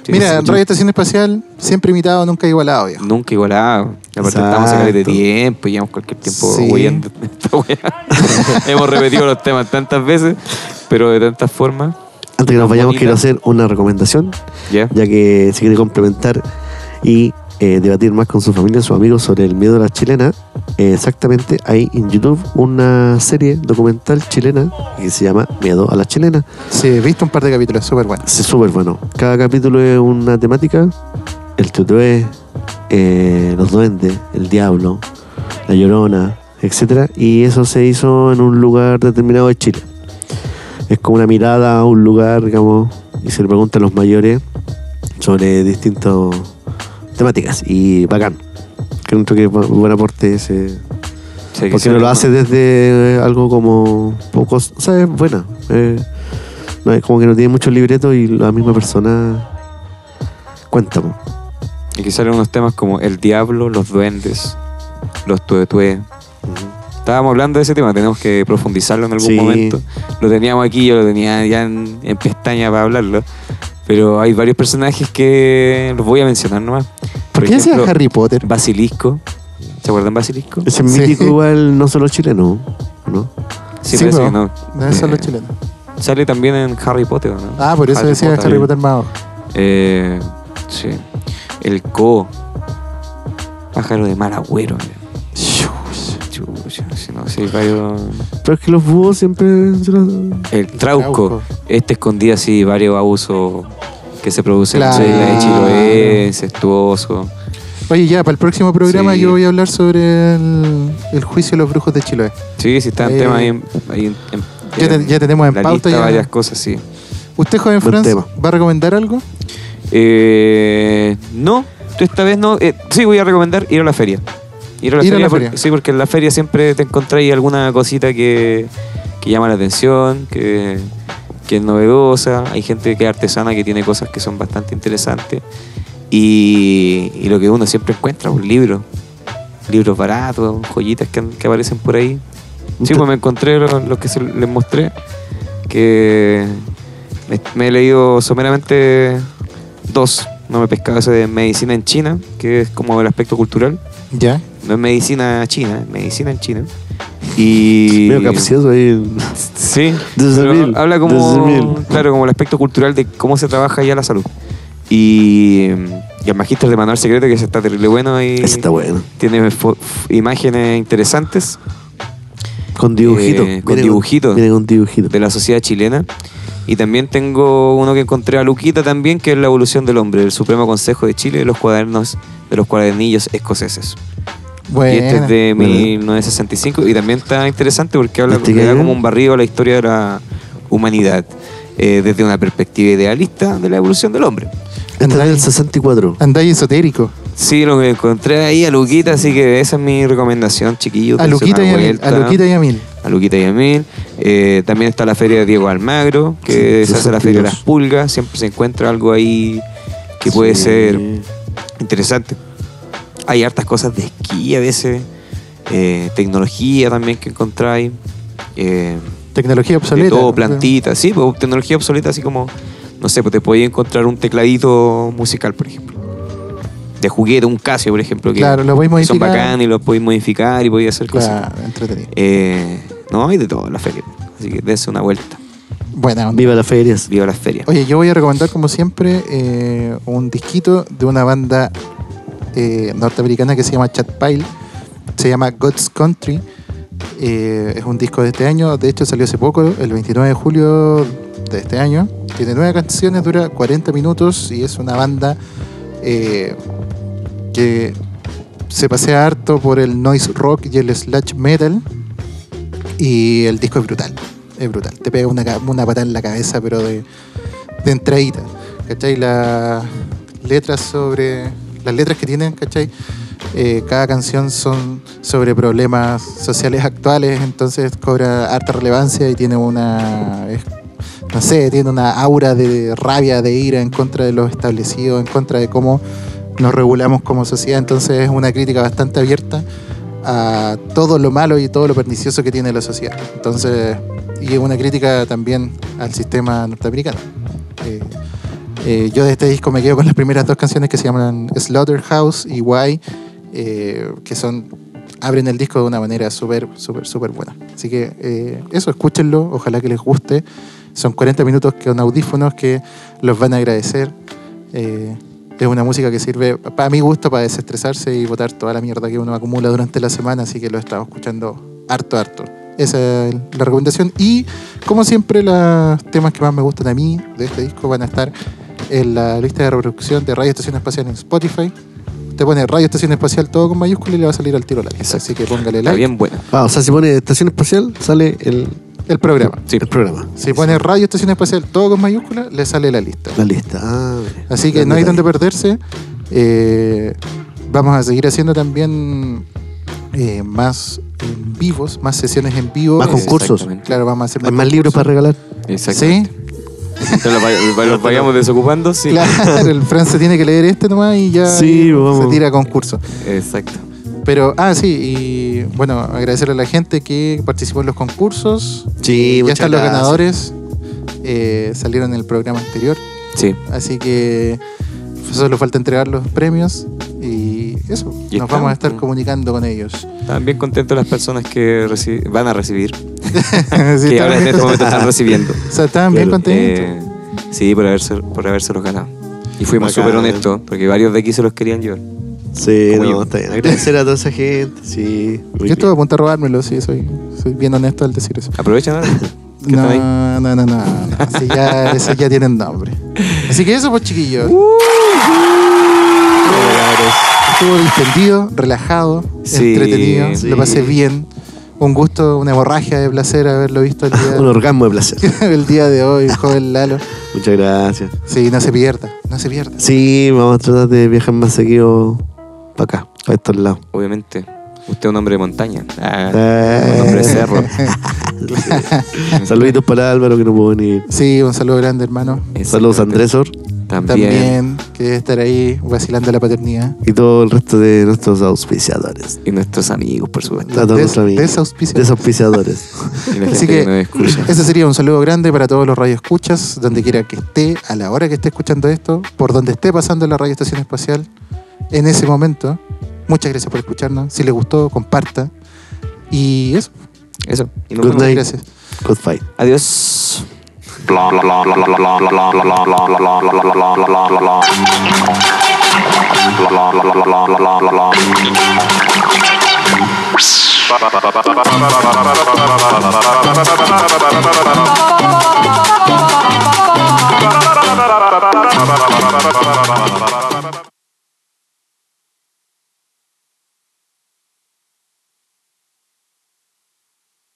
Speaker 1: Sí,
Speaker 3: Mira,
Speaker 1: sí,
Speaker 3: Radio Estación Espacial, siempre imitado, nunca igualado, viejo.
Speaker 1: Nunca igualado. Aparte estamos
Speaker 2: Exacto.
Speaker 1: acá de tiempo, llevamos cualquier tiempo
Speaker 3: Sí.
Speaker 1: huyendo de esta wea. Hemos repetido los temas tantas veces, pero de tantas formas.
Speaker 2: Antes que nos
Speaker 1: Más
Speaker 2: vayamos,
Speaker 1: bonita.
Speaker 2: quiero hacer una recomendación
Speaker 1: Ya.
Speaker 2: ya que si quiere complementar y eh, debatir más con su familia, sus amigos sobre el miedo a la chilena, eh, exactamente hay en YouTube una serie documental chilena que se llama Miedo a la chilena.
Speaker 3: Sí, he visto un par de capítulos, súper bueno.
Speaker 2: Es súper bueno. Cada capítulo es una temática. El tuto es eh, los duendes, el diablo, la llorona, etcétera Y eso se hizo en un lugar determinado de Chile. Es como una mirada a un lugar, digamos, y se le pregunta a los mayores sobre distintas temáticas. Y bacán. Creo que es un buen aporte ese.
Speaker 1: Sí, que
Speaker 2: Porque
Speaker 1: se-
Speaker 2: no lo hace desde eh, algo como pocos. O sea, es buena. eh, no es como que no tiene muchos libretos y la misma persona cuenta. po.
Speaker 1: Y que salen unos temas como El Diablo, Los Duendes, Los Tuetue. Estábamos hablando de ese tema, tenemos que profundizarlo en algún
Speaker 2: Sí.
Speaker 1: momento. Lo teníamos aquí, yo lo tenía ya en, en pestaña para hablarlo. Pero hay varios personajes que los voy a mencionar nomás.
Speaker 3: ¿Por qué decías Harry Potter?
Speaker 1: Basilisco. ¿Se acuerdan Basilisco?
Speaker 2: Ese
Speaker 3: Sí.
Speaker 2: mítico igual no solo chileno, ¿no?
Speaker 1: Sí, parece que
Speaker 3: pero
Speaker 1: no.
Speaker 3: Debe ser
Speaker 1: Eh,
Speaker 3: los chilenos.
Speaker 1: Sale también en Harry Potter, ¿no?
Speaker 3: Ah, por eso decía Harry Potter más abajo.
Speaker 1: Eh, sí. El Co. Pájaro de mal agüero. mira. Chucha, si no, si hay varios-
Speaker 2: Pero es que los búhos siempre se los-
Speaker 1: El trauco.
Speaker 3: Trauco.
Speaker 1: Este escondía así varios abusos que se producen
Speaker 3: Claro.
Speaker 1: en la isla de Chiloé, incestuoso.
Speaker 3: Oye, ya, para el próximo programa
Speaker 1: Sí.
Speaker 3: yo voy a hablar sobre el, el juicio de los brujos de Chiloé.
Speaker 1: Sí, sí, está en
Speaker 3: Eh,
Speaker 1: tema ahí. en- ahí en- en-
Speaker 3: ya te- ya tenemos en
Speaker 1: la lista
Speaker 3: pauta ya.
Speaker 1: varias cosas, sí.
Speaker 3: ¿Usted, joven
Speaker 2: Buen
Speaker 3: Franz,
Speaker 2: tema.
Speaker 3: va a recomendar algo?
Speaker 1: Eh, no, esta vez no. Eh, sí, voy a recomendar ir a la feria. Ir a la,
Speaker 3: Ir a
Speaker 1: feria,
Speaker 3: la
Speaker 1: por-
Speaker 3: feria.
Speaker 1: Sí, porque en la feria siempre te encontráis alguna cosita que, que llama la atención, que, que es novedosa. Hay gente que es artesana que tiene cosas que son bastante interesantes. Y, y lo que uno siempre encuentra, un libro. Libros baratos, joyitas que, que aparecen por ahí. Sí, pues me encontré lo- los que se les mostré, que me, me he leído someramente dos. No me pescaba ese de medicina en China, que es como el aspecto cultural.
Speaker 3: Ya.
Speaker 1: No es medicina china, es medicina en China. Y...
Speaker 2: medio capcioso ahí.
Speaker 1: Sí,
Speaker 2: Desde
Speaker 1: pero
Speaker 2: mil,
Speaker 1: habla como,
Speaker 2: desde mil.
Speaker 1: claro, como el aspecto cultural de cómo se trabaja ya la salud. Y, y el magíster de Manual Secreto, que ese está terrible bueno y
Speaker 2: Ese está bueno.
Speaker 1: tiene fo- f- imágenes interesantes.
Speaker 2: Con dibujitos.
Speaker 1: Eh, con
Speaker 2: Viene
Speaker 1: dibujitos.
Speaker 2: Viene con dibujitos.
Speaker 1: de la sociedad chilena. Y también tengo uno que encontré a Luquita también, que es la evolución del hombre, del Supremo Consejo de Chile, de los cuadernos, de los cuadernillos escoceses.
Speaker 3: Bueno. Este
Speaker 1: Y este es de
Speaker 2: Bueno.
Speaker 1: 1965 y también está interesante porque habla,
Speaker 2: ¿Viste
Speaker 1: le
Speaker 2: que
Speaker 1: da
Speaker 2: hay?
Speaker 1: como un barrido a la historia de la humanidad, eh, desde una perspectiva idealista de la evolución del hombre.
Speaker 2: Entra Este en el 64.
Speaker 3: Andáis esotérico.
Speaker 1: Sí, lo que encontré ahí a Luquita, así que esa es mi recomendación, chiquillos.
Speaker 3: A
Speaker 1: dense
Speaker 3: Luquita,
Speaker 1: una
Speaker 3: y a, Mil,
Speaker 1: vuelta
Speaker 3: a Luquita y a Mil.
Speaker 1: a Luquita y a Mil. Eh, también está la feria de Diego Almagro, que
Speaker 2: Sí,
Speaker 1: se hace la feria de las
Speaker 2: 62.
Speaker 1: pulgas. Siempre se encuentra algo ahí que puede
Speaker 2: Sí.
Speaker 1: ser interesante. Hay hartas cosas de esquí a veces, eh, tecnología también que encontráis. Eh,
Speaker 3: Tecnología obsoleta.
Speaker 1: de todo, plantitas, sí, pues, tecnología obsoleta, así como, no sé, pues te podías encontrar un tecladito musical, por ejemplo. De juguete, un Casio, por ejemplo, que,
Speaker 3: Claro, lo podéis
Speaker 1: que son
Speaker 3: modificar.
Speaker 1: bacán y lo podéis modificar y podéis hacer cosas.
Speaker 3: Claro, entretenido.
Speaker 1: Eh, no, hay de todo en la feria. Así que dense una vuelta.
Speaker 3: Buena onda.
Speaker 2: Viva las ferias.
Speaker 1: Viva las ferias.
Speaker 3: Oye, yo voy a recomendar, como siempre, eh, un disquito de una banda eh, norteamericana que se llama Chat Pile. Se llama God's Country. Eh, es un disco de este año. De hecho, salió hace poco, el 29 de julio de este año. Tiene nueve canciones, dura 40 minutos y es una banda eh, que se pasea harto por el noise rock y el slash metal. Y el disco es brutal. Es brutal. Te pega una, ca- una patada en la cabeza, pero de, de entradita. ¿Cachai? Las letras sobre. Las letras que tienen, ¿cachai? Eh, cada canción son sobre problemas sociales actuales, entonces cobra harta relevancia y tiene una. es- no sé, tiene una aura de rabia, de ira en contra de lo establecido, en contra de cómo nos regulamos como sociedad. Entonces es una crítica bastante abierta a todo lo malo y todo lo pernicioso que tiene la sociedad. Entonces, y es una crítica también al sistema norteamericano. Eh, eh, yo de este disco me quedo con las primeras dos canciones que se llaman Slaughterhouse y Why, eh, que son abren el disco de una manera súper, súper, súper buena. Así que eh, eso, escúchenlo, ojalá que les guste. Son 40 minutos con audífonos que los van a agradecer. Eh, es una música que sirve, para mi gusto, para desestresarse y botar toda la mierda que uno acumula durante la semana, así que lo he estado escuchando harto, harto. Esa es la recomendación. Y como siempre, los temas que más me gustan a mí de este disco van a estar en la lista de reproducción de Radio Estación Espacial en Spotify. Te pone Radio Estación Espacial todo con mayúscula y le va a salir al tiro la lista.
Speaker 1: Exacto.
Speaker 3: Así que póngale
Speaker 1: Está
Speaker 3: like.
Speaker 1: bien buena.
Speaker 2: Ah, o sea, si pone estación espacial, sale el,
Speaker 3: El programa.
Speaker 1: Sí.
Speaker 2: El programa.
Speaker 3: Si pone radio estación espacial todo con mayúsculas, le sale la lista.
Speaker 2: La lista. Ah, mira.
Speaker 3: Así que
Speaker 2: Gran
Speaker 3: no hay
Speaker 2: detalle.
Speaker 3: donde perderse. Eh, vamos a seguir haciendo también eh, más en vivos, más sesiones en vivo.
Speaker 2: Más
Speaker 3: Eh,
Speaker 2: concursos.
Speaker 1: exactamente.
Speaker 3: Claro, vamos a hacer
Speaker 2: Hay más libros para regalar.
Speaker 3: Sí,
Speaker 1: Exactamente. Entonces los, vay- los vayamos desocupando, sí.
Speaker 3: claro, el Fran se tiene que leer este nomás y ya
Speaker 2: Sí, vamos.
Speaker 3: se tira a concurso.
Speaker 1: Exacto.
Speaker 3: Pero, ah, sí, y bueno, agradecerle a la gente que participó en los concursos.
Speaker 2: Sí,
Speaker 3: ya
Speaker 2: muchas
Speaker 3: están los
Speaker 2: gracias.
Speaker 3: ganadores. Eh, salieron en el programa anterior.
Speaker 1: Sí.
Speaker 3: Así que solo falta entregar los premios y
Speaker 1: Y
Speaker 3: eso.
Speaker 1: Mm.
Speaker 3: nos
Speaker 1: estamos,
Speaker 3: vamos a estar
Speaker 1: ¿no?
Speaker 3: comunicando con ellos.
Speaker 1: Están bien contentos las personas que reci- van a recibir,
Speaker 3: Sí,
Speaker 1: que ahora en
Speaker 3: estaban bien
Speaker 1: este
Speaker 3: contentos.
Speaker 1: momento están recibiendo.
Speaker 3: O sea, estaban bien
Speaker 2: Claro,
Speaker 3: contentos.
Speaker 1: Eh, sí, por haberse, por habérselos ganado. Y fuimos
Speaker 2: Bacán.
Speaker 1: súper honestos, porque varios de aquí se los querían llevar.
Speaker 2: Sí,
Speaker 1: Como
Speaker 2: no,
Speaker 1: yo.
Speaker 2: está bien. Agradecer a toda esa gente. Sí. muy
Speaker 3: Yo estuve a
Speaker 2: bien.
Speaker 3: punto de robármelo, sí, soy, soy bien honesto al decir eso.
Speaker 1: Aprovechan ahora. Ah, ¿Qué
Speaker 3: No,
Speaker 1: están ahí?
Speaker 3: no, no, no, no. Sí, ya, eso ya tienen nombre. Así que eso, pues, chiquillos.
Speaker 1: Uh.
Speaker 3: Estuvo distendido, relajado,
Speaker 1: Sí,
Speaker 3: entretenido.
Speaker 2: sí.
Speaker 3: Lo pasé bien. Un gusto, una hemorragia de placer haberlo visto el
Speaker 2: Un
Speaker 3: día,
Speaker 2: orgasmo de placer.
Speaker 3: el día de hoy, joven Lalo.
Speaker 2: Muchas gracias.
Speaker 3: Sí, no se pierda, no se pierda.
Speaker 2: Sí, vamos a tratar de viajar más seguido para acá, para estos lados.
Speaker 1: Obviamente. Usted es un hombre de montaña. Ah, un hombre de
Speaker 2: Eh,
Speaker 1: cerro.
Speaker 2: saluditos para Álvaro que no pudo venir.
Speaker 3: Sí, un saludo grande, hermano.
Speaker 2: Saludos a Andresor
Speaker 1: También.
Speaker 3: También, que debe estar ahí vacilando la paternidad.
Speaker 2: y todo el resto de nuestros auspiciadores.
Speaker 1: Y nuestros amigos, por supuesto.
Speaker 2: A todos
Speaker 3: Des-
Speaker 2: nuestros amigos.
Speaker 3: desauspiciadores.
Speaker 2: Desauspiciadores.
Speaker 1: Y la gente
Speaker 3: Así
Speaker 1: que,
Speaker 3: que-
Speaker 1: nos escucha.
Speaker 3: Ese sería un saludo grande para todos los radioescuchas, donde quiera que esté, a la hora que esté escuchando esto, por donde esté pasando la radio estación espacial, en ese momento. Muchas gracias por escucharnos. Si les gustó, comparta. Y eso,
Speaker 1: Eso. Y nos
Speaker 2: Good
Speaker 1: vemos.
Speaker 2: night.
Speaker 3: gracias.
Speaker 2: Good fight.
Speaker 1: Adiós.